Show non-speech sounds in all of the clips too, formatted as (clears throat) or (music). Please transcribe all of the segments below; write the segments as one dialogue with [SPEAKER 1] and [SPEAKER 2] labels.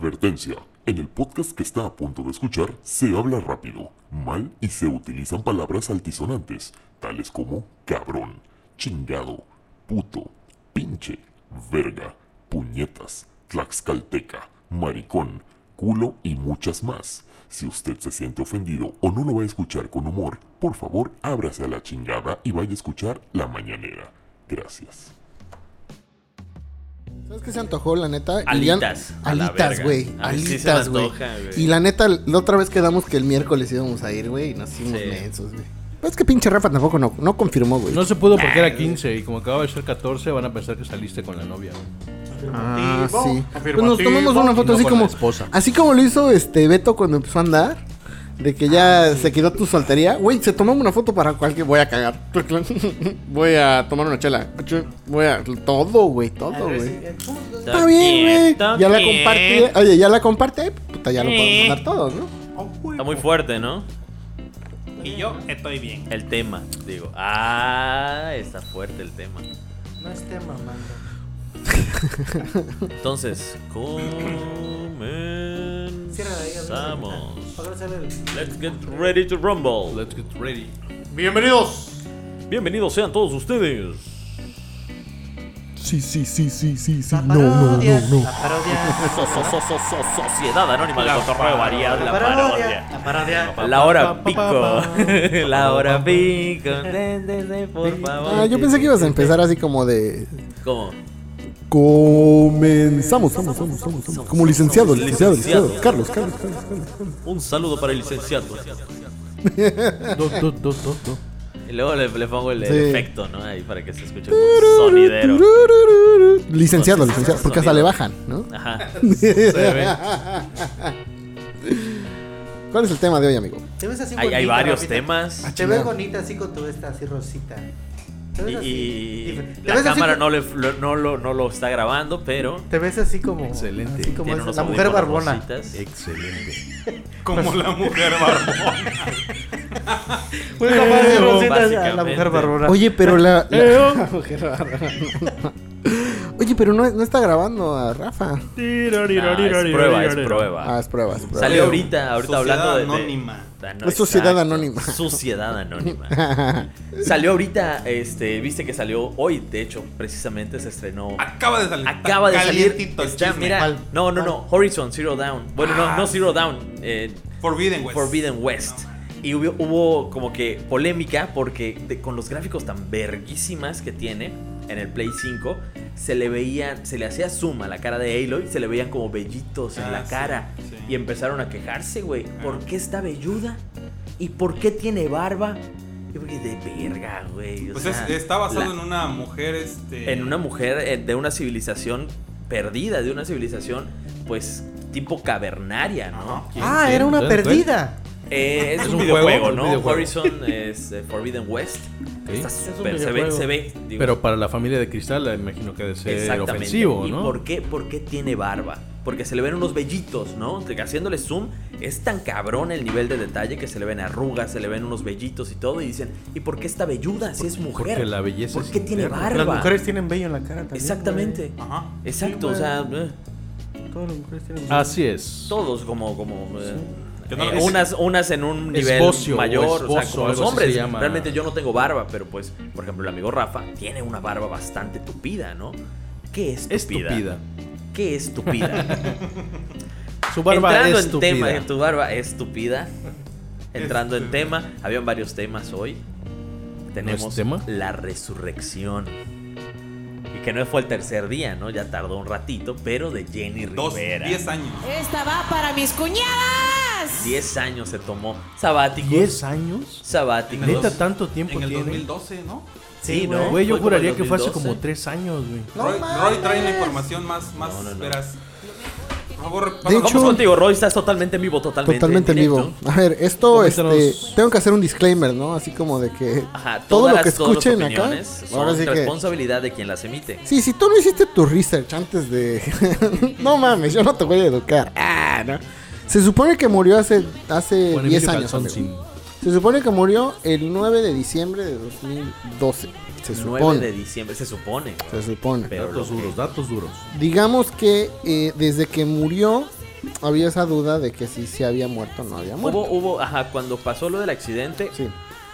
[SPEAKER 1] Advertencia. En el podcast que está a punto de escuchar se habla rápido, mal y se utilizan palabras altisonantes, tales como cabrón, chingado, puto, pinche, verga, puñetas, tlaxcalteca, maricón, culo y muchas más. Si usted se siente ofendido o no lo va a escuchar con humor, por favor ábrase a la chingada y vaya a escuchar La Mañanera. Gracias.
[SPEAKER 2] ¿Sabes qué se antojó, la neta?
[SPEAKER 3] Alitas,
[SPEAKER 2] Y ya-
[SPEAKER 3] a la
[SPEAKER 2] Alitas,
[SPEAKER 3] verga.
[SPEAKER 2] güey.
[SPEAKER 3] A mí sí se
[SPEAKER 2] Alitas,
[SPEAKER 3] me
[SPEAKER 2] güey.
[SPEAKER 3] antoja, güey.
[SPEAKER 2] Y la neta, la otra vez quedamos que el miércoles íbamos a ir, güey. Y nos hicimos
[SPEAKER 3] Sí.
[SPEAKER 2] mensos, güey. Pero es que pinche Rafa tampoco no, no confirmó, güey.
[SPEAKER 4] No se pudo porque era 15 y como acababa de ser 14 van a pensar que saliste con la novia.
[SPEAKER 2] Ah, sí. Pues
[SPEAKER 5] afirmativo,
[SPEAKER 2] nos tomamos una
[SPEAKER 4] y no
[SPEAKER 2] foto así
[SPEAKER 4] con
[SPEAKER 2] como.
[SPEAKER 4] la esposa.
[SPEAKER 2] Así como lo hizo este Beto cuando empezó a andar. De que
[SPEAKER 3] Ah,
[SPEAKER 2] ya se quitó tu soltería. Güey, se tomó una foto para cualquier. Voy a cagar. (laughs) Voy a tomar una chela. Voy a. Todo, güey. Todo, güey. Está bien, güey.
[SPEAKER 3] Está
[SPEAKER 2] Ya la
[SPEAKER 3] bien.
[SPEAKER 2] comparte. Oye, ya la comparte. Ay, Puta, ya lo podemos mandar todos, ¿no?
[SPEAKER 3] Está muy fuerte, ¿no?
[SPEAKER 5] Y yo estoy bien.
[SPEAKER 3] El tema, digo. Ah, está fuerte el tema.
[SPEAKER 6] No esté mamando.
[SPEAKER 3] Entonces, comenzamos.
[SPEAKER 6] Para hacer el.
[SPEAKER 3] Let's get ready to rumble.
[SPEAKER 4] Let's get ready.
[SPEAKER 5] Bienvenidos.
[SPEAKER 3] Bienvenidos sean todos ustedes.
[SPEAKER 1] Sí, sí, sí, sí, sí, sí.
[SPEAKER 6] La parodia. La parodia.
[SPEAKER 3] So- so- so- so- so- Sociedad Anónima del Cotorreo Variado. La
[SPEAKER 6] La parodia.
[SPEAKER 3] parodia.
[SPEAKER 6] La parodia.
[SPEAKER 3] La hora pico. (laughs) La hora pico. Déjense, por favor.
[SPEAKER 2] Ah, yo pensé que ibas a empezar así como de.
[SPEAKER 3] ¿Cómo?
[SPEAKER 2] Comenzamos, vamos, vamos, vamos, vamos. Como licenciado, licenciado, licenciado.
[SPEAKER 3] Licenciado.
[SPEAKER 2] Carlos, Carlos, Carlos, Carlos.
[SPEAKER 3] Un saludo para el licenciado.
[SPEAKER 4] Dos, dos, dos, dos, dos.
[SPEAKER 3] Y luego le, le pongo el, el
[SPEAKER 2] Sí.
[SPEAKER 3] efecto, ¿no? Ahí para que se escuche como un sonidero.
[SPEAKER 2] Licenciado, licenciado, porque hasta le bajan, ¿no?
[SPEAKER 3] Ajá.
[SPEAKER 2] ¿Cuál es el tema de hoy, amigo?
[SPEAKER 6] Te ves así
[SPEAKER 3] Hay, hay
[SPEAKER 6] bonita,
[SPEAKER 3] varios
[SPEAKER 6] Rafita.
[SPEAKER 3] temas.
[SPEAKER 6] Te ves bonita así con tu vesta así rosita. Te
[SPEAKER 3] Y,
[SPEAKER 6] ves así.
[SPEAKER 3] y
[SPEAKER 6] difer- te
[SPEAKER 3] la
[SPEAKER 6] ves así
[SPEAKER 3] cámara
[SPEAKER 6] co-
[SPEAKER 3] no, le- lo, no, lo, no lo está grabando, pero.
[SPEAKER 6] Te ves así como.
[SPEAKER 4] Excelente.
[SPEAKER 6] Así como
[SPEAKER 3] tiene
[SPEAKER 6] esa-
[SPEAKER 3] unos
[SPEAKER 6] la mujer
[SPEAKER 3] audífonos
[SPEAKER 6] barbona. (laughs)
[SPEAKER 3] rositas.
[SPEAKER 4] Eh, Excelente.
[SPEAKER 5] Como
[SPEAKER 3] Pues,
[SPEAKER 5] la mujer barbón.
[SPEAKER 6] Una cámara de rositas a la
[SPEAKER 3] Básicamente.
[SPEAKER 6] mujer barbona.
[SPEAKER 2] Oye, pero la. la- (laughs) Mujer bárbara. Oye, pero no, no está grabando a Rafa.
[SPEAKER 3] Ah, es prueba, es prueba.
[SPEAKER 2] Ah, es prueba, es prueba.
[SPEAKER 3] Salió ahorita, ahorita
[SPEAKER 5] Sociedad
[SPEAKER 3] hablando de. de-
[SPEAKER 5] Anónima.
[SPEAKER 3] Ah, no,
[SPEAKER 2] Es Sociedad
[SPEAKER 3] exacto.
[SPEAKER 2] Anónima.
[SPEAKER 3] Sociedad Anónima. salió ahorita, este, viste que salió hoy, de hecho, precisamente se estrenó.
[SPEAKER 5] Acaba de salir.
[SPEAKER 3] Acaba de salir.
[SPEAKER 5] Calientito el
[SPEAKER 3] Está,
[SPEAKER 5] chisme.
[SPEAKER 3] mira,
[SPEAKER 6] ¿Cuál?
[SPEAKER 3] no, no, no. Horizon Zero Down. Bueno, no,
[SPEAKER 5] Ah,
[SPEAKER 3] no Zero Down. eh,
[SPEAKER 5] Forbidden West.
[SPEAKER 3] Forbidden West. Y hubo, hubo como que polémica porque de- con los gráficos tan verguísimas que tiene en el Play 5, se le veía, se le hacía zoom a la cara de Aloy, se le veían como vellitos en
[SPEAKER 5] Ah,
[SPEAKER 3] la
[SPEAKER 5] sí,
[SPEAKER 3] cara.
[SPEAKER 5] sí.
[SPEAKER 3] Y empezaron a quejarse, güey. ¿Por
[SPEAKER 5] Ah.
[SPEAKER 3] qué está velluda? ¿Y por qué tiene barba? Y porque de verga, güey. o
[SPEAKER 5] Pues
[SPEAKER 3] sea,
[SPEAKER 5] es- está basado
[SPEAKER 3] la-
[SPEAKER 5] en una mujer, este.
[SPEAKER 3] en una mujer eh, de una civilización perdida, de una civilización, pues, tipo cavernaria, ¿no?
[SPEAKER 5] Ajá.
[SPEAKER 6] Ah, era una
[SPEAKER 4] ¿Quién?
[SPEAKER 6] perdida.
[SPEAKER 3] Eh, es,
[SPEAKER 4] ¿Es
[SPEAKER 3] un,
[SPEAKER 4] un
[SPEAKER 3] videojuego,
[SPEAKER 4] juego?
[SPEAKER 3] ¿no?
[SPEAKER 4] Un videojuego.
[SPEAKER 3] Horizon es eh, Forbidden West.
[SPEAKER 4] Ok.
[SPEAKER 3] Está
[SPEAKER 4] Es
[SPEAKER 3] súper- se ve,
[SPEAKER 4] videojuego.
[SPEAKER 3] se ve. digo,
[SPEAKER 4] Pero para la familia de Cristal, eh, imagino que ha de ser
[SPEAKER 3] exactamente.
[SPEAKER 4] ofensivo,
[SPEAKER 3] ¿Y
[SPEAKER 4] ¿no?
[SPEAKER 3] por qué, por qué tiene barba? Porque se le ven unos vellitos, ¿no? Que Haciéndole zoom, es tan cabrón el nivel de detalle que se le ven arrugas, se le ven unos vellitos y todo. Y dicen, ¿y por qué está velluda si es mujer?
[SPEAKER 4] porque la belleza
[SPEAKER 3] ¿Por
[SPEAKER 4] es
[SPEAKER 3] qué tiene
[SPEAKER 4] interna.
[SPEAKER 3] barba?
[SPEAKER 6] Las mujeres tienen vello en la cara también.
[SPEAKER 3] Exactamente.
[SPEAKER 5] Ajá.
[SPEAKER 3] Exacto, o
[SPEAKER 6] Sí,
[SPEAKER 3] sea, eh,
[SPEAKER 6] güey. Todas las mujeres tienen
[SPEAKER 3] Ah,
[SPEAKER 6] vello.
[SPEAKER 4] Así es.
[SPEAKER 3] todos como. como eh,
[SPEAKER 5] Que no
[SPEAKER 3] eh,
[SPEAKER 5] lo dicen.
[SPEAKER 3] unas, unas en un nivel
[SPEAKER 4] Esbocio o
[SPEAKER 3] mayor, o, sea,
[SPEAKER 4] esbozo,
[SPEAKER 3] como los
[SPEAKER 4] algo así
[SPEAKER 3] hombres.
[SPEAKER 4] se llama.
[SPEAKER 3] Realmente yo no tengo barba, pero pues, por ejemplo, el amigo Rafa tiene una barba bastante tupida, ¿no? ¿Qué es tupida?
[SPEAKER 4] Estúpida.
[SPEAKER 3] ¿Qué es tupida?
[SPEAKER 4] Su (laughs) barba
[SPEAKER 3] Entrando
[SPEAKER 4] es
[SPEAKER 3] en tema, de
[SPEAKER 4] estúpida.
[SPEAKER 3] tu barba es tupida. Entrando
[SPEAKER 5] Este.
[SPEAKER 3] en tema, habían varios temas hoy. Tenemos
[SPEAKER 4] tema?
[SPEAKER 3] la resurrección. Y que no fue el tercer día, ¿no? Ya tardó un ratito, pero de Jenny
[SPEAKER 5] Dos,
[SPEAKER 3] Rivera.
[SPEAKER 5] diez años.
[SPEAKER 7] Esta va para mis cuñadas.
[SPEAKER 3] 10 años se tomó. Sabáticos.
[SPEAKER 4] ¿10 años?
[SPEAKER 3] Sabáticos.
[SPEAKER 4] ¿Neta tanto tiempo
[SPEAKER 5] En el
[SPEAKER 4] tiene?
[SPEAKER 5] 2012, ¿no?
[SPEAKER 3] Sí, ¿no?
[SPEAKER 4] Güey, yo
[SPEAKER 3] Fue como el
[SPEAKER 4] juraría que fue hace
[SPEAKER 3] 2012.
[SPEAKER 4] como 3 años, güey.
[SPEAKER 6] No
[SPEAKER 5] Roy,
[SPEAKER 6] mames.
[SPEAKER 5] Roy trae la información más, más
[SPEAKER 3] No, no, no.
[SPEAKER 5] veraz. Por favor,
[SPEAKER 2] De
[SPEAKER 5] pasa-
[SPEAKER 3] Vamos
[SPEAKER 2] hecho-
[SPEAKER 3] contigo, Roy. Estás totalmente en vivo, totalmente.
[SPEAKER 2] Totalmente en vivo.
[SPEAKER 3] directo.
[SPEAKER 2] A ver, esto, este,
[SPEAKER 4] Coméntanos.
[SPEAKER 2] tengo que hacer un disclaimer, ¿no? Así como de que
[SPEAKER 3] Ajá, todas
[SPEAKER 2] todo lo
[SPEAKER 3] las-
[SPEAKER 2] que
[SPEAKER 3] todas las
[SPEAKER 2] escuchen acá,
[SPEAKER 3] opiniones
[SPEAKER 2] ahora
[SPEAKER 3] Son
[SPEAKER 2] sí que...
[SPEAKER 3] responsabilidad de quien las emite.
[SPEAKER 2] Sí, si tú no hiciste tu research antes de... (laughs) no mames, yo no te voy a educar. Ah, no. Se supone que murió hace, hace
[SPEAKER 4] Juan
[SPEAKER 2] 10
[SPEAKER 4] Emilio
[SPEAKER 2] años.
[SPEAKER 4] Calzón
[SPEAKER 2] amigo. Se supone que murió el 9 de diciembre de 2012. Se
[SPEAKER 3] 9 de
[SPEAKER 2] supone.
[SPEAKER 3] diciembre, se supone.
[SPEAKER 2] Se supone.
[SPEAKER 3] Pero
[SPEAKER 4] Datos
[SPEAKER 3] lo que-
[SPEAKER 4] duros, datos duros.
[SPEAKER 2] Digamos que eh, desde que murió había esa duda de que si se había muerto o no había muerto.
[SPEAKER 3] Hubo, hubo, ajá, cuando pasó lo del accidente,
[SPEAKER 2] Sí.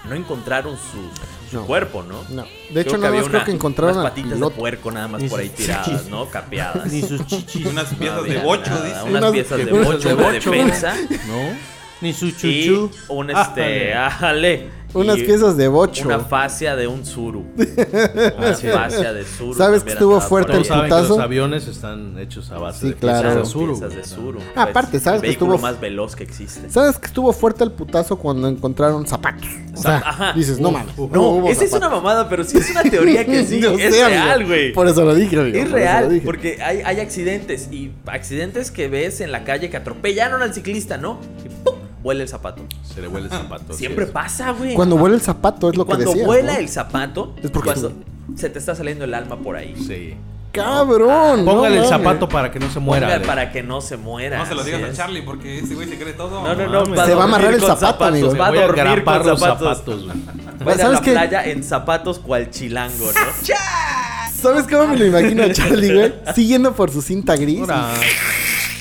[SPEAKER 3] no encontraron su, su
[SPEAKER 2] No.
[SPEAKER 3] cuerpo, ¿no?
[SPEAKER 2] No. De
[SPEAKER 3] Creo
[SPEAKER 2] hecho,
[SPEAKER 3] que
[SPEAKER 2] nada
[SPEAKER 3] había
[SPEAKER 2] más creo
[SPEAKER 3] una-
[SPEAKER 2] que encontraron
[SPEAKER 3] unas
[SPEAKER 2] al
[SPEAKER 3] patitas de
[SPEAKER 2] piloto.
[SPEAKER 3] puerco nada más
[SPEAKER 6] Ni
[SPEAKER 3] por ahí
[SPEAKER 6] sus
[SPEAKER 3] tiradas,
[SPEAKER 6] chichis.
[SPEAKER 3] ¿no? Capeadas.
[SPEAKER 6] Ni sus chichis.
[SPEAKER 5] Unas
[SPEAKER 3] No
[SPEAKER 5] piezas de
[SPEAKER 3] había
[SPEAKER 5] bocho,
[SPEAKER 3] nada,
[SPEAKER 5] dice.
[SPEAKER 2] (laughs)
[SPEAKER 3] Unas
[SPEAKER 2] Unas
[SPEAKER 3] piezas de
[SPEAKER 2] piezas
[SPEAKER 3] bocho
[SPEAKER 2] de
[SPEAKER 3] de
[SPEAKER 2] bocho. (laughs)
[SPEAKER 3] defensa. (laughs)
[SPEAKER 4] ¿No? Ni su
[SPEAKER 3] Y
[SPEAKER 4] chuchu. Ah,
[SPEAKER 3] un este, ájale.
[SPEAKER 2] Unas
[SPEAKER 3] y
[SPEAKER 2] piezas de bocho.
[SPEAKER 3] Una fascia de
[SPEAKER 2] (laughs)
[SPEAKER 3] un suru. Una fascia de suru.
[SPEAKER 2] ¿Sabes que
[SPEAKER 3] también
[SPEAKER 2] estuvo
[SPEAKER 3] andaba por
[SPEAKER 2] fuerte
[SPEAKER 3] ahí.
[SPEAKER 2] el
[SPEAKER 4] Todos saben que
[SPEAKER 2] putazo.
[SPEAKER 4] los aviones están hechos a base
[SPEAKER 2] Sí,
[SPEAKER 4] de
[SPEAKER 2] claro.
[SPEAKER 4] piezas
[SPEAKER 3] Claro,
[SPEAKER 4] de suru.
[SPEAKER 3] piezas de
[SPEAKER 4] güey.
[SPEAKER 3] suru.
[SPEAKER 2] Ah, aparte, ¿sabes
[SPEAKER 3] El
[SPEAKER 2] que
[SPEAKER 3] vehículo
[SPEAKER 2] estuvo-
[SPEAKER 3] más veloz que existe.
[SPEAKER 2] ¿Sabes que estuvo fuerte el putazo cuando encontraron zapatos? O sea,
[SPEAKER 3] Ajá.
[SPEAKER 2] dices, no mames.
[SPEAKER 3] No,
[SPEAKER 2] hubo
[SPEAKER 3] esa es una
[SPEAKER 2] zapatos.
[SPEAKER 3] mamada, pero sí es una
[SPEAKER 2] (laughs)
[SPEAKER 3] teoría que sí
[SPEAKER 2] Yo
[SPEAKER 3] es
[SPEAKER 2] sé, amigo.
[SPEAKER 3] real, güey.
[SPEAKER 2] Por eso lo dije, amigo, por
[SPEAKER 3] Es
[SPEAKER 2] eso lo
[SPEAKER 3] real,
[SPEAKER 2] dije.
[SPEAKER 3] porque hay, hay accidentes y accidentes que ves en la calle que atropellaron al ciclista, ¿no? Y ¡pum! vuela el zapato.
[SPEAKER 4] Se le huele el zapato.
[SPEAKER 3] Siempre
[SPEAKER 4] sí.
[SPEAKER 3] pasa, güey.
[SPEAKER 2] Cuando vuela el zapato, es
[SPEAKER 3] Y
[SPEAKER 2] lo que
[SPEAKER 3] cuando
[SPEAKER 2] decías.
[SPEAKER 3] vuela
[SPEAKER 2] ¿no?
[SPEAKER 3] el zapato,
[SPEAKER 2] Es porque-
[SPEAKER 3] cuando se te está saliendo el alma por ahí.
[SPEAKER 4] Sí.
[SPEAKER 2] ¡Cabrón!
[SPEAKER 4] Póngale
[SPEAKER 2] no mames.
[SPEAKER 4] el zapato para que no se muera.
[SPEAKER 3] Ponga
[SPEAKER 4] Ale.
[SPEAKER 3] para que no se muera.
[SPEAKER 5] No se lo
[SPEAKER 3] así
[SPEAKER 5] digas a
[SPEAKER 3] es.
[SPEAKER 5] Charlie porque ese güey se cree todo.
[SPEAKER 3] No, no, no.
[SPEAKER 4] mames.
[SPEAKER 2] Se va a
[SPEAKER 3] dormir
[SPEAKER 2] amarrar el
[SPEAKER 3] con
[SPEAKER 2] zapato,
[SPEAKER 3] zapatos,
[SPEAKER 2] amigo.
[SPEAKER 3] Va a
[SPEAKER 4] Voy a
[SPEAKER 3] dormir
[SPEAKER 4] grapar
[SPEAKER 3] con
[SPEAKER 4] los
[SPEAKER 3] zapatos. (laughs)
[SPEAKER 4] zapatos, güey.
[SPEAKER 3] Va a ir a
[SPEAKER 2] ¿Sabes
[SPEAKER 3] la
[SPEAKER 2] qué?
[SPEAKER 3] playa en zapatos cual chilango, ¿no?
[SPEAKER 2] ¿Sabes cómo me lo imagino a Charlie, güey? Siguiendo por su cinta gris.
[SPEAKER 4] Ahora,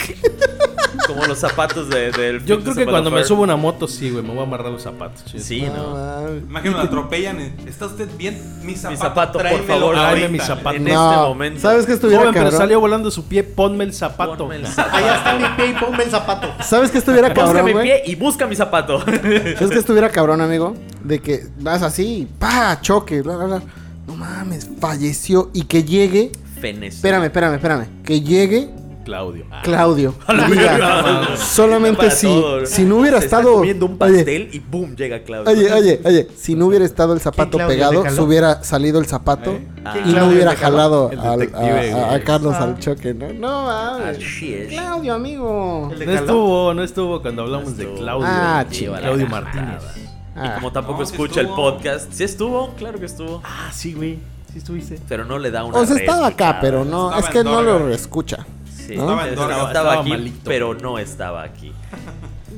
[SPEAKER 3] Este Como los zapatos de, del...
[SPEAKER 4] Yo creo que
[SPEAKER 3] Sepultura
[SPEAKER 4] cuando me
[SPEAKER 3] Fair.
[SPEAKER 4] subo a una moto, sí, güey, me voy a amarrar los zapatos. chido.
[SPEAKER 3] Sí,
[SPEAKER 2] No
[SPEAKER 3] ¿no?
[SPEAKER 2] mames.
[SPEAKER 5] Imagino, lo atropellan. ¿Está usted bien? Mi zapato.
[SPEAKER 3] zapato, por
[SPEAKER 5] tráemelo
[SPEAKER 3] favor,
[SPEAKER 5] ahorita.
[SPEAKER 4] tráeme mi
[SPEAKER 2] (laughs)
[SPEAKER 4] zapato.
[SPEAKER 3] En
[SPEAKER 2] No,
[SPEAKER 3] este momento.
[SPEAKER 2] ¿Sabes qué estuviera
[SPEAKER 4] Joven, pero
[SPEAKER 2] cabrón?
[SPEAKER 4] salió volando su pie, ponme el zapato. Ah,
[SPEAKER 3] Ponme el
[SPEAKER 4] Nah.
[SPEAKER 3] zapato.
[SPEAKER 6] Allá está mi pie y ponme el zapato.
[SPEAKER 2] ¿Sabes qué estuviera
[SPEAKER 3] Busca
[SPEAKER 2] cabrón,
[SPEAKER 3] mi
[SPEAKER 2] güey?
[SPEAKER 3] pie y busca mi zapato. (laughs)
[SPEAKER 2] ¿Sabes qué Pues estuviera cabrón, amigo? De que vas así, pa, choque, bla, bla, bla. No mames, falleció y que llegue.
[SPEAKER 3] Fenes.
[SPEAKER 2] Espérame, espérame, espérame. Que llegue
[SPEAKER 4] Claudio. Ah.
[SPEAKER 3] (laughs)
[SPEAKER 2] Claudio.
[SPEAKER 3] la
[SPEAKER 2] y diga,
[SPEAKER 3] verga.
[SPEAKER 2] solamente
[SPEAKER 3] Para
[SPEAKER 2] si,
[SPEAKER 3] todo, ¿no?
[SPEAKER 2] si no hubiera
[SPEAKER 3] Se está
[SPEAKER 2] estado.
[SPEAKER 3] comiendo un
[SPEAKER 2] oye,
[SPEAKER 3] pastel y boom, llega Claudio.
[SPEAKER 2] Oye, oye, oye, si no hubiera estado el zapato
[SPEAKER 6] Claudio
[SPEAKER 2] pegado,
[SPEAKER 6] Decaló?
[SPEAKER 2] se hubiera salido el zapato
[SPEAKER 3] Ah.
[SPEAKER 2] y no
[SPEAKER 6] Claudio
[SPEAKER 2] hubiera
[SPEAKER 6] Decaló?
[SPEAKER 2] jalado
[SPEAKER 4] El
[SPEAKER 2] al-
[SPEAKER 4] detective,
[SPEAKER 2] a, a- a
[SPEAKER 4] güey.
[SPEAKER 2] Carlos
[SPEAKER 6] Ah.
[SPEAKER 2] al choque, ¿no? No mames.
[SPEAKER 3] Así es.
[SPEAKER 2] Claudio, amigo.
[SPEAKER 6] El de
[SPEAKER 4] No
[SPEAKER 6] Caló.
[SPEAKER 4] estuvo, no estuvo cuando hablamos de
[SPEAKER 3] estuvo.
[SPEAKER 4] Claudio.
[SPEAKER 2] Ah,
[SPEAKER 4] güey.
[SPEAKER 2] chingada.
[SPEAKER 4] Claudio Martínez.
[SPEAKER 2] Ah,
[SPEAKER 3] Como tampoco
[SPEAKER 5] No, sí
[SPEAKER 3] escucha el
[SPEAKER 5] estuvo.
[SPEAKER 3] podcast. Sí estuvo, claro que estuvo.
[SPEAKER 6] Ah, sí, güey. Sí estuviste.
[SPEAKER 3] Pero no le da una
[SPEAKER 2] o sea,
[SPEAKER 3] red,
[SPEAKER 2] estaba acá,
[SPEAKER 3] nada.
[SPEAKER 2] pero no,
[SPEAKER 5] Estaba
[SPEAKER 2] es que
[SPEAKER 5] en
[SPEAKER 2] no
[SPEAKER 5] Dorga.
[SPEAKER 2] lo escucha.
[SPEAKER 3] Sí,
[SPEAKER 2] ¿No?
[SPEAKER 5] Estaba en
[SPEAKER 3] estaba, estaba
[SPEAKER 5] Dorado,
[SPEAKER 4] estaba
[SPEAKER 3] aquí,
[SPEAKER 4] malito.
[SPEAKER 3] pero no estaba aquí.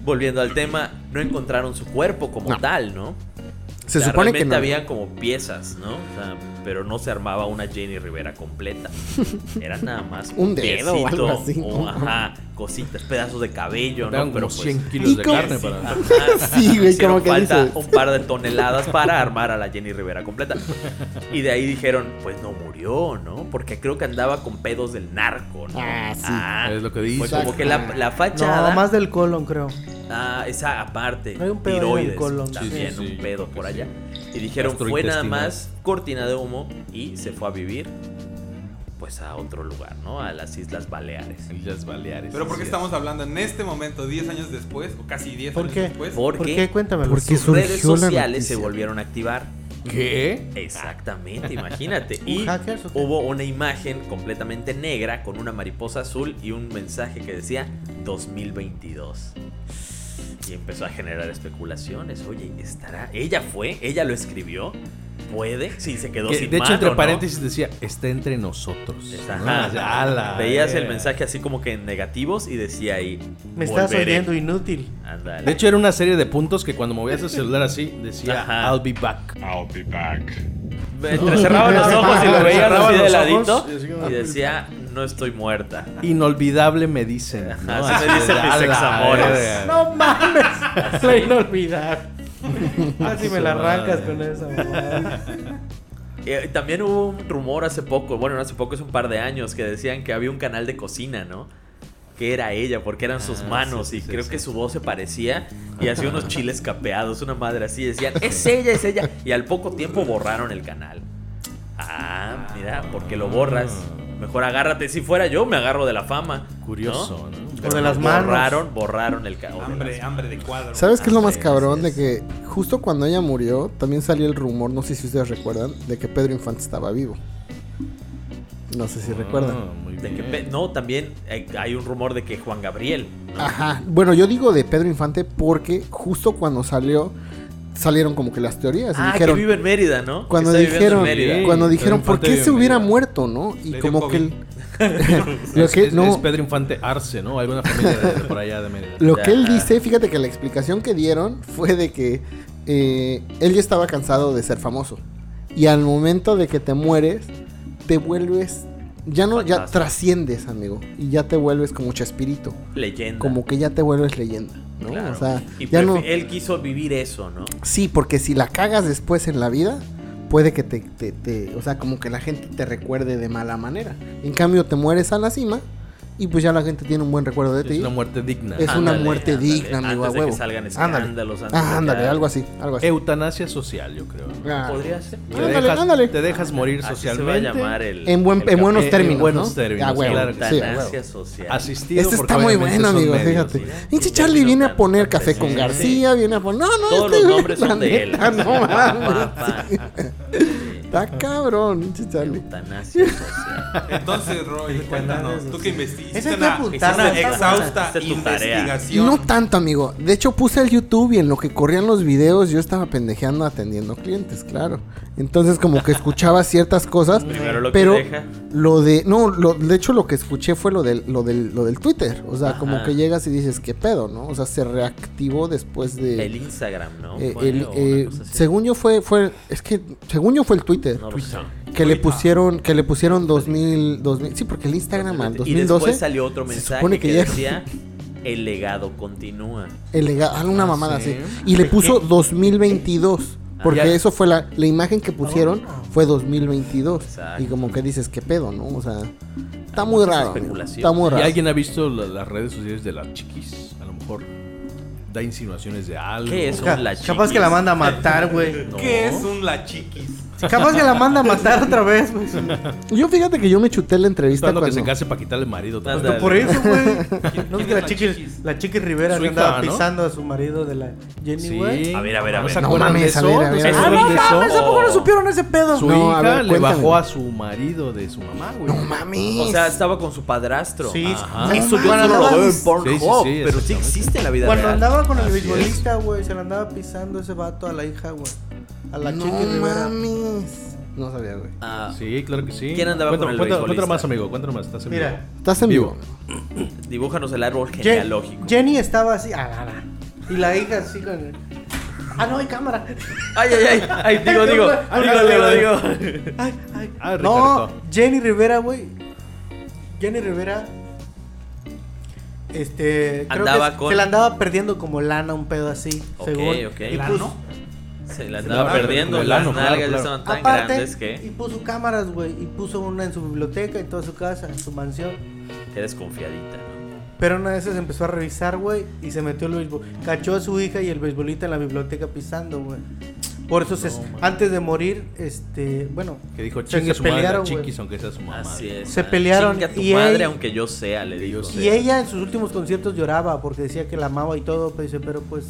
[SPEAKER 3] Volviendo al tema, no encontraron su cuerpo como
[SPEAKER 2] No.
[SPEAKER 3] tal, ¿no?
[SPEAKER 2] Se
[SPEAKER 3] O sea,
[SPEAKER 2] supone que
[SPEAKER 3] realmente
[SPEAKER 2] no.
[SPEAKER 3] había como piezas, ¿no? O sea, pero no se armaba una Jenny
[SPEAKER 2] (laughs)
[SPEAKER 3] Rivera completa. Era nada más
[SPEAKER 2] Un dedo o algo así, ¿no?
[SPEAKER 3] un- ajá, cositas, pedazos de cabello,
[SPEAKER 4] Eran
[SPEAKER 3] ¿no? Pero
[SPEAKER 4] como
[SPEAKER 3] pues,
[SPEAKER 4] 100 kilos de
[SPEAKER 2] ¿Y cómo-
[SPEAKER 4] carne para...
[SPEAKER 3] Ajá.
[SPEAKER 2] (laughs) Sí, güey,
[SPEAKER 3] Hicieron
[SPEAKER 2] como que
[SPEAKER 3] falta
[SPEAKER 2] dices.
[SPEAKER 3] un par de toneladas para armar a la Jenny Rivera completa. Y de ahí dijeron, pues no murió, ¿no? Porque creo que andaba con pedos del narco, ¿no?
[SPEAKER 2] Ah, sí.
[SPEAKER 4] Es lo que dice.
[SPEAKER 3] Fue como que la, la fachada.
[SPEAKER 6] No, más del colon, creo.
[SPEAKER 3] Ah, esa aparte.
[SPEAKER 6] Hay un pedo ahí en el
[SPEAKER 3] tiroides.
[SPEAKER 6] colon.
[SPEAKER 3] También
[SPEAKER 4] Sí, sí,
[SPEAKER 3] un
[SPEAKER 4] yo
[SPEAKER 3] pedo
[SPEAKER 4] creo que
[SPEAKER 3] por
[SPEAKER 4] sí.
[SPEAKER 3] allá. Y dijeron, fue nada
[SPEAKER 4] Gastrointestinal.
[SPEAKER 3] más cortina de humo y se fue a vivir, pues a otro lugar, ¿no? A las Islas Baleares.
[SPEAKER 4] Islas Baleares.
[SPEAKER 5] Pero ¿por qué
[SPEAKER 4] así
[SPEAKER 5] estamos hablando en este momento, 10 años después, o casi 10
[SPEAKER 6] ¿Por
[SPEAKER 5] años
[SPEAKER 6] qué?
[SPEAKER 5] después?
[SPEAKER 3] ¿Por,
[SPEAKER 6] ¿Por
[SPEAKER 3] qué?
[SPEAKER 6] qué? Cuéntamelo. ¿Por
[SPEAKER 2] qué
[SPEAKER 3] sus redes
[SPEAKER 2] surgió la
[SPEAKER 3] sociales se
[SPEAKER 2] noticia?
[SPEAKER 3] volvieron a activar.
[SPEAKER 4] es. ¿Qué? (laughs)
[SPEAKER 3] Exactamente, imagínate.
[SPEAKER 6] ¿Un
[SPEAKER 3] Y
[SPEAKER 6] hacker o qué?
[SPEAKER 3] hubo una imagen completamente negra con una mariposa azul y un mensaje que decía 2022. Y empezó a generar especulaciones. Oye, ¿estará? ¿Ella fue? ¿Ella lo escribió? ¿Puede? Sí, se quedó
[SPEAKER 4] Que,
[SPEAKER 3] sin
[SPEAKER 4] de hecho,
[SPEAKER 3] mano,
[SPEAKER 4] entre
[SPEAKER 3] ¿no?
[SPEAKER 4] paréntesis ah, decía, está entre nosotros.
[SPEAKER 3] Está-
[SPEAKER 4] ¿no?
[SPEAKER 3] ajá.
[SPEAKER 4] O sea, ala,
[SPEAKER 3] Veías el
[SPEAKER 4] eh.
[SPEAKER 3] mensaje así como que en negativos y decía ahí.
[SPEAKER 6] Me estás
[SPEAKER 3] "Volveré".
[SPEAKER 6] oyendo inútil.
[SPEAKER 3] Ándale.
[SPEAKER 4] De hecho, era una serie de puntos que cuando movías el celular así, decía,
[SPEAKER 3] Ajá.
[SPEAKER 4] I'll be back.
[SPEAKER 1] I'll be back.
[SPEAKER 3] Entre
[SPEAKER 4] (laughs)
[SPEAKER 3] cerraban los ojos y lo veías
[SPEAKER 4] Cerraban
[SPEAKER 3] así de
[SPEAKER 4] los
[SPEAKER 3] ladito
[SPEAKER 4] ojos y así como- "Ah,
[SPEAKER 3] y decía, no estoy muerta.
[SPEAKER 4] Inolvidable me dicen.
[SPEAKER 3] Ajá, así me dicen mis
[SPEAKER 4] Ala,
[SPEAKER 3] examores.
[SPEAKER 4] verga.
[SPEAKER 6] No mames. La inolvidable.
[SPEAKER 3] Ah,
[SPEAKER 6] Casi Ah, me la arrancas con esa mamada.
[SPEAKER 3] Eh, también hubo un rumor hace poco, bueno, no hace poco, es un par de años, que decían que había un canal de cocina, ¿no? Que era ella, porque eran sus
[SPEAKER 4] Ah,
[SPEAKER 3] manos
[SPEAKER 4] sí,
[SPEAKER 3] y
[SPEAKER 4] sí,
[SPEAKER 3] creo
[SPEAKER 4] sí.
[SPEAKER 3] que su voz se parecía y hacía unos chiles capeados, una madre así,
[SPEAKER 4] (laughs)
[SPEAKER 3] decían, es ella, es ella. Y al poco tiempo borraron el canal. Ah, mira, porque lo borras. Mejor agárrate, si fuera yo me agarro de la fama. ¿no?
[SPEAKER 4] Curioso, ¿no?
[SPEAKER 3] Pero
[SPEAKER 6] O de
[SPEAKER 3] no,
[SPEAKER 6] las manos.
[SPEAKER 3] Borraron, borraron el canal.
[SPEAKER 5] Hambre, hambre de cuadro.
[SPEAKER 2] ¿Sabes qué es lo más
[SPEAKER 3] Así es,
[SPEAKER 2] cabrón?
[SPEAKER 3] así
[SPEAKER 2] De
[SPEAKER 3] es.
[SPEAKER 2] que justo cuando ella murió, también salió el rumor, no sé si ustedes recuerdan, de que Pedro Infante estaba vivo. No sé si recuerdan.
[SPEAKER 4] Ah, muy
[SPEAKER 3] De que
[SPEAKER 4] bien.
[SPEAKER 3] pe- no, también hay, hay un rumor de que Juan Gabriel. ¿no?
[SPEAKER 2] Ajá. Bueno, yo digo de Pedro Infante porque justo cuando salió, salieron como que las teorías. Y
[SPEAKER 3] Ah,
[SPEAKER 2] dijeron,
[SPEAKER 3] que vive en Mérida, ¿no?
[SPEAKER 2] cuando
[SPEAKER 3] Que está viviendo
[SPEAKER 2] dijeron,
[SPEAKER 3] en Mérida.
[SPEAKER 4] Sí.
[SPEAKER 2] cuando dijeron,
[SPEAKER 4] Pedro
[SPEAKER 2] ¿por
[SPEAKER 4] Infante
[SPEAKER 2] qué
[SPEAKER 4] vive
[SPEAKER 2] se
[SPEAKER 4] en
[SPEAKER 2] hubiera
[SPEAKER 4] Mérida.
[SPEAKER 2] muerto, no? Y
[SPEAKER 5] Le dio
[SPEAKER 2] como que...
[SPEAKER 5] COVID.
[SPEAKER 2] el- (laughs) lo
[SPEAKER 4] Es-
[SPEAKER 2] que
[SPEAKER 4] es,
[SPEAKER 2] no,
[SPEAKER 4] es Pedro Infante Arce, ¿no? Alguna familia de, de por allá de Mérida.
[SPEAKER 2] Lo que él
[SPEAKER 3] Ajá.
[SPEAKER 2] dice, fíjate que la explicación que dieron fue de que eh, él ya estaba cansado de ser famoso. Y al momento de que te mueres, te vuelves Ya no, ya
[SPEAKER 3] Fantástico.
[SPEAKER 2] trasciendes, amigo. Y ya te vuelves como Chespirito.
[SPEAKER 3] Leyenda.
[SPEAKER 2] Como que ya te vuelves leyenda, ¿no?
[SPEAKER 3] Claro.
[SPEAKER 2] O sea,
[SPEAKER 3] Y
[SPEAKER 2] ya
[SPEAKER 3] prefi-
[SPEAKER 2] no.
[SPEAKER 3] él quiso vivir eso, ¿no?
[SPEAKER 2] Sí, porque si la cagas después en la vida, puede que te, te- te- O sea, como que la gente te recuerde de mala manera. En cambio, te mueres a la cima y pues ya la gente tiene un buen recuerdo de
[SPEAKER 4] Es
[SPEAKER 2] ti.
[SPEAKER 4] una muerte digna.
[SPEAKER 2] Es una muerte digna,
[SPEAKER 3] antes
[SPEAKER 2] amigo, a
[SPEAKER 3] de
[SPEAKER 2] huevo.
[SPEAKER 3] que salgan
[SPEAKER 2] Ándale.
[SPEAKER 3] escándalos. antes de
[SPEAKER 2] Ah,
[SPEAKER 3] que
[SPEAKER 2] ándale,
[SPEAKER 3] haya-
[SPEAKER 2] algo así, algo así.
[SPEAKER 4] Eutanasia social, yo creo.
[SPEAKER 2] Ah,
[SPEAKER 3] Podría ser.
[SPEAKER 4] Te
[SPEAKER 2] Ándale,
[SPEAKER 4] dejas,
[SPEAKER 2] ándale.
[SPEAKER 4] Te dejas morir
[SPEAKER 3] Así se va a
[SPEAKER 4] socialmente.
[SPEAKER 3] llamar el.
[SPEAKER 2] En buen-
[SPEAKER 3] el
[SPEAKER 2] en buenos
[SPEAKER 3] capítulo.
[SPEAKER 4] en
[SPEAKER 2] términos,
[SPEAKER 4] buenos
[SPEAKER 2] ¿no?
[SPEAKER 4] términos,
[SPEAKER 2] A huevo,
[SPEAKER 4] claro que sí.
[SPEAKER 3] Eutanasia social.
[SPEAKER 4] Asistido
[SPEAKER 2] Este
[SPEAKER 4] porque
[SPEAKER 2] está muy
[SPEAKER 4] obviamente
[SPEAKER 2] bueno,
[SPEAKER 4] son
[SPEAKER 2] amigo,
[SPEAKER 4] medios,
[SPEAKER 2] fíjate.
[SPEAKER 4] sí.
[SPEAKER 2] Pinche
[SPEAKER 3] Sí,
[SPEAKER 2] Charlie
[SPEAKER 3] términos
[SPEAKER 2] viene a
[SPEAKER 3] tan-
[SPEAKER 2] poner
[SPEAKER 3] tan
[SPEAKER 2] café con
[SPEAKER 3] precisos.
[SPEAKER 2] García, viene a poner. No, no,
[SPEAKER 3] Todos
[SPEAKER 2] este
[SPEAKER 3] los
[SPEAKER 2] güey,
[SPEAKER 3] nombres
[SPEAKER 2] la
[SPEAKER 3] son de él.
[SPEAKER 2] neta, No mames.
[SPEAKER 3] Papá.
[SPEAKER 2] Está cabrón, pinche Charlie.
[SPEAKER 3] Eutanasia social.
[SPEAKER 5] Entonces, Roy, cuéntanos, tú
[SPEAKER 6] Esa
[SPEAKER 5] que investigaste
[SPEAKER 6] hay que
[SPEAKER 5] una,
[SPEAKER 6] apuntarla,
[SPEAKER 5] una
[SPEAKER 6] esa es tu
[SPEAKER 5] exhausta
[SPEAKER 3] tarea.
[SPEAKER 5] investigación.
[SPEAKER 2] No tanto, amigo. De hecho, puse el YouTube y en lo que corrían los videos yo estaba pendejeando atendiendo clientes, claro. Entonces, como que
[SPEAKER 3] (laughs)
[SPEAKER 2] escuchaba ciertas cosas.
[SPEAKER 3] Primero lo que
[SPEAKER 2] pero
[SPEAKER 3] deja.
[SPEAKER 2] lo de. No, lo- de hecho, lo que escuché fue lo del, lo del, lo del Twitter. O sea, como
[SPEAKER 3] Ajá.
[SPEAKER 2] que llegas y dices, ¿qué pedo, no? O sea, se reactivó después de.
[SPEAKER 3] El Instagram, ¿no?
[SPEAKER 2] eh,
[SPEAKER 3] Fue,
[SPEAKER 2] el,
[SPEAKER 3] o
[SPEAKER 2] eh,
[SPEAKER 3] una cosa así.
[SPEAKER 2] según yo fue, fue. Es que, según yo fue el Twitter.
[SPEAKER 3] No lo sé.
[SPEAKER 2] Que le pusieron, que le pusieron 2000, 2000, sí, porque el Instagram al
[SPEAKER 3] Y
[SPEAKER 2] 2012,
[SPEAKER 3] después salió otro
[SPEAKER 2] se
[SPEAKER 3] mensaje
[SPEAKER 2] supone
[SPEAKER 3] que,
[SPEAKER 2] que ya-
[SPEAKER 3] decía: El legado continúa.
[SPEAKER 2] el lega- ah, una mamada
[SPEAKER 4] sí.
[SPEAKER 2] así, y le puso 2022, porque
[SPEAKER 4] Ya-
[SPEAKER 2] eso fue la, la imagen que pusieron fue 2022,
[SPEAKER 3] Exacto.
[SPEAKER 2] y como que dices, qué pedo, ¿no? O sea, está muy
[SPEAKER 3] Esa
[SPEAKER 2] raro, amigo,
[SPEAKER 3] especulación.
[SPEAKER 2] está muy
[SPEAKER 4] ¿Y
[SPEAKER 2] raro.
[SPEAKER 4] alguien ha visto la- las redes sociales de las chiquis? A lo mejor da insinuaciones de algo.
[SPEAKER 3] ¿Qué es?
[SPEAKER 6] Ca-
[SPEAKER 3] Son las
[SPEAKER 6] Capaz que
[SPEAKER 3] chiquis.
[SPEAKER 6] la manda a matar, güey.
[SPEAKER 5] ¿Qué es un la chiquis?
[SPEAKER 6] Capaz que la manda a matar otra vez, güey.
[SPEAKER 2] Yo fíjate que yo me chuté la entrevista
[SPEAKER 4] Esperando
[SPEAKER 2] cuando,
[SPEAKER 4] que se case para quitarle marido.
[SPEAKER 3] Más
[SPEAKER 4] también.
[SPEAKER 3] de-
[SPEAKER 6] Por eso, güey. No
[SPEAKER 5] ¿Quién
[SPEAKER 6] es que la
[SPEAKER 5] es la
[SPEAKER 6] chiquis,
[SPEAKER 5] Chiquis?
[SPEAKER 6] la chiquis Rivera
[SPEAKER 4] Su
[SPEAKER 6] que
[SPEAKER 4] hija,
[SPEAKER 6] andaba
[SPEAKER 4] ¿no?
[SPEAKER 6] pisando a su marido de la Jenny,
[SPEAKER 4] Sí.
[SPEAKER 6] güey.
[SPEAKER 3] A ver, a ver, a
[SPEAKER 4] ¿No
[SPEAKER 3] ver.
[SPEAKER 4] se
[SPEAKER 2] No
[SPEAKER 4] acuerdan
[SPEAKER 2] mames,
[SPEAKER 4] de
[SPEAKER 2] a
[SPEAKER 4] eso?
[SPEAKER 2] ver, a ver,
[SPEAKER 4] ¿No se
[SPEAKER 2] a ver.
[SPEAKER 6] Ah,
[SPEAKER 4] acuerdan
[SPEAKER 6] no
[SPEAKER 4] de
[SPEAKER 6] mames,
[SPEAKER 4] eso?
[SPEAKER 6] ¿a poco no supieron ese pedo?
[SPEAKER 4] Su
[SPEAKER 2] No, a
[SPEAKER 4] hija
[SPEAKER 2] ver,
[SPEAKER 4] le
[SPEAKER 2] cuéntame.
[SPEAKER 4] bajó a su marido de su mamá, güey.
[SPEAKER 2] no mames,
[SPEAKER 3] O sea, estaba con su padrastro.
[SPEAKER 6] Sí,
[SPEAKER 3] Ajá.
[SPEAKER 6] sí,
[SPEAKER 3] Eso yo
[SPEAKER 6] cuando
[SPEAKER 3] solo lo
[SPEAKER 6] andaban-
[SPEAKER 3] veo en Pornhub,
[SPEAKER 4] Sí, sí, sí,
[SPEAKER 3] pero sí
[SPEAKER 4] exactamente.
[SPEAKER 3] existe en la vida
[SPEAKER 6] Cuando
[SPEAKER 3] real.
[SPEAKER 6] andaba con el
[SPEAKER 4] Así
[SPEAKER 6] beisbolista, güey, se la andaba pisando ese vato a la hija, güey. A la
[SPEAKER 2] no
[SPEAKER 6] chiquis Rivera.
[SPEAKER 2] mames, no sabía, güey.
[SPEAKER 3] Ah,
[SPEAKER 4] Sí, claro que sí.
[SPEAKER 3] ¿Quién andaba con el beisbolista?
[SPEAKER 4] Cuéntame más, amigo. Cuéntame más. Estás en
[SPEAKER 6] Mira.
[SPEAKER 4] vivo.
[SPEAKER 2] Estás en vivo.
[SPEAKER 4] Vivo.
[SPEAKER 3] dibújanos el árbol
[SPEAKER 6] Ye-
[SPEAKER 3] genealógico.
[SPEAKER 6] Jenny estaba así. Ah, ah, ah. Y la hija así con el- Ah, no
[SPEAKER 3] (laughs)
[SPEAKER 6] hay cámara.
[SPEAKER 3] Ay, ay, ay, ay, digo, digo,
[SPEAKER 6] Ah,
[SPEAKER 3] digo,
[SPEAKER 6] ah,
[SPEAKER 3] digo,
[SPEAKER 6] ah,
[SPEAKER 3] digo.
[SPEAKER 6] Ay, ay.
[SPEAKER 4] Ah,
[SPEAKER 6] no,
[SPEAKER 4] Ricardo.
[SPEAKER 6] Jenny Rivera, güey. Jenny Rivera. Este. creo
[SPEAKER 3] Andaba
[SPEAKER 6] que
[SPEAKER 3] con-
[SPEAKER 6] Se la andaba perdiendo como lana, un pedo así.
[SPEAKER 3] Ok,
[SPEAKER 6] según.
[SPEAKER 3] ok.
[SPEAKER 6] Y puso-
[SPEAKER 5] ¿Lano?
[SPEAKER 3] Se la
[SPEAKER 4] andaba
[SPEAKER 3] andaba perdiendo,
[SPEAKER 4] perdiendo el
[SPEAKER 3] las
[SPEAKER 4] ano, claro,
[SPEAKER 3] nalgas ya
[SPEAKER 4] claro.
[SPEAKER 3] estaban tan
[SPEAKER 6] Aparte,
[SPEAKER 3] grandes
[SPEAKER 6] y
[SPEAKER 3] que,
[SPEAKER 6] puso cámaras, güey. Y puso una en su biblioteca, en toda su casa, en su mansión.
[SPEAKER 3] que desconfiadita. ¿no?
[SPEAKER 6] Pero una de esas empezó a revisar, güey, y se metió el béisbol. Cachó a su hija y el beisbolista en la biblioteca pisando, güey. Por eso, se- antes de morir, este, bueno,
[SPEAKER 4] Que dijo
[SPEAKER 6] se-
[SPEAKER 4] chingue
[SPEAKER 6] se
[SPEAKER 4] su madre a
[SPEAKER 6] pelearon,
[SPEAKER 4] la
[SPEAKER 6] güey.
[SPEAKER 4] chiquis, aunque sea su mamá.
[SPEAKER 3] Así es.
[SPEAKER 6] Se
[SPEAKER 3] man.
[SPEAKER 6] pelearon
[SPEAKER 3] Chinga tu
[SPEAKER 6] y
[SPEAKER 3] madre,
[SPEAKER 6] él-
[SPEAKER 3] aunque yo sea, le
[SPEAKER 4] Que
[SPEAKER 3] digo.
[SPEAKER 4] yo sea.
[SPEAKER 6] Y ella en sus últimos conciertos lloraba porque decía que la amaba y todo, pero dice, pero pues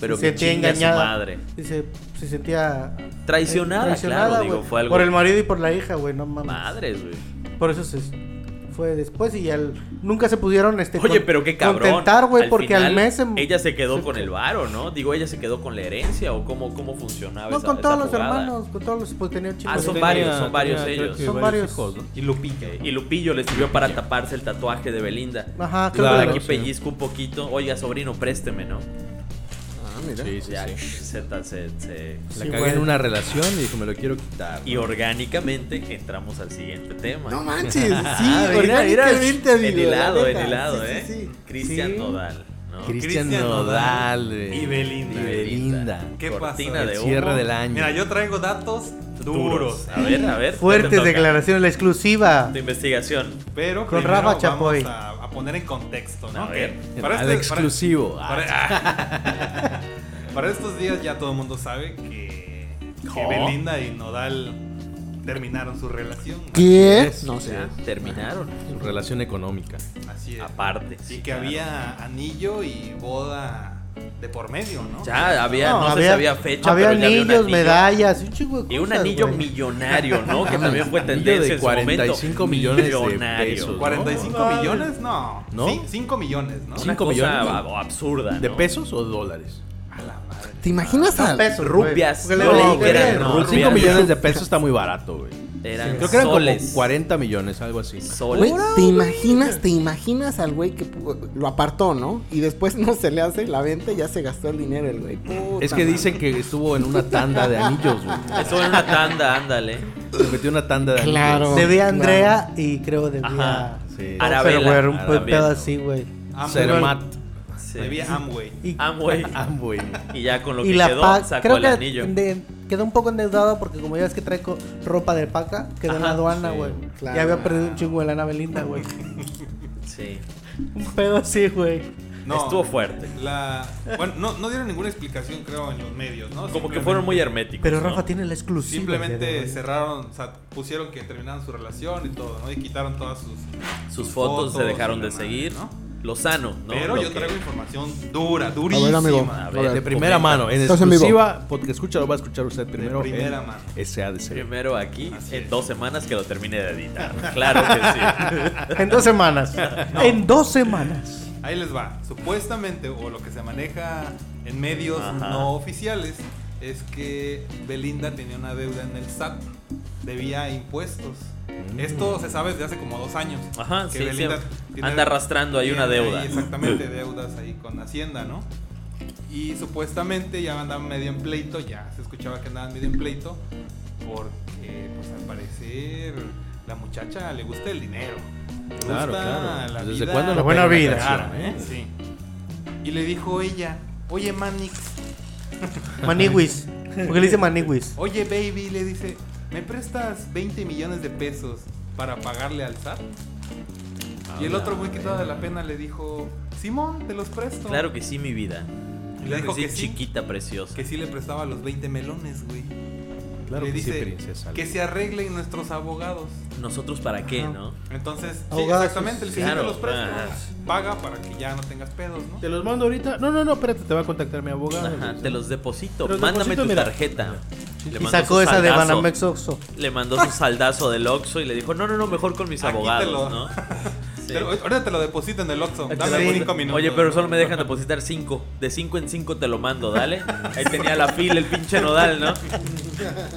[SPEAKER 3] Pero
[SPEAKER 6] se
[SPEAKER 3] que
[SPEAKER 6] sentía
[SPEAKER 3] chingue a su
[SPEAKER 6] engañada.
[SPEAKER 3] madre.
[SPEAKER 6] Dice, se sentía
[SPEAKER 3] Traicionada, claro, digo,
[SPEAKER 6] güey,
[SPEAKER 3] fue algo-
[SPEAKER 6] por el marido y por la hija, güey, no mames.
[SPEAKER 3] Madres, güey.
[SPEAKER 6] Por eso se fue después y al nunca se pudieron este
[SPEAKER 3] Oye,
[SPEAKER 6] con-
[SPEAKER 3] pero qué cabrón.
[SPEAKER 6] contentar, güey, porque al
[SPEAKER 3] final,
[SPEAKER 6] mes se-
[SPEAKER 3] Ella se quedó con el varo, ¿no? Digo, ella se quedó con la herencia o cómo, cómo funcionaba
[SPEAKER 6] no
[SPEAKER 3] esa-
[SPEAKER 6] con
[SPEAKER 3] esa
[SPEAKER 6] todos los
[SPEAKER 3] jugada.
[SPEAKER 6] hermanos, con todos los pues tenía chicos.
[SPEAKER 3] Ah, son
[SPEAKER 4] Tenía-
[SPEAKER 3] varios, son
[SPEAKER 4] tenía,
[SPEAKER 3] varios
[SPEAKER 4] creo
[SPEAKER 3] ellos.
[SPEAKER 4] que
[SPEAKER 6] Son varios.
[SPEAKER 4] hijos, ¿no?
[SPEAKER 5] Y Lupita.
[SPEAKER 3] Y Lupillo le sirvió para taparse el tatuaje de Belinda.
[SPEAKER 6] Ajá, creo
[SPEAKER 4] Claro.
[SPEAKER 6] que
[SPEAKER 3] Aquí pues,
[SPEAKER 4] sí.
[SPEAKER 3] pellizco un poquito. Oiga, sobrino, présteme, ¿no?
[SPEAKER 2] Ah, mira.
[SPEAKER 4] Sí, sí,
[SPEAKER 3] Ya,
[SPEAKER 4] sí.
[SPEAKER 3] se ta- se- se-
[SPEAKER 4] La
[SPEAKER 6] Sí,
[SPEAKER 4] cagué
[SPEAKER 6] güey.
[SPEAKER 4] en una relación y dijo, me lo quiero quitar.
[SPEAKER 3] Pues Y orgánicamente entramos al siguiente tema.
[SPEAKER 2] No manches, sí,
[SPEAKER 3] Ah, mira, mira,
[SPEAKER 2] orgánicamente, amigo.
[SPEAKER 3] En helado,
[SPEAKER 2] la
[SPEAKER 3] en
[SPEAKER 2] neta.
[SPEAKER 3] helado,
[SPEAKER 2] Sí,
[SPEAKER 3] ¿eh?
[SPEAKER 2] sí, sí.
[SPEAKER 3] Cristian
[SPEAKER 6] Sí.
[SPEAKER 3] Nodal, ¿no?
[SPEAKER 4] Cristian
[SPEAKER 5] Cristian Nodal
[SPEAKER 4] Nodal, güey.
[SPEAKER 5] y Belinda.
[SPEAKER 4] Y Belinda.
[SPEAKER 5] ¿Qué
[SPEAKER 3] Cortina
[SPEAKER 5] pasa?
[SPEAKER 3] de
[SPEAKER 4] El
[SPEAKER 3] humo.
[SPEAKER 4] cierre del año.
[SPEAKER 5] Mira, yo traigo datos duros.
[SPEAKER 3] A ver, a ver. te
[SPEAKER 6] fuertes
[SPEAKER 3] toca.
[SPEAKER 6] declaraciones la exclusiva.
[SPEAKER 3] De investigación.
[SPEAKER 5] Pero
[SPEAKER 6] Con
[SPEAKER 5] primero
[SPEAKER 6] Rafa Chapoy.
[SPEAKER 5] Vamos a, a poner en contexto, ¿no?
[SPEAKER 3] A ver.
[SPEAKER 5] Que
[SPEAKER 4] Al
[SPEAKER 5] este-
[SPEAKER 4] exclusivo. Ah,
[SPEAKER 5] Para,
[SPEAKER 3] Ah.
[SPEAKER 5] para- (laughs) para estos días ya todo el mundo sabe que, que
[SPEAKER 3] Oh.
[SPEAKER 5] Belinda y Nodal terminaron su relación. ¿no?
[SPEAKER 2] ¿Qué?
[SPEAKER 4] Es-
[SPEAKER 2] No sé.
[SPEAKER 3] Ya, terminaron.
[SPEAKER 4] Su relación económica.
[SPEAKER 5] Así es.
[SPEAKER 3] Aparte.
[SPEAKER 5] Y
[SPEAKER 3] sí,
[SPEAKER 5] que
[SPEAKER 3] claro.
[SPEAKER 5] había anillo y boda de por medio, ¿no?
[SPEAKER 3] Ya, había, no, se sabía fecha,
[SPEAKER 6] había
[SPEAKER 3] pero ya
[SPEAKER 6] anillos,
[SPEAKER 3] había un anillo.
[SPEAKER 6] medallas, y un chingo de
[SPEAKER 3] Y un
[SPEAKER 6] cosas,
[SPEAKER 3] anillo
[SPEAKER 6] güey.
[SPEAKER 3] millonario, ¿no? Que también fue
[SPEAKER 4] Anillo de
[SPEAKER 3] tendencia en su
[SPEAKER 4] 45
[SPEAKER 3] momento.
[SPEAKER 4] millones de
[SPEAKER 3] Millonario.
[SPEAKER 4] pesos, ¿no?
[SPEAKER 5] 45
[SPEAKER 6] No, mames.
[SPEAKER 5] millones, no.
[SPEAKER 4] ¿No?
[SPEAKER 5] 5 millones, ¿no?
[SPEAKER 3] Una
[SPEAKER 4] Cinco
[SPEAKER 3] cosa
[SPEAKER 4] millones, ¿no?
[SPEAKER 3] ab- absurda. ¿no?
[SPEAKER 4] ¿De pesos o dólares?
[SPEAKER 5] A la madre.
[SPEAKER 2] ¿Te imaginas a
[SPEAKER 6] pesos, güey.
[SPEAKER 3] Rupias.
[SPEAKER 6] Porque le-
[SPEAKER 3] Yo leí
[SPEAKER 6] no,
[SPEAKER 3] que eran
[SPEAKER 6] güey,
[SPEAKER 3] rupias.
[SPEAKER 6] no,
[SPEAKER 4] 5 millones de pesos está muy barato, güey.
[SPEAKER 3] Eran
[SPEAKER 4] Creo que eran
[SPEAKER 3] soles.
[SPEAKER 4] como 40 millones, algo así.
[SPEAKER 3] Soles.
[SPEAKER 2] Güey, ¿te imaginas, te imaginas al güey que pu- lo apartó, ¿no? Y después no se le hace la venta y ya se gastó el dinero el güey. Puta
[SPEAKER 4] Es que
[SPEAKER 2] madre.
[SPEAKER 4] dicen que estuvo en una tanda de anillos, güey.
[SPEAKER 3] Eso era una tanda, ándale.
[SPEAKER 4] Se metió en una tanda de
[SPEAKER 2] Claro.
[SPEAKER 4] anillos.
[SPEAKER 6] Debía a
[SPEAKER 2] claro.
[SPEAKER 6] Andrea y creo debía
[SPEAKER 3] Ajá.
[SPEAKER 6] a
[SPEAKER 4] Sí.
[SPEAKER 3] Arabella,
[SPEAKER 6] Pero, güey, un
[SPEAKER 3] Arabella.
[SPEAKER 6] pedo así, güey.
[SPEAKER 4] Sermat.
[SPEAKER 3] Sí.
[SPEAKER 5] Ah, Debía Amway.
[SPEAKER 6] Y,
[SPEAKER 3] Amway.
[SPEAKER 4] Amway.
[SPEAKER 3] Y ya con lo
[SPEAKER 6] y
[SPEAKER 3] que
[SPEAKER 6] la
[SPEAKER 3] quedó,
[SPEAKER 6] paca,
[SPEAKER 3] sacó
[SPEAKER 6] creo
[SPEAKER 3] el
[SPEAKER 6] que
[SPEAKER 3] anillo.
[SPEAKER 6] de- quedó un poco endeudada porque como ya ves que trae co- ropa de paca, quedó en la
[SPEAKER 3] Ajá,
[SPEAKER 6] aduana,
[SPEAKER 3] sí,
[SPEAKER 6] güey.
[SPEAKER 2] claro.
[SPEAKER 6] Ya había perdido un chingo de lana Belinda,
[SPEAKER 3] (laughs)
[SPEAKER 6] güey.
[SPEAKER 3] Sí.
[SPEAKER 6] un pedo así, güey.
[SPEAKER 3] Estuvo fuerte.
[SPEAKER 5] La... Bueno, no, no dieron ninguna explicación, creo, en los medios, ¿no?
[SPEAKER 3] Como que
[SPEAKER 5] Simplemente-
[SPEAKER 3] fueron muy herméticos.
[SPEAKER 6] Pero
[SPEAKER 3] ¿no?
[SPEAKER 6] Rafa tiene la
[SPEAKER 3] pues,
[SPEAKER 6] exclusiva.
[SPEAKER 5] Simplemente
[SPEAKER 6] güey.
[SPEAKER 5] cerraron, o sea, pusieron que terminaron su relación y todo, ¿no? Y quitaron todas sus.
[SPEAKER 3] Sus fotos, se dejaron
[SPEAKER 5] y
[SPEAKER 3] de
[SPEAKER 5] la madre,
[SPEAKER 3] seguir.
[SPEAKER 5] ¿no?
[SPEAKER 3] Lozano, ¿no?
[SPEAKER 5] Pero
[SPEAKER 3] Lo
[SPEAKER 5] yo
[SPEAKER 3] que-
[SPEAKER 5] traigo información dura, durísima.
[SPEAKER 2] amigo.
[SPEAKER 3] A ver,
[SPEAKER 4] De primera
[SPEAKER 3] comenta.
[SPEAKER 4] mano, en
[SPEAKER 2] Estás en vivo.
[SPEAKER 4] exclusiva, porque escucha, lo va a escuchar usted primero.
[SPEAKER 5] primera
[SPEAKER 4] en
[SPEAKER 5] mano.
[SPEAKER 4] SADC.
[SPEAKER 3] Primero aquí,
[SPEAKER 5] Así
[SPEAKER 3] en
[SPEAKER 5] es.
[SPEAKER 3] dos semanas que lo termine de editar.
[SPEAKER 5] (laughs)
[SPEAKER 3] Claro que sí.
[SPEAKER 6] En dos semanas. En dos semanas.
[SPEAKER 5] Ahí les va. Supuestamente, o lo que se maneja en medios
[SPEAKER 3] Ajá.
[SPEAKER 5] no oficiales, es que Belinda tenía una deuda en el SAT, debía impuestos. Esto se sabe desde hace como dos años.
[SPEAKER 3] Mm. Ajá,
[SPEAKER 5] que
[SPEAKER 3] sí,
[SPEAKER 5] Belinda
[SPEAKER 3] sí.
[SPEAKER 5] tiene-
[SPEAKER 3] Anda arrastrando ahí una
[SPEAKER 5] tiene
[SPEAKER 3] deuda. (laughs)
[SPEAKER 5] exactamente, deudas ahí con Hacienda, ¿no? Y supuestamente ya andaban medio en pleito, ya se escuchaba que andaban medio en pleito, porque pues al parecer la muchacha le gusta el dinero. le
[SPEAKER 4] Claro,
[SPEAKER 5] gusta
[SPEAKER 4] claro.
[SPEAKER 5] la
[SPEAKER 4] ¿Desde
[SPEAKER 5] vida-
[SPEAKER 4] cuándo
[SPEAKER 6] La
[SPEAKER 4] no
[SPEAKER 6] buena
[SPEAKER 4] pega
[SPEAKER 6] vida.
[SPEAKER 4] canción, eh?
[SPEAKER 5] Sí. Y le dijo ella, oye Manix,
[SPEAKER 6] (laughs) Maniwis. Porque le dice Maniwis.
[SPEAKER 5] oye baby, le dice, ¿me prestas 20 millones de pesos para pagarle al SAT? Y el otro muy quitado de la pena le dijo, Simón, te los presto.
[SPEAKER 3] Claro que sí, mi vida.
[SPEAKER 5] Le dijo que sí.
[SPEAKER 3] chiquita, preciosa.
[SPEAKER 5] Que sí le prestaba los 20 melones, güey.
[SPEAKER 4] Claro
[SPEAKER 5] le
[SPEAKER 4] que sí,
[SPEAKER 5] dice
[SPEAKER 4] princesa.
[SPEAKER 5] que se arreglen nuestros abogados.
[SPEAKER 3] ¿Nosotros para qué, no?
[SPEAKER 5] Entonces, sí,
[SPEAKER 6] Abogados,
[SPEAKER 5] exactamente, el siguiente
[SPEAKER 3] claro,
[SPEAKER 5] los presta.
[SPEAKER 3] ah.
[SPEAKER 5] Paga para que ya no tengas pedos, ¿no?
[SPEAKER 4] Te los mando ahorita. No, no, no, espérate, te va a contactar mi abogado.
[SPEAKER 3] Ajá, te los deposito.
[SPEAKER 4] Te los
[SPEAKER 3] Mándame
[SPEAKER 4] deposito,
[SPEAKER 3] tu
[SPEAKER 4] mira.
[SPEAKER 3] tarjeta. Le
[SPEAKER 6] Y
[SPEAKER 3] mandó
[SPEAKER 6] sacó
[SPEAKER 3] su
[SPEAKER 6] esa de
[SPEAKER 3] saldazo.
[SPEAKER 6] Banamex Oxo.
[SPEAKER 3] Le mandó
[SPEAKER 5] (laughs)
[SPEAKER 3] su saldazo del Oxxo y le dijo, no, no, no, mejor con mis
[SPEAKER 5] Aquí te
[SPEAKER 3] abogados,
[SPEAKER 5] lo- (laughs)
[SPEAKER 3] ¿no? Sí.
[SPEAKER 5] Te lo- ahorita te lo deposito en el Oxxo.
[SPEAKER 3] Ahí te
[SPEAKER 5] Dame
[SPEAKER 3] la
[SPEAKER 5] 5
[SPEAKER 3] deposito.
[SPEAKER 5] minutos.
[SPEAKER 3] Oye, pero solo me dejan depositar 5. De 5 en 5 te lo mando, dale. Ahí tenía la fila, el pinche nodal, ¿no?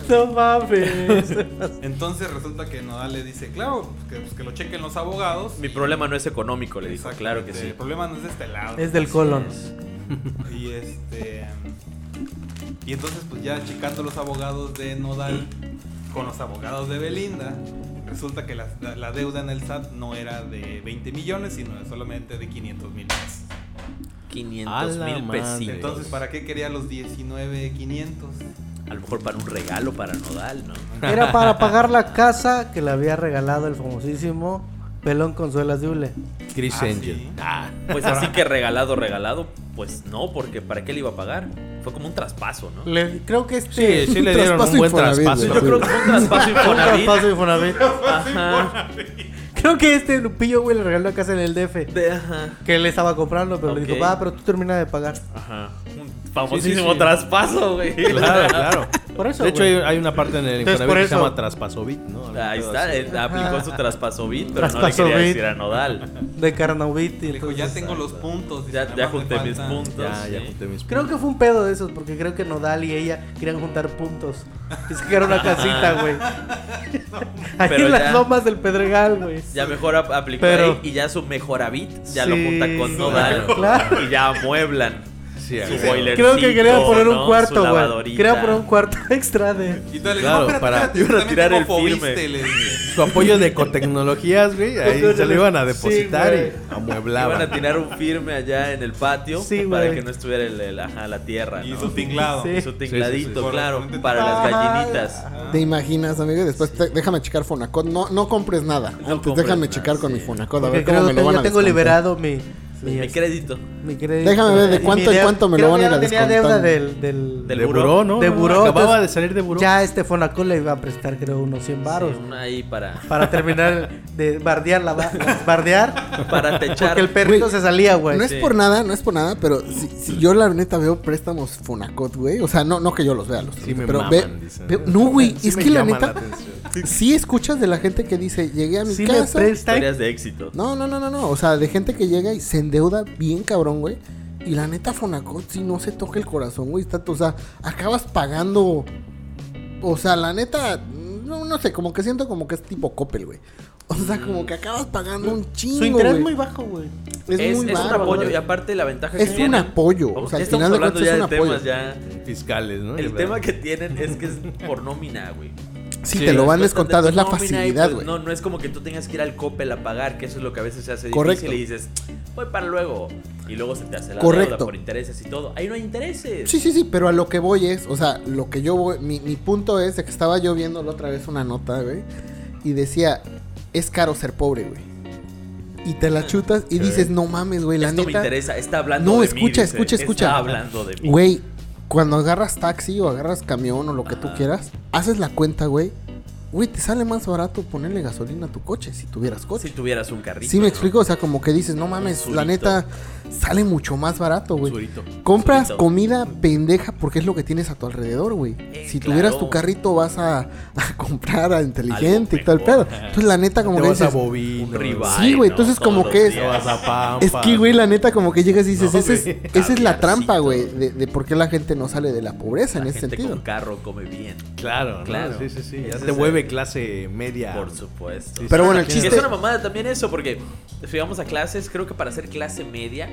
[SPEAKER 6] No mames.
[SPEAKER 5] Entonces resulta que Nodal le dice, claro, pues que, pues que lo chequen los abogados.
[SPEAKER 3] Mi problema no es económico, le dijo. Claro que
[SPEAKER 5] El
[SPEAKER 3] sí.
[SPEAKER 5] problema no es de este lado.
[SPEAKER 6] Es del colon.
[SPEAKER 5] (laughs) Y este. Y entonces, pues ya checando los abogados de Nodal con los abogados de Belinda, resulta que la, la- la deuda en el SAT no era de 20 millones, sino de solamente de 500 mil pesos.
[SPEAKER 3] 500
[SPEAKER 4] A la
[SPEAKER 3] mil
[SPEAKER 4] madre.
[SPEAKER 3] pesitos.
[SPEAKER 5] Entonces, ¿para qué quería los 19 500?
[SPEAKER 3] A lo mejor para un regalo para nodal, ¿no?
[SPEAKER 6] Era para pagar la casa que le había regalado el famosísimo Pelón Consuelas de Ule.
[SPEAKER 4] Chris
[SPEAKER 5] Ah,
[SPEAKER 4] Angel.
[SPEAKER 5] sí.
[SPEAKER 3] Pues (laughs) así que regalado, regalado, pues no, porque ¿para qué le iba a pagar? Fue como un traspaso, ¿no?
[SPEAKER 6] Le- creo que
[SPEAKER 4] Sí,
[SPEAKER 6] este.
[SPEAKER 4] sí le dieron
[SPEAKER 2] Traspaso
[SPEAKER 4] un buen
[SPEAKER 2] Infonavit,
[SPEAKER 4] traspaso.
[SPEAKER 2] güey.
[SPEAKER 3] Yo creo que fue (laughs) un traspaso
[SPEAKER 6] (laughs) Un
[SPEAKER 3] Infonavit.
[SPEAKER 6] traspaso de Infonavit.
[SPEAKER 3] Ajá.
[SPEAKER 6] Creo que este Lupillo, güey, le regaló la casa en el DF.
[SPEAKER 3] De- ajá.
[SPEAKER 6] Que él estaba comprando, pero le
[SPEAKER 3] Ok.
[SPEAKER 6] dijo, va, pero tú termina de pagar.
[SPEAKER 3] Ajá. Un famosísimo
[SPEAKER 4] Sí, sí, sí.
[SPEAKER 3] traspaso, güey.
[SPEAKER 4] Claro, claro.
[SPEAKER 6] Por
[SPEAKER 4] (laughs)
[SPEAKER 6] eso.
[SPEAKER 4] De hecho, hay,
[SPEAKER 6] güey.
[SPEAKER 4] hay una parte en el
[SPEAKER 6] Entonces,
[SPEAKER 4] Infonavit
[SPEAKER 6] por
[SPEAKER 4] que se
[SPEAKER 6] eso-
[SPEAKER 4] llama Traspasovit, ¿no? Algo
[SPEAKER 3] Ahí
[SPEAKER 4] así.
[SPEAKER 3] está, él aplicó su traspaso bit, pero no le
[SPEAKER 6] Traspasovit.
[SPEAKER 3] quería decir a Nodal.
[SPEAKER 6] De Carnavit.
[SPEAKER 5] Le dijo, ya tengo los puntos. dice,
[SPEAKER 3] Ya,
[SPEAKER 5] nada
[SPEAKER 3] ya
[SPEAKER 5] más me
[SPEAKER 3] junté mis
[SPEAKER 5] faltan-
[SPEAKER 3] puntos.
[SPEAKER 4] Ya, ya
[SPEAKER 3] sí.
[SPEAKER 4] junté mis
[SPEAKER 6] Creo que fue un pedo de esos, porque creo que Nodal y ella querían juntar puntos. Y sacaron una casita,
[SPEAKER 2] (laughs)
[SPEAKER 6] güey. Ahí
[SPEAKER 3] Pero
[SPEAKER 6] en
[SPEAKER 3] ya-
[SPEAKER 6] las lomas del Pedregal, güey.
[SPEAKER 3] Ya mejor ap- aplicó
[SPEAKER 6] Pero-
[SPEAKER 3] ahí y ya su mejor ya
[SPEAKER 6] Sí,
[SPEAKER 3] lo junta con Nodal.
[SPEAKER 6] claro.
[SPEAKER 3] Y ya amueblan.
[SPEAKER 4] Sí,
[SPEAKER 3] Su
[SPEAKER 4] güey.
[SPEAKER 3] boilercito,
[SPEAKER 6] Creo que quería poner
[SPEAKER 3] ¿no?
[SPEAKER 6] un
[SPEAKER 3] Su
[SPEAKER 6] cuarto, güey.
[SPEAKER 3] lavadorita.
[SPEAKER 6] Quería poner un cuarto (laughs) extra de.
[SPEAKER 5] Y entonces
[SPEAKER 4] Claro,
[SPEAKER 5] le dijo,
[SPEAKER 4] para-
[SPEAKER 5] para,
[SPEAKER 3] iban a tirar el firme".
[SPEAKER 4] Su apoyo de Ecotecnologías, güey,
[SPEAKER 3] (laughs)
[SPEAKER 4] ahí se lo iban a depositar
[SPEAKER 6] Sí, güey.
[SPEAKER 4] y
[SPEAKER 3] Iban
[SPEAKER 4] amueblaban.
[SPEAKER 3] a tirar un firme allá en el patio
[SPEAKER 6] Sí,
[SPEAKER 3] para
[SPEAKER 6] güey.
[SPEAKER 3] que no estuviera el, el- ajá, la tierra.
[SPEAKER 5] Y
[SPEAKER 3] ¿no?
[SPEAKER 5] su tinglado.
[SPEAKER 6] Sí.
[SPEAKER 3] Y su tingladito,
[SPEAKER 4] Sí, sí,
[SPEAKER 5] sí.
[SPEAKER 3] claro,
[SPEAKER 5] Correcto.
[SPEAKER 3] para las
[SPEAKER 6] Ajá.
[SPEAKER 3] gallinitas.
[SPEAKER 2] ¿Te imaginas, amigo? Y después te- déjame checar Fonacot. No, no compres nada.
[SPEAKER 3] No
[SPEAKER 2] Antes
[SPEAKER 3] compres
[SPEAKER 2] déjame
[SPEAKER 3] nada,
[SPEAKER 2] checar con
[SPEAKER 3] sí.
[SPEAKER 2] mi Fonacot. A
[SPEAKER 6] Porque
[SPEAKER 2] ver cómo
[SPEAKER 6] creo
[SPEAKER 2] me
[SPEAKER 6] que
[SPEAKER 2] lo van a
[SPEAKER 6] ya tengo
[SPEAKER 2] descontar.
[SPEAKER 6] liberado mi, mi,
[SPEAKER 3] Mi
[SPEAKER 6] este,
[SPEAKER 3] crédito.
[SPEAKER 6] mi crédito.
[SPEAKER 2] Déjame ver de
[SPEAKER 6] Y mi
[SPEAKER 2] cuánto en
[SPEAKER 6] deuda-
[SPEAKER 2] cuánto me
[SPEAKER 6] creo
[SPEAKER 2] lo van
[SPEAKER 6] que
[SPEAKER 2] a ir
[SPEAKER 6] ya tenía deuda
[SPEAKER 2] descontando.
[SPEAKER 6] del, del,
[SPEAKER 3] Del
[SPEAKER 4] de buró,
[SPEAKER 3] buró,
[SPEAKER 4] ¿no?
[SPEAKER 6] de buró,
[SPEAKER 4] Acababa
[SPEAKER 6] entonces,
[SPEAKER 4] de salir de buró.
[SPEAKER 6] Ya este Fonacol le iba a prestar, creo, unos 100 varos.
[SPEAKER 3] Sí, una ahí para,
[SPEAKER 6] Para terminar de bardear la ba- la- bardear. (laughs)
[SPEAKER 3] para techar.
[SPEAKER 6] Porque el perrito
[SPEAKER 2] Güey,
[SPEAKER 6] se salía, güey.
[SPEAKER 2] No es
[SPEAKER 3] Sí.
[SPEAKER 2] por nada, no es por nada, pero si, si yo la neta veo préstamos Fonacot, güey. O sea, no, no que yo los vea los
[SPEAKER 4] Sí me
[SPEAKER 2] pero
[SPEAKER 4] maman,
[SPEAKER 2] ve-
[SPEAKER 4] dicen.
[SPEAKER 2] ve- No, güey,
[SPEAKER 4] Sí
[SPEAKER 2] es
[SPEAKER 4] me
[SPEAKER 2] que la
[SPEAKER 4] llama
[SPEAKER 2] neta,
[SPEAKER 4] atención.
[SPEAKER 2] sí escuchas de la gente que dice, llegué a mi
[SPEAKER 6] Sí me
[SPEAKER 2] casa.
[SPEAKER 6] prestan.
[SPEAKER 3] Historias de éxito.
[SPEAKER 2] No, no, no, no, no. O sea, de gente que llega y se endeuda bien cabrón, güey. Y la neta, Fonacot, si no se toca el corazón, güey. Está, o sea, acabas pagando. O sea, la neta, no no, no sé, como que siento como que es tipo Coppel, güey. O sea, como que acabas pagando un chingo.
[SPEAKER 6] Su interés es
[SPEAKER 2] güey.
[SPEAKER 6] muy bajo, güey.
[SPEAKER 2] Es, muy
[SPEAKER 3] es un
[SPEAKER 2] bárbaro,
[SPEAKER 3] apoyo
[SPEAKER 2] güey.
[SPEAKER 3] y aparte la ventaja
[SPEAKER 2] Es
[SPEAKER 3] que
[SPEAKER 2] un
[SPEAKER 3] tienen-
[SPEAKER 2] apoyo, o
[SPEAKER 3] Vamos,
[SPEAKER 2] sea, al
[SPEAKER 3] ya estamos
[SPEAKER 2] final de
[SPEAKER 3] hablando ya de
[SPEAKER 2] cuentas es un
[SPEAKER 3] temas
[SPEAKER 2] apoyo.
[SPEAKER 3] ya.
[SPEAKER 4] Fiscales, ¿no?
[SPEAKER 3] El tema que tienen es que es por nómina, güey.
[SPEAKER 2] Sí,
[SPEAKER 5] Sí,
[SPEAKER 2] te lo
[SPEAKER 5] las
[SPEAKER 2] van
[SPEAKER 3] Cuentan de
[SPEAKER 2] descontado,
[SPEAKER 3] tu
[SPEAKER 2] es la
[SPEAKER 3] nómina y,
[SPEAKER 2] facilidad,
[SPEAKER 3] pues,
[SPEAKER 2] güey.
[SPEAKER 3] no, no es como que tú tengas que ir al Coppel a pagar, que eso es lo que a veces se hace
[SPEAKER 2] Correcto.
[SPEAKER 3] difícil y dices, voy para luego. Y luego se te hace la
[SPEAKER 2] Correcto.
[SPEAKER 3] deuda por intereses y todo. Ahí no hay intereses.
[SPEAKER 2] Sí, sí, sí, pero a lo que voy es, o sea, lo que yo voy, mi, mi punto es de que estaba yo viendo la otra vez una nota, güey, y decía, es caro ser pobre, güey. Y te la chutas y dices, no mames, güey, la
[SPEAKER 3] Ah, Esto me
[SPEAKER 2] neta.
[SPEAKER 3] interesa, está hablando
[SPEAKER 2] No,
[SPEAKER 3] de mí.
[SPEAKER 2] escucha,
[SPEAKER 3] dice,
[SPEAKER 2] escucha, escucha.
[SPEAKER 3] Está hablando de mí.
[SPEAKER 2] Güey, cuando agarras taxi o agarras camión o lo que tú quieras, haces la cuenta, güey. Güey, te sale más barato ponerle gasolina a tu coche si tuvieras coche.
[SPEAKER 3] Si tuvieras un carrito.
[SPEAKER 2] Sí, me
[SPEAKER 3] ¿no?
[SPEAKER 2] explico, o sea, como que dices, no mames,
[SPEAKER 3] surito.
[SPEAKER 2] la neta sale mucho más barato, güey.
[SPEAKER 4] Surito.
[SPEAKER 2] Compras
[SPEAKER 3] Surito.
[SPEAKER 2] comida pendeja porque es lo que tienes a tu alrededor, güey.
[SPEAKER 3] Eh,
[SPEAKER 2] si
[SPEAKER 3] claro.
[SPEAKER 2] tuvieras tu carrito vas a, (laughs) a comprar a inteligente y
[SPEAKER 3] Algo
[SPEAKER 2] tal pedo.
[SPEAKER 3] mejor. (laughs)
[SPEAKER 2] Entonces la neta como
[SPEAKER 4] Te
[SPEAKER 2] que
[SPEAKER 4] vas a
[SPEAKER 2] dices,
[SPEAKER 4] bovino.
[SPEAKER 3] Un rival.
[SPEAKER 2] Sí, güey, entonces como que es-
[SPEAKER 4] Te vas a pampa.
[SPEAKER 2] es que güey, la neta como que llegas y dices,
[SPEAKER 4] No,
[SPEAKER 2] "Ese es-
[SPEAKER 4] güey.
[SPEAKER 3] (laughs)
[SPEAKER 2] esa es la trampa,
[SPEAKER 3] Caviarcito.
[SPEAKER 2] güey, de, de por qué la gente no sale de la pobreza
[SPEAKER 3] La
[SPEAKER 2] en ese
[SPEAKER 3] gente
[SPEAKER 2] sentido.
[SPEAKER 3] con carro come bien.
[SPEAKER 4] Claro, ¿no?
[SPEAKER 3] Claro.
[SPEAKER 4] Sí, sí, sí. Ya
[SPEAKER 3] Ese
[SPEAKER 4] te
[SPEAKER 3] es
[SPEAKER 4] vuelve
[SPEAKER 3] el-
[SPEAKER 4] clase media.
[SPEAKER 3] Por supuesto.
[SPEAKER 4] Sí,
[SPEAKER 2] Pero bueno, el
[SPEAKER 3] Y
[SPEAKER 2] chiste
[SPEAKER 3] es una mamada también eso, porque si vamos a clases, creo que para hacer clase media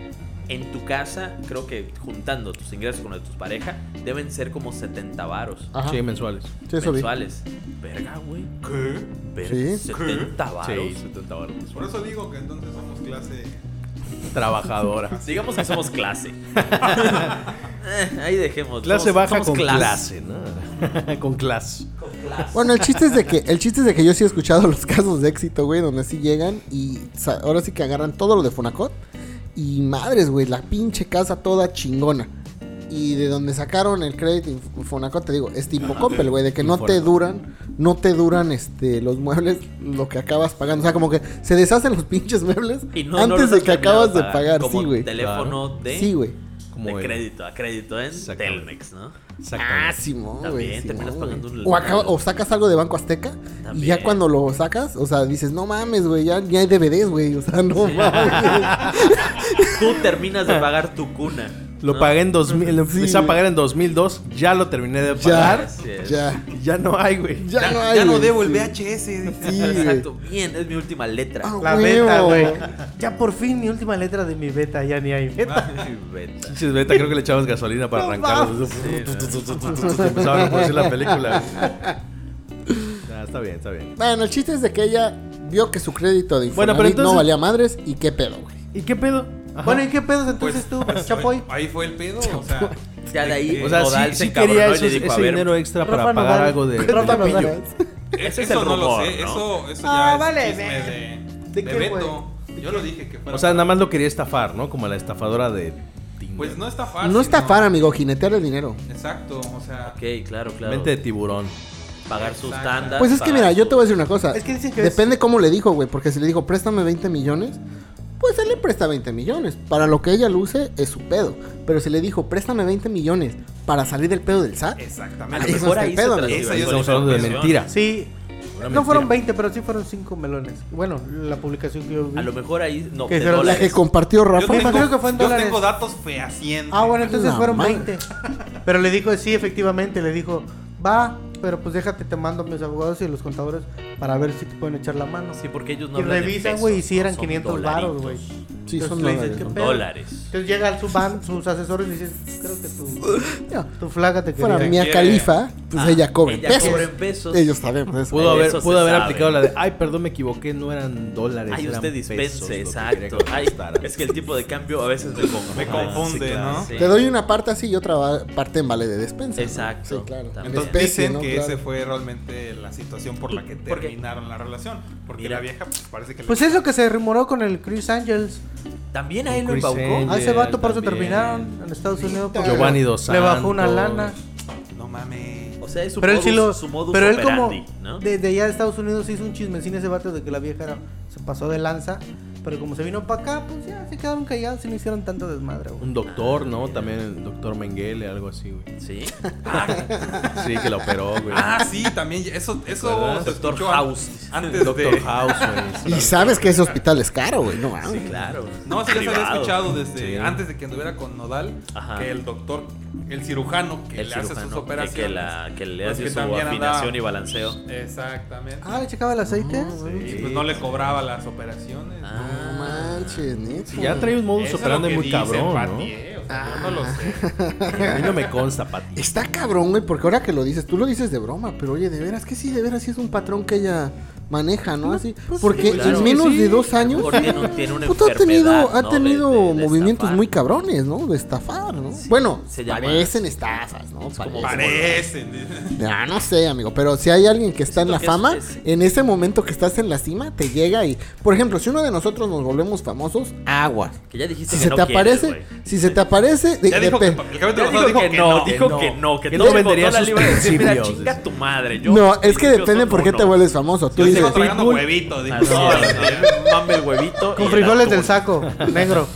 [SPEAKER 3] en tu casa, creo que juntando tus ingresos con los de tus parejas, deben ser como 70 varos
[SPEAKER 2] Ajá.
[SPEAKER 4] Sí, mensuales.
[SPEAKER 2] Ah, Sí, eso vi.
[SPEAKER 3] mensuales. Verga, güey.
[SPEAKER 5] ¿Qué?
[SPEAKER 3] Ver-
[SPEAKER 2] Sí.
[SPEAKER 3] 70 varos.
[SPEAKER 4] Sí, 70 baros mensuales.
[SPEAKER 5] Por eso digo que entonces somos clase.
[SPEAKER 4] (laughs) Trabajadora.
[SPEAKER 3] Digamos que somos
[SPEAKER 4] (laughs)
[SPEAKER 3] clase. Eh, ahí dejemos.
[SPEAKER 4] Clase
[SPEAKER 3] Somos-
[SPEAKER 4] baja
[SPEAKER 3] somos
[SPEAKER 4] con
[SPEAKER 3] clase.
[SPEAKER 4] clase, ¿no? (laughs) con clase.
[SPEAKER 2] Bueno, el chiste es de que el chiste es de que yo sí he escuchado los casos de éxito, güey, donde sí llegan y sa- ahora sí que agarran todo lo de Fonacot y madres, güey, la pinche casa toda chingona. Y de donde sacaron el crédito en Fonacot, te digo, es tipo Coppel, güey, de que no te
[SPEAKER 4] Infonacot.
[SPEAKER 2] duran, no te duran este los muebles lo que acabas pagando, o sea, como que se deshacen los pinches muebles
[SPEAKER 3] Y no- no
[SPEAKER 2] antes
[SPEAKER 3] los
[SPEAKER 2] de
[SPEAKER 3] has
[SPEAKER 2] que
[SPEAKER 3] terminado
[SPEAKER 2] acabas de pagar,
[SPEAKER 3] Como
[SPEAKER 2] sí, güey.
[SPEAKER 3] teléfono de,
[SPEAKER 2] Sí, güey.
[SPEAKER 4] Como
[SPEAKER 3] de
[SPEAKER 4] el-
[SPEAKER 3] crédito a crédito en
[SPEAKER 4] Exactamente.
[SPEAKER 3] Telmex, ¿no?
[SPEAKER 2] Ah,
[SPEAKER 4] Exactamente.
[SPEAKER 2] Simón,
[SPEAKER 3] También
[SPEAKER 2] güey. Simón,
[SPEAKER 3] terminas
[SPEAKER 2] güey.
[SPEAKER 3] pagando un-
[SPEAKER 2] o, acaba- o sacas algo de Banco Azteca y
[SPEAKER 3] También.
[SPEAKER 2] ya cuando lo sacas, o sea, dices, no mames, güey, ya, ya hay DVDs, güey. O sea, no mames.
[SPEAKER 3] Tú terminas de pagar tu cuna.
[SPEAKER 4] Ah. Lo
[SPEAKER 3] ¿no?
[SPEAKER 4] pagué en 2000, lo
[SPEAKER 2] Sí,
[SPEAKER 4] empecé a
[SPEAKER 2] güey.
[SPEAKER 4] pagar en 2002, ya lo terminé de pagar.
[SPEAKER 3] Así es. (laughs)
[SPEAKER 2] ya,
[SPEAKER 4] y Ya no hay, güey.
[SPEAKER 2] ya, no hay.
[SPEAKER 5] ya no
[SPEAKER 2] güey,
[SPEAKER 5] debo el
[SPEAKER 2] sí.
[SPEAKER 5] VHS. dice.
[SPEAKER 2] Sí, güey.
[SPEAKER 3] Exacto, bien, es mi última letra.
[SPEAKER 2] Ah,
[SPEAKER 6] La
[SPEAKER 2] huevo.
[SPEAKER 6] beta, güey. Ya por fin mi última letra de mi beta, ya ni hay beta.
[SPEAKER 3] Ay, vete.
[SPEAKER 4] Pinches beta, creo que le echabas gasolina para
[SPEAKER 6] No
[SPEAKER 4] arrancar. Empezaban a reproducir la película. Ah, está bien, está bien.
[SPEAKER 2] Bueno, el chiste es de que ella vio que su crédito de
[SPEAKER 4] Bueno,
[SPEAKER 2] Infonavit
[SPEAKER 4] pero
[SPEAKER 2] no
[SPEAKER 4] entonces-
[SPEAKER 2] valía madres y qué pedo, güey.
[SPEAKER 4] ¿Y qué pedo? Ajá.
[SPEAKER 6] Bueno, ¿y qué pedos entonces
[SPEAKER 5] Pues,
[SPEAKER 6] tú,
[SPEAKER 5] pues,
[SPEAKER 6] Chapoy?
[SPEAKER 5] Ahí fue el pedo. O sea,
[SPEAKER 3] Ya de ahí,
[SPEAKER 4] o sea,
[SPEAKER 3] Nodal
[SPEAKER 4] sí,
[SPEAKER 3] se
[SPEAKER 4] sí quería
[SPEAKER 3] encabronó y
[SPEAKER 4] esos-
[SPEAKER 3] le dijo, a
[SPEAKER 4] ese
[SPEAKER 3] ver,
[SPEAKER 4] dinero extra para
[SPEAKER 6] Rafa
[SPEAKER 4] pagar
[SPEAKER 6] Nodal.
[SPEAKER 4] algo de.
[SPEAKER 6] Rafa
[SPEAKER 4] de
[SPEAKER 6] Nodal.
[SPEAKER 4] pillo.
[SPEAKER 3] (laughs) Ese es
[SPEAKER 5] eso
[SPEAKER 3] el
[SPEAKER 5] no
[SPEAKER 3] rumor,
[SPEAKER 5] lo sé.
[SPEAKER 3] ¿no?
[SPEAKER 5] Eso, eso
[SPEAKER 6] Ah,
[SPEAKER 5] ya es
[SPEAKER 6] vale,
[SPEAKER 5] chisme
[SPEAKER 6] ¿De
[SPEAKER 5] de, de
[SPEAKER 6] qué,
[SPEAKER 5] Beto. Yo lo dije que fuera.
[SPEAKER 4] O sea, nada más lo quería estafar, ¿no? Como la estafadora de Tinder.
[SPEAKER 5] Pues no estafar.
[SPEAKER 2] no
[SPEAKER 5] sino-
[SPEAKER 2] estafar, amigo, jinetear el dinero.
[SPEAKER 5] Exacto. O sea,
[SPEAKER 3] ok, claro, claro.
[SPEAKER 4] Mente de tiburón.
[SPEAKER 3] Pagar sus
[SPEAKER 5] Exacto.
[SPEAKER 3] tandas.
[SPEAKER 2] Pues es que
[SPEAKER 3] pagar
[SPEAKER 2] mira, yo
[SPEAKER 3] su-
[SPEAKER 2] te voy a decir una cosa.
[SPEAKER 6] Es que dicen que
[SPEAKER 2] Depende cómo le dijo, güey. Porque si le dijo, préstame 20 millones, pues él le presta 20 millones. Para lo que ella luce es su pedo. Pero si le dijo, préstame 20 millones para salir del pedo del SAT,
[SPEAKER 3] A lo
[SPEAKER 5] exactamente.
[SPEAKER 2] Eso
[SPEAKER 3] mejor
[SPEAKER 2] está
[SPEAKER 3] ahí
[SPEAKER 2] el
[SPEAKER 3] se
[SPEAKER 2] pedo,
[SPEAKER 3] transfiere
[SPEAKER 5] amigo. Esa ya
[SPEAKER 3] con
[SPEAKER 4] Estamos hablando de
[SPEAKER 3] información.
[SPEAKER 4] mentira.
[SPEAKER 6] Sí.
[SPEAKER 4] Una
[SPEAKER 6] No fueron
[SPEAKER 4] mentira.
[SPEAKER 6] 20, pero sí fueron 5 melones. Bueno, la publicación que yo vi.
[SPEAKER 3] A lo mejor ahí, no, de
[SPEAKER 6] Que se lo- la
[SPEAKER 2] la
[SPEAKER 3] dólares.
[SPEAKER 2] que compartió
[SPEAKER 5] Yo
[SPEAKER 2] Rafa.
[SPEAKER 6] Me imagino que fue en
[SPEAKER 5] yo
[SPEAKER 6] dólares.
[SPEAKER 5] tengo datos fehacientes.
[SPEAKER 6] Ah, bueno, entonces
[SPEAKER 2] La
[SPEAKER 6] fueron
[SPEAKER 2] madre.
[SPEAKER 6] 20. Pero le dijo, sí, efectivamente, le dijo, va, pero pues déjate, te mando a mis abogados y los contadores para ver si te pueden echar la mano.
[SPEAKER 3] Sí, porque ellos no
[SPEAKER 6] y
[SPEAKER 3] hablan en
[SPEAKER 6] revisan,
[SPEAKER 3] pesos,
[SPEAKER 6] güey, y si
[SPEAKER 3] no,
[SPEAKER 6] eran
[SPEAKER 3] son
[SPEAKER 6] 500 varos, güey.
[SPEAKER 3] dolaritos.
[SPEAKER 2] Sí, son
[SPEAKER 6] Entonces le dicen,
[SPEAKER 2] dólares,
[SPEAKER 6] "¿Qué
[SPEAKER 2] son
[SPEAKER 6] pedo?".
[SPEAKER 3] Dólares.
[SPEAKER 6] Entonces llega el Subban, sus asesores y le dicen, creo que tu, tu flaga te
[SPEAKER 2] Fuera
[SPEAKER 6] quería.
[SPEAKER 5] mía.
[SPEAKER 2] Mia
[SPEAKER 5] quiere-
[SPEAKER 2] Califa, pues
[SPEAKER 3] Ah,
[SPEAKER 2] ella cobra en
[SPEAKER 3] ella
[SPEAKER 2] pesos.
[SPEAKER 3] cobra en pesos.
[SPEAKER 2] Ellos sabemos eso.
[SPEAKER 4] Pudo
[SPEAKER 3] Eso
[SPEAKER 4] haber,
[SPEAKER 3] se
[SPEAKER 4] pudo haber
[SPEAKER 3] sabe.
[SPEAKER 4] aplicado la de. Ay, perdón, me equivoqué, no eran dólares.
[SPEAKER 3] Ay,
[SPEAKER 4] eran
[SPEAKER 3] usted
[SPEAKER 4] pesos lo
[SPEAKER 3] dispense,
[SPEAKER 4] que quería
[SPEAKER 3] exacto.
[SPEAKER 4] que
[SPEAKER 3] Ay,
[SPEAKER 4] gastara.
[SPEAKER 3] es que el tipo de cambio a veces me confunde.
[SPEAKER 5] Me confunde,
[SPEAKER 4] sí, claro,
[SPEAKER 5] ¿no?
[SPEAKER 3] Sí.
[SPEAKER 2] Te doy una parte así y otra va- parte en vale de despensa. ¿no?
[SPEAKER 3] Exacto.
[SPEAKER 2] Sí, claro.
[SPEAKER 3] También.
[SPEAKER 2] En
[SPEAKER 5] Entonces
[SPEAKER 2] especie,
[SPEAKER 5] dicen
[SPEAKER 2] ¿no?
[SPEAKER 5] que
[SPEAKER 2] Claro.
[SPEAKER 5] esa fue realmente la situación por la que
[SPEAKER 3] Porque-
[SPEAKER 5] terminaron la relación. Porque
[SPEAKER 3] Mira.
[SPEAKER 5] la vieja pues, parece que le-
[SPEAKER 6] Pues es lo que se rumoró con el Chris Angels.
[SPEAKER 3] También a él lo
[SPEAKER 4] Chris
[SPEAKER 3] embaucó.
[SPEAKER 4] Angel.
[SPEAKER 6] A ese vato por eso
[SPEAKER 4] también.
[SPEAKER 6] terminaron en Estados Unidos. porque
[SPEAKER 4] Giovanni Dos
[SPEAKER 6] Le bajó una
[SPEAKER 4] Santos.
[SPEAKER 6] lana.
[SPEAKER 5] No mames.
[SPEAKER 3] O sea, es su
[SPEAKER 6] Pero él
[SPEAKER 3] modus,
[SPEAKER 6] sí lo.
[SPEAKER 3] su modus
[SPEAKER 6] pero él como.
[SPEAKER 3] operandi, ¿no?
[SPEAKER 6] Desde allá de Estados Unidos hizo un chismecín ese vato de que la vieja era- se pasó de lanza. Pero como se vino para acá, pues ya se quedaron callados y no hicieron tanto desmadre, güey.
[SPEAKER 4] Un doctor,
[SPEAKER 5] Ah,
[SPEAKER 4] ¿no? También el doctor Mengele, algo así, güey.
[SPEAKER 3] Sí. Ah,
[SPEAKER 4] Sí, que la operó, güey.
[SPEAKER 5] Ah, sí, también. Eso, eso
[SPEAKER 4] ¿Verdad?
[SPEAKER 5] se
[SPEAKER 3] Doctor
[SPEAKER 5] escuchó an-
[SPEAKER 3] House.
[SPEAKER 5] Antes
[SPEAKER 4] Doctor
[SPEAKER 5] de.
[SPEAKER 4] House,
[SPEAKER 2] (laughs)
[SPEAKER 4] güey.
[SPEAKER 2] Y sabes que ese hospital es caro, güey. No mames.
[SPEAKER 3] Sí, claro.
[SPEAKER 5] No, sí, ya se había
[SPEAKER 3] Privado.
[SPEAKER 5] escuchado desde
[SPEAKER 4] Sí.
[SPEAKER 5] antes de que anduviera con Nodal
[SPEAKER 3] Ajá.
[SPEAKER 5] que el doctor, el cirujano que
[SPEAKER 3] El
[SPEAKER 5] le hace
[SPEAKER 3] cirujano
[SPEAKER 5] sus
[SPEAKER 3] que-
[SPEAKER 5] operaciones.
[SPEAKER 3] que, la- que le
[SPEAKER 5] pues
[SPEAKER 3] hace
[SPEAKER 5] que
[SPEAKER 3] su
[SPEAKER 5] también
[SPEAKER 3] afinación
[SPEAKER 5] andaba-
[SPEAKER 3] y balanceo.
[SPEAKER 5] Exactamente.
[SPEAKER 6] Ah, le checaba el aceite.
[SPEAKER 5] Y pues no le cobraba las operaciones.
[SPEAKER 2] No
[SPEAKER 3] Ah.
[SPEAKER 2] manches, neta.
[SPEAKER 4] Sí, ya trae un modus
[SPEAKER 5] Eso es
[SPEAKER 4] operandi
[SPEAKER 5] lo que
[SPEAKER 4] muy
[SPEAKER 5] dicen,
[SPEAKER 4] cabrón, ¿no?
[SPEAKER 5] Pati, eh, o sea, yo no lo sé.
[SPEAKER 4] A mí no me consta, Pati.
[SPEAKER 2] Está cabrón, güey, porque ahora que lo dices, tú lo dices de broma, pero oye, de veras que sí, de veras sí es un patrón que ella maneja, ¿no? Así, porque
[SPEAKER 3] Pues claro.
[SPEAKER 2] en menos
[SPEAKER 4] Sí,
[SPEAKER 2] de dos años,
[SPEAKER 3] mejor tiene un- tiene una
[SPEAKER 2] puta, ha tenido,
[SPEAKER 3] enfermedad,
[SPEAKER 2] ha
[SPEAKER 3] ¿no?
[SPEAKER 2] tenido
[SPEAKER 3] de- de- de
[SPEAKER 2] movimientos
[SPEAKER 3] estafar.
[SPEAKER 2] muy cabrones, ¿no? De estafar, ¿no? bueno,
[SPEAKER 3] se llama-
[SPEAKER 2] parecen estafas, ¿no? Parecen.
[SPEAKER 5] Parecen.
[SPEAKER 2] Ah, no sé, amigo, pero si hay alguien que está en
[SPEAKER 3] Siento
[SPEAKER 2] la
[SPEAKER 3] que es-
[SPEAKER 2] fama,
[SPEAKER 3] es-
[SPEAKER 2] en ese momento que estás en la cima, te llega y, por ejemplo, si uno de nosotros nos volvemos famosos, agua.
[SPEAKER 3] Que ya dijiste
[SPEAKER 2] Si
[SPEAKER 3] que
[SPEAKER 2] se
[SPEAKER 3] no
[SPEAKER 2] te
[SPEAKER 3] quieres,
[SPEAKER 2] aparece,
[SPEAKER 3] güey.
[SPEAKER 2] si se te aparece, de-
[SPEAKER 5] Ya dijo que
[SPEAKER 2] de-
[SPEAKER 5] el capítulo
[SPEAKER 3] Ya
[SPEAKER 5] pasado
[SPEAKER 3] dijo que no, dijo
[SPEAKER 4] no.
[SPEAKER 3] que no, que
[SPEAKER 4] Que
[SPEAKER 3] no
[SPEAKER 4] no
[SPEAKER 3] me
[SPEAKER 4] vendería
[SPEAKER 3] contó la
[SPEAKER 4] sus
[SPEAKER 3] libre de decir, mira,
[SPEAKER 4] principios,
[SPEAKER 3] chinga
[SPEAKER 4] dice.
[SPEAKER 3] tu madre. yo-
[SPEAKER 2] No, es que
[SPEAKER 3] yo
[SPEAKER 2] depende
[SPEAKER 3] soy
[SPEAKER 2] por qué
[SPEAKER 3] uno.
[SPEAKER 2] te vuelves famoso. Tú
[SPEAKER 5] Yo
[SPEAKER 2] dices,
[SPEAKER 5] sigo tragando
[SPEAKER 4] Pitbull.
[SPEAKER 5] huevito. dijo.
[SPEAKER 3] Ah, no, no, no, mame el huevito. y
[SPEAKER 6] Con
[SPEAKER 3] el
[SPEAKER 6] frijoles del
[SPEAKER 3] atún.
[SPEAKER 6] saco, negro.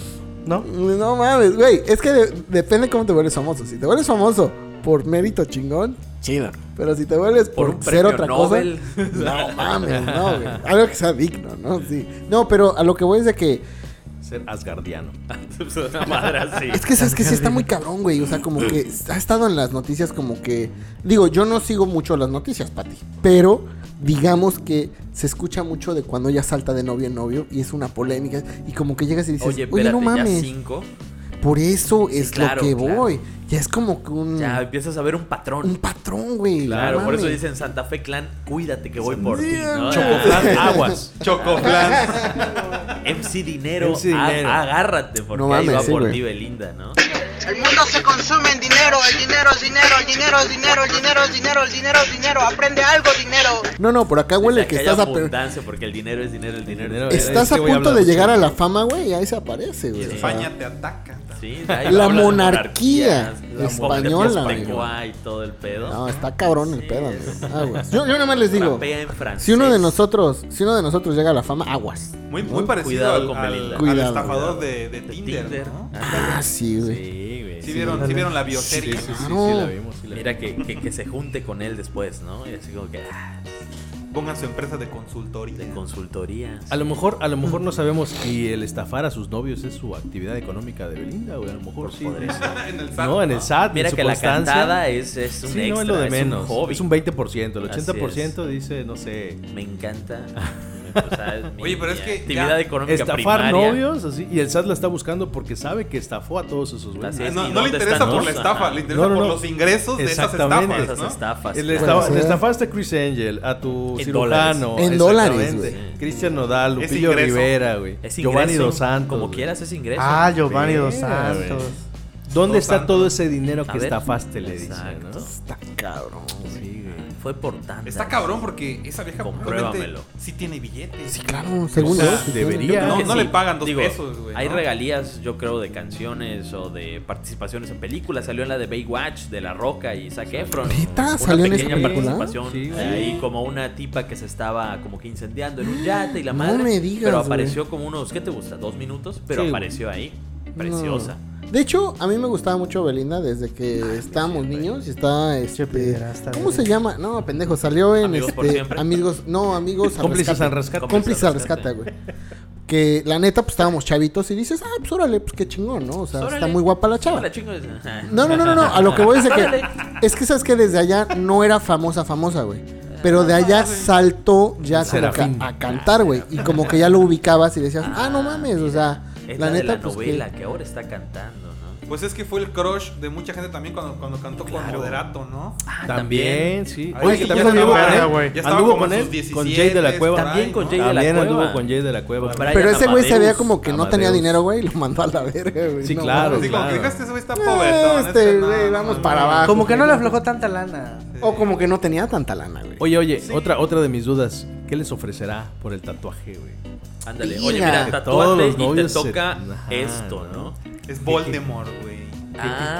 [SPEAKER 6] ¿No?
[SPEAKER 2] no mames, güey. Es que de- depende cómo te vuelves famoso. Si te vuelves famoso por mérito chingón, chido. Pero si te vuelves
[SPEAKER 3] Por
[SPEAKER 2] por,
[SPEAKER 3] un
[SPEAKER 2] ser
[SPEAKER 3] premio
[SPEAKER 2] otra
[SPEAKER 3] Nobel.
[SPEAKER 2] cosa,
[SPEAKER 3] (laughs)
[SPEAKER 2] no mames, no, güey. Algo que sea digno, ¿no? Sí. No, pero a lo que voy es de que.
[SPEAKER 4] Ser
[SPEAKER 3] (laughs)
[SPEAKER 4] asgardiano.
[SPEAKER 3] Una madre así.
[SPEAKER 2] Es que sabes que sí está muy cabrón, güey. O sea, como que ha estado en las noticias, como que. Digo, yo no sigo mucho las noticias, Pati. Pero digamos que se escucha mucho de cuando ella salta de novio en novio y es una polémica. Y como que llegas y dices,
[SPEAKER 3] Oye,
[SPEAKER 2] oye,
[SPEAKER 3] espérate,
[SPEAKER 2] no
[SPEAKER 3] ya
[SPEAKER 2] mames.
[SPEAKER 3] cinco.
[SPEAKER 2] Por eso es
[SPEAKER 3] claro,
[SPEAKER 2] lo que
[SPEAKER 3] claro.
[SPEAKER 2] voy. Ya es como que un,
[SPEAKER 3] Ya empiezas a ver un
[SPEAKER 2] Mm. un
[SPEAKER 3] patrón.
[SPEAKER 2] patrón, güey.
[SPEAKER 3] Claro,
[SPEAKER 2] No
[SPEAKER 3] por eso
[SPEAKER 2] mames.
[SPEAKER 3] dicen Santa Fe Clan, cuídate que voy por ti. ¿no?
[SPEAKER 2] (laughs)
[SPEAKER 4] Chocoflan, aguas.
[SPEAKER 5] (laughs) Chocoflan.
[SPEAKER 3] MC Dinero,
[SPEAKER 4] MC Dinero.
[SPEAKER 3] a- agárrate, porque
[SPEAKER 2] No
[SPEAKER 3] ahí
[SPEAKER 2] mames,
[SPEAKER 3] va
[SPEAKER 2] sí,
[SPEAKER 3] por
[SPEAKER 2] güey.
[SPEAKER 3] ti Belinda, ¿no?
[SPEAKER 8] El mundo se consume en dinero, el dinero, el dinero, el dinero, el dinero, el dinero, el dinero, el dinero, el dinero. Aprende algo, dinero.
[SPEAKER 2] No, no, por acá huele que
[SPEAKER 3] hay
[SPEAKER 2] estás a,
[SPEAKER 3] abundancia, porque el dinero es dinero, el dinero es
[SPEAKER 4] Dinero
[SPEAKER 3] dinero.
[SPEAKER 2] estás
[SPEAKER 4] Es que
[SPEAKER 2] a
[SPEAKER 4] voy a
[SPEAKER 2] punto de
[SPEAKER 4] hablar
[SPEAKER 2] llegar a
[SPEAKER 4] mucho.
[SPEAKER 2] la fama, güey. Y ahí se aparece, güey. O sea,
[SPEAKER 5] España te ataca.
[SPEAKER 3] Sí, ahí
[SPEAKER 2] La
[SPEAKER 3] hablan de
[SPEAKER 2] monarquía
[SPEAKER 3] monarquías, la
[SPEAKER 2] española,
[SPEAKER 3] monarquía
[SPEAKER 2] amigo.
[SPEAKER 3] especua y todo el pedo.
[SPEAKER 2] No, está cabrón el
[SPEAKER 3] Sí,
[SPEAKER 2] pedo, Ah, amigo.
[SPEAKER 3] es-
[SPEAKER 2] Aguas. Yo, yo nada más les digo.
[SPEAKER 3] Rapea en francés.
[SPEAKER 2] Si uno de nosotros, si uno de nosotros llega a la fama, aguas.
[SPEAKER 5] Muy, muy parecido
[SPEAKER 3] Cuidado
[SPEAKER 5] al,
[SPEAKER 3] con
[SPEAKER 5] al-
[SPEAKER 3] Belinda.
[SPEAKER 5] al
[SPEAKER 2] Cuidado,
[SPEAKER 5] estafador de,
[SPEAKER 3] De
[SPEAKER 5] de Tinder. ¿no?
[SPEAKER 3] ándale.
[SPEAKER 2] Ah, sí, güey.
[SPEAKER 3] Sí, güey.
[SPEAKER 5] ¿Sí vieron, sí vieron la bioserie.
[SPEAKER 4] Sí, sí, sí,
[SPEAKER 2] Claro.
[SPEAKER 4] la vimos. sí la
[SPEAKER 3] Mira que, que, que se junte con él después, ¿no? Y así como que, ah,
[SPEAKER 5] Pongan su empresa de consultoría. (laughs)
[SPEAKER 3] de consultoría.
[SPEAKER 4] A lo mejor, a lo mejor no sabemos si el estafar a sus novios es su actividad económica de Belinda, güey. A lo mejor sí.
[SPEAKER 3] podría ser.
[SPEAKER 5] en el SAT.
[SPEAKER 4] No, en el SAT,
[SPEAKER 3] Mira
[SPEAKER 4] en su
[SPEAKER 3] que la
[SPEAKER 4] constancia.
[SPEAKER 3] cantada es, es un
[SPEAKER 4] sí,
[SPEAKER 3] extra,
[SPEAKER 4] no es lo de menos.
[SPEAKER 3] un hobby.
[SPEAKER 4] Es un 20%, el
[SPEAKER 3] Así
[SPEAKER 4] 80% dice, no sé,
[SPEAKER 3] Me
[SPEAKER 4] (laughs)
[SPEAKER 3] encanta. O sea, es mi-
[SPEAKER 5] Oye, pero es
[SPEAKER 3] mi
[SPEAKER 5] que
[SPEAKER 3] actividad
[SPEAKER 5] ya-
[SPEAKER 3] económica
[SPEAKER 4] estafar
[SPEAKER 3] primaria.
[SPEAKER 4] novios, así, y el SAT la está buscando porque sabe que estafó a todos esos güeyes.
[SPEAKER 3] Así es.
[SPEAKER 5] Ah, No,
[SPEAKER 3] ¿Y
[SPEAKER 5] no
[SPEAKER 3] dónde
[SPEAKER 5] le interesa
[SPEAKER 3] están
[SPEAKER 5] por
[SPEAKER 3] los-
[SPEAKER 5] la estafa,
[SPEAKER 3] Ajá.
[SPEAKER 5] le interesa
[SPEAKER 4] No, no,
[SPEAKER 5] por
[SPEAKER 4] no.
[SPEAKER 5] los ingresos de esas
[SPEAKER 4] Exactamente.
[SPEAKER 5] estafas.
[SPEAKER 3] Esas
[SPEAKER 5] ¿no?
[SPEAKER 3] estafas.
[SPEAKER 4] Le,
[SPEAKER 3] claro.
[SPEAKER 4] estaba-
[SPEAKER 2] Puede ser.
[SPEAKER 4] le estafaste a Chris Angel, a tu
[SPEAKER 3] En
[SPEAKER 4] cirujano.
[SPEAKER 2] dólares. En dólares,
[SPEAKER 4] exactamente.
[SPEAKER 2] güey.
[SPEAKER 4] Cristian Nodal,
[SPEAKER 5] Es
[SPEAKER 4] Lupillo
[SPEAKER 5] ingreso.
[SPEAKER 4] Rivera, güey.
[SPEAKER 3] Es ingreso,
[SPEAKER 4] Giovanni Dos Santos.
[SPEAKER 3] Como
[SPEAKER 4] güey.
[SPEAKER 3] quieras es ingreso.
[SPEAKER 6] Ah, Giovanni Dos
[SPEAKER 4] Mira, güey.
[SPEAKER 6] Santos.
[SPEAKER 4] ¿Dónde
[SPEAKER 5] Dos
[SPEAKER 4] está
[SPEAKER 5] Santos.
[SPEAKER 4] todo ese dinero
[SPEAKER 3] A
[SPEAKER 4] que
[SPEAKER 3] ver.
[SPEAKER 4] estafaste? Le dice,
[SPEAKER 3] Exacto.
[SPEAKER 4] ¿no?
[SPEAKER 2] Está cabrón.
[SPEAKER 4] Sí, güey.
[SPEAKER 3] Fue por tanto.
[SPEAKER 5] Está cabrón porque esa vieja probablemente
[SPEAKER 3] Compruébamelo.
[SPEAKER 5] sí tiene billetes.
[SPEAKER 2] Sí, claro, según
[SPEAKER 4] O sea,
[SPEAKER 2] yo, sí,
[SPEAKER 4] debería.
[SPEAKER 2] claro.
[SPEAKER 5] No,
[SPEAKER 3] que
[SPEAKER 5] no
[SPEAKER 3] sí.
[SPEAKER 5] le pagan dos
[SPEAKER 3] Digo,
[SPEAKER 5] pesos, güey.
[SPEAKER 3] Hay
[SPEAKER 5] ¿no?
[SPEAKER 3] regalías, yo creo, de canciones o de participaciones en películas. Salió en la de Baywatch, de La Roca y Zac Efron.
[SPEAKER 2] ¿Neta?
[SPEAKER 3] Una
[SPEAKER 2] ¿Salió en esa
[SPEAKER 3] pequeña
[SPEAKER 2] película?
[SPEAKER 3] participación
[SPEAKER 4] Sí, güey.
[SPEAKER 3] ahí como una tipa que se estaba como que incendiando en un yate y la
[SPEAKER 2] No
[SPEAKER 3] madre.
[SPEAKER 2] me digas,
[SPEAKER 3] Pero
[SPEAKER 2] güey.
[SPEAKER 3] apareció como unos, ¿qué te gusta? Dos minutos, pero
[SPEAKER 4] Sí, güey.
[SPEAKER 3] apareció ahí. Preciosa.
[SPEAKER 2] No. De hecho, a mí me gustaba mucho Belinda desde que estábamos niños y está este,
[SPEAKER 6] Che, pederasta,
[SPEAKER 2] ¿Cómo
[SPEAKER 6] güey.
[SPEAKER 2] se llama? No, pendejo, salió en
[SPEAKER 3] Amigos por
[SPEAKER 2] este
[SPEAKER 3] siempre.
[SPEAKER 2] amigos, no, amigos al
[SPEAKER 4] Cómplices
[SPEAKER 2] rescate.
[SPEAKER 4] al rescate.
[SPEAKER 2] Cómplices al rescate, güey. Que la neta pues estábamos chavitos y dices, "Ah, pues órale, pues qué chingón, ¿no? O sea,
[SPEAKER 3] Órale.
[SPEAKER 2] está muy guapa la chava."
[SPEAKER 3] Hola, chicos.
[SPEAKER 2] No, no, no, no, no, a lo que voy es de que
[SPEAKER 3] Órale.
[SPEAKER 2] es que sabes que desde allá no era famosa famosa, güey. Pero de
[SPEAKER 3] Ah,
[SPEAKER 2] allá saltó ya como que
[SPEAKER 4] Serafín.
[SPEAKER 2] a, a cantar, güey, y como que ya lo ubicabas y decías, "Ah, no mames", o sea,
[SPEAKER 3] Es
[SPEAKER 2] la
[SPEAKER 3] la, de
[SPEAKER 2] neta
[SPEAKER 3] la
[SPEAKER 2] pues que-
[SPEAKER 3] novela que... ahora está cantando, ¿no?
[SPEAKER 5] Pues es que fue el crush de mucha gente también cuando, cuando cantó con
[SPEAKER 3] Claro.
[SPEAKER 5] Moderato, ¿no?
[SPEAKER 3] Ah,
[SPEAKER 4] También, sí.
[SPEAKER 5] Ahí
[SPEAKER 4] Oye,
[SPEAKER 5] sí
[SPEAKER 4] que
[SPEAKER 5] ya
[SPEAKER 4] también anduvo
[SPEAKER 5] estaba-
[SPEAKER 4] con
[SPEAKER 6] verga,
[SPEAKER 4] él.
[SPEAKER 6] güey.
[SPEAKER 5] ya estaba
[SPEAKER 4] Anduvo
[SPEAKER 5] como
[SPEAKER 4] con
[SPEAKER 5] a
[SPEAKER 4] él,
[SPEAKER 5] sus
[SPEAKER 4] con Jay de la
[SPEAKER 5] 17,
[SPEAKER 4] Cueva.
[SPEAKER 5] por
[SPEAKER 3] También
[SPEAKER 5] ahí,
[SPEAKER 3] con
[SPEAKER 5] ¿no?
[SPEAKER 3] Jay de la
[SPEAKER 4] También anduvo
[SPEAKER 3] Cueva.
[SPEAKER 4] con Jay de la Cueva.
[SPEAKER 3] Brian
[SPEAKER 2] Pero ese güey se veía
[SPEAKER 3] Amadeus.
[SPEAKER 2] como que no tenía
[SPEAKER 4] Amadeus.
[SPEAKER 2] dinero, güey, y lo mandó a la verga, güey.
[SPEAKER 4] Sí,
[SPEAKER 2] No,
[SPEAKER 4] claro.
[SPEAKER 5] Así como que
[SPEAKER 4] claro.
[SPEAKER 5] dejaste, güey, está pobre.
[SPEAKER 2] Este, güey, vamos para abajo.
[SPEAKER 6] Como que no le aflojó tanta lana.
[SPEAKER 2] O como que no tenía tanta lana, güey.
[SPEAKER 4] Oye, oye, otra, otra de mis dudas. ¿Qué les ofrecerá por el tatuaje, güey?
[SPEAKER 3] Ándale,
[SPEAKER 2] Pila.
[SPEAKER 3] oye, mira,
[SPEAKER 2] Que
[SPEAKER 3] tatúate
[SPEAKER 4] todos los
[SPEAKER 3] y te
[SPEAKER 4] novios se-
[SPEAKER 3] toca
[SPEAKER 4] Ajá,
[SPEAKER 3] esto, ¿no?
[SPEAKER 5] Es Voldemort, güey.
[SPEAKER 3] Ah,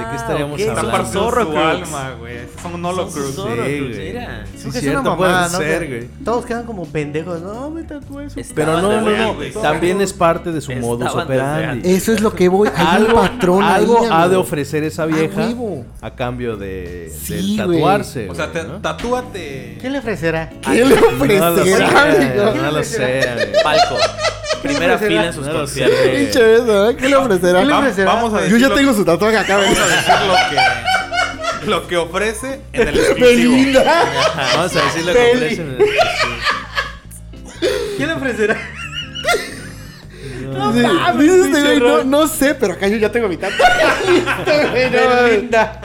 [SPEAKER 4] qué- de qué estaríamos
[SPEAKER 3] ok,
[SPEAKER 4] hablando?
[SPEAKER 3] San
[SPEAKER 5] su
[SPEAKER 3] Zorrocrux.
[SPEAKER 5] alma, güey. Son
[SPEAKER 3] Son
[SPEAKER 5] Nolocrux.
[SPEAKER 3] Zorro, Cruz, mira.
[SPEAKER 4] Sí,
[SPEAKER 6] Creo que es
[SPEAKER 4] cierto,
[SPEAKER 6] una
[SPEAKER 4] puede
[SPEAKER 6] mamada, ¿no?
[SPEAKER 4] ser,
[SPEAKER 6] Que
[SPEAKER 4] güey.
[SPEAKER 6] Todos quedan como pendejos. No, me tatué eso.
[SPEAKER 3] Estaban
[SPEAKER 4] Pero no,
[SPEAKER 3] desde
[SPEAKER 4] no,
[SPEAKER 3] antes.
[SPEAKER 4] no. También es parte de su
[SPEAKER 3] Estaban
[SPEAKER 4] modus
[SPEAKER 3] desde
[SPEAKER 4] operandi.
[SPEAKER 3] antes.
[SPEAKER 2] Eso es lo que voy. Hay un
[SPEAKER 4] Algo,
[SPEAKER 2] patrón ahí,
[SPEAKER 4] algo ha de
[SPEAKER 2] amigo. Ah,
[SPEAKER 4] ofrecer esa vieja
[SPEAKER 2] huevo.
[SPEAKER 4] a cambio de,
[SPEAKER 2] Sí,
[SPEAKER 4] del
[SPEAKER 2] güey.
[SPEAKER 4] tatuarse.
[SPEAKER 5] O sea,
[SPEAKER 4] güey,
[SPEAKER 5] te,
[SPEAKER 4] ¿no?
[SPEAKER 5] tatúate.
[SPEAKER 6] ¿Qué le ofrecerá?
[SPEAKER 2] ¿Qué le
[SPEAKER 4] No lo sé,
[SPEAKER 2] ofrecerá, amigo?
[SPEAKER 4] no lo sé, amigo.
[SPEAKER 3] Palco. Primera fila en sus
[SPEAKER 4] No lo
[SPEAKER 2] (laughs)
[SPEAKER 4] sé.
[SPEAKER 3] conciertos.
[SPEAKER 2] Pinche beso, ¿eh? ¿Qué le ofrecerá?
[SPEAKER 6] ¿Qué le
[SPEAKER 5] Va-
[SPEAKER 6] ofrecerá,
[SPEAKER 5] vamos a
[SPEAKER 6] güey?
[SPEAKER 5] decir
[SPEAKER 2] Yo ya
[SPEAKER 5] lo-
[SPEAKER 2] tengo su tatuaje acá,
[SPEAKER 5] Vamos a
[SPEAKER 2] ¿verdad?
[SPEAKER 5] decir lo que, lo que ofrece en el exclusivo.
[SPEAKER 2] Belinda.
[SPEAKER 4] Vamos a decirle
[SPEAKER 2] Peli.
[SPEAKER 6] ¿Qué le ofrecerá?
[SPEAKER 2] (laughs) Sí, dice este güey, no, no sé, pero acá yo ya tengo mi tatuaje.
[SPEAKER 4] (laughs)
[SPEAKER 2] Listo, güey, no mames.
[SPEAKER 6] Belinda.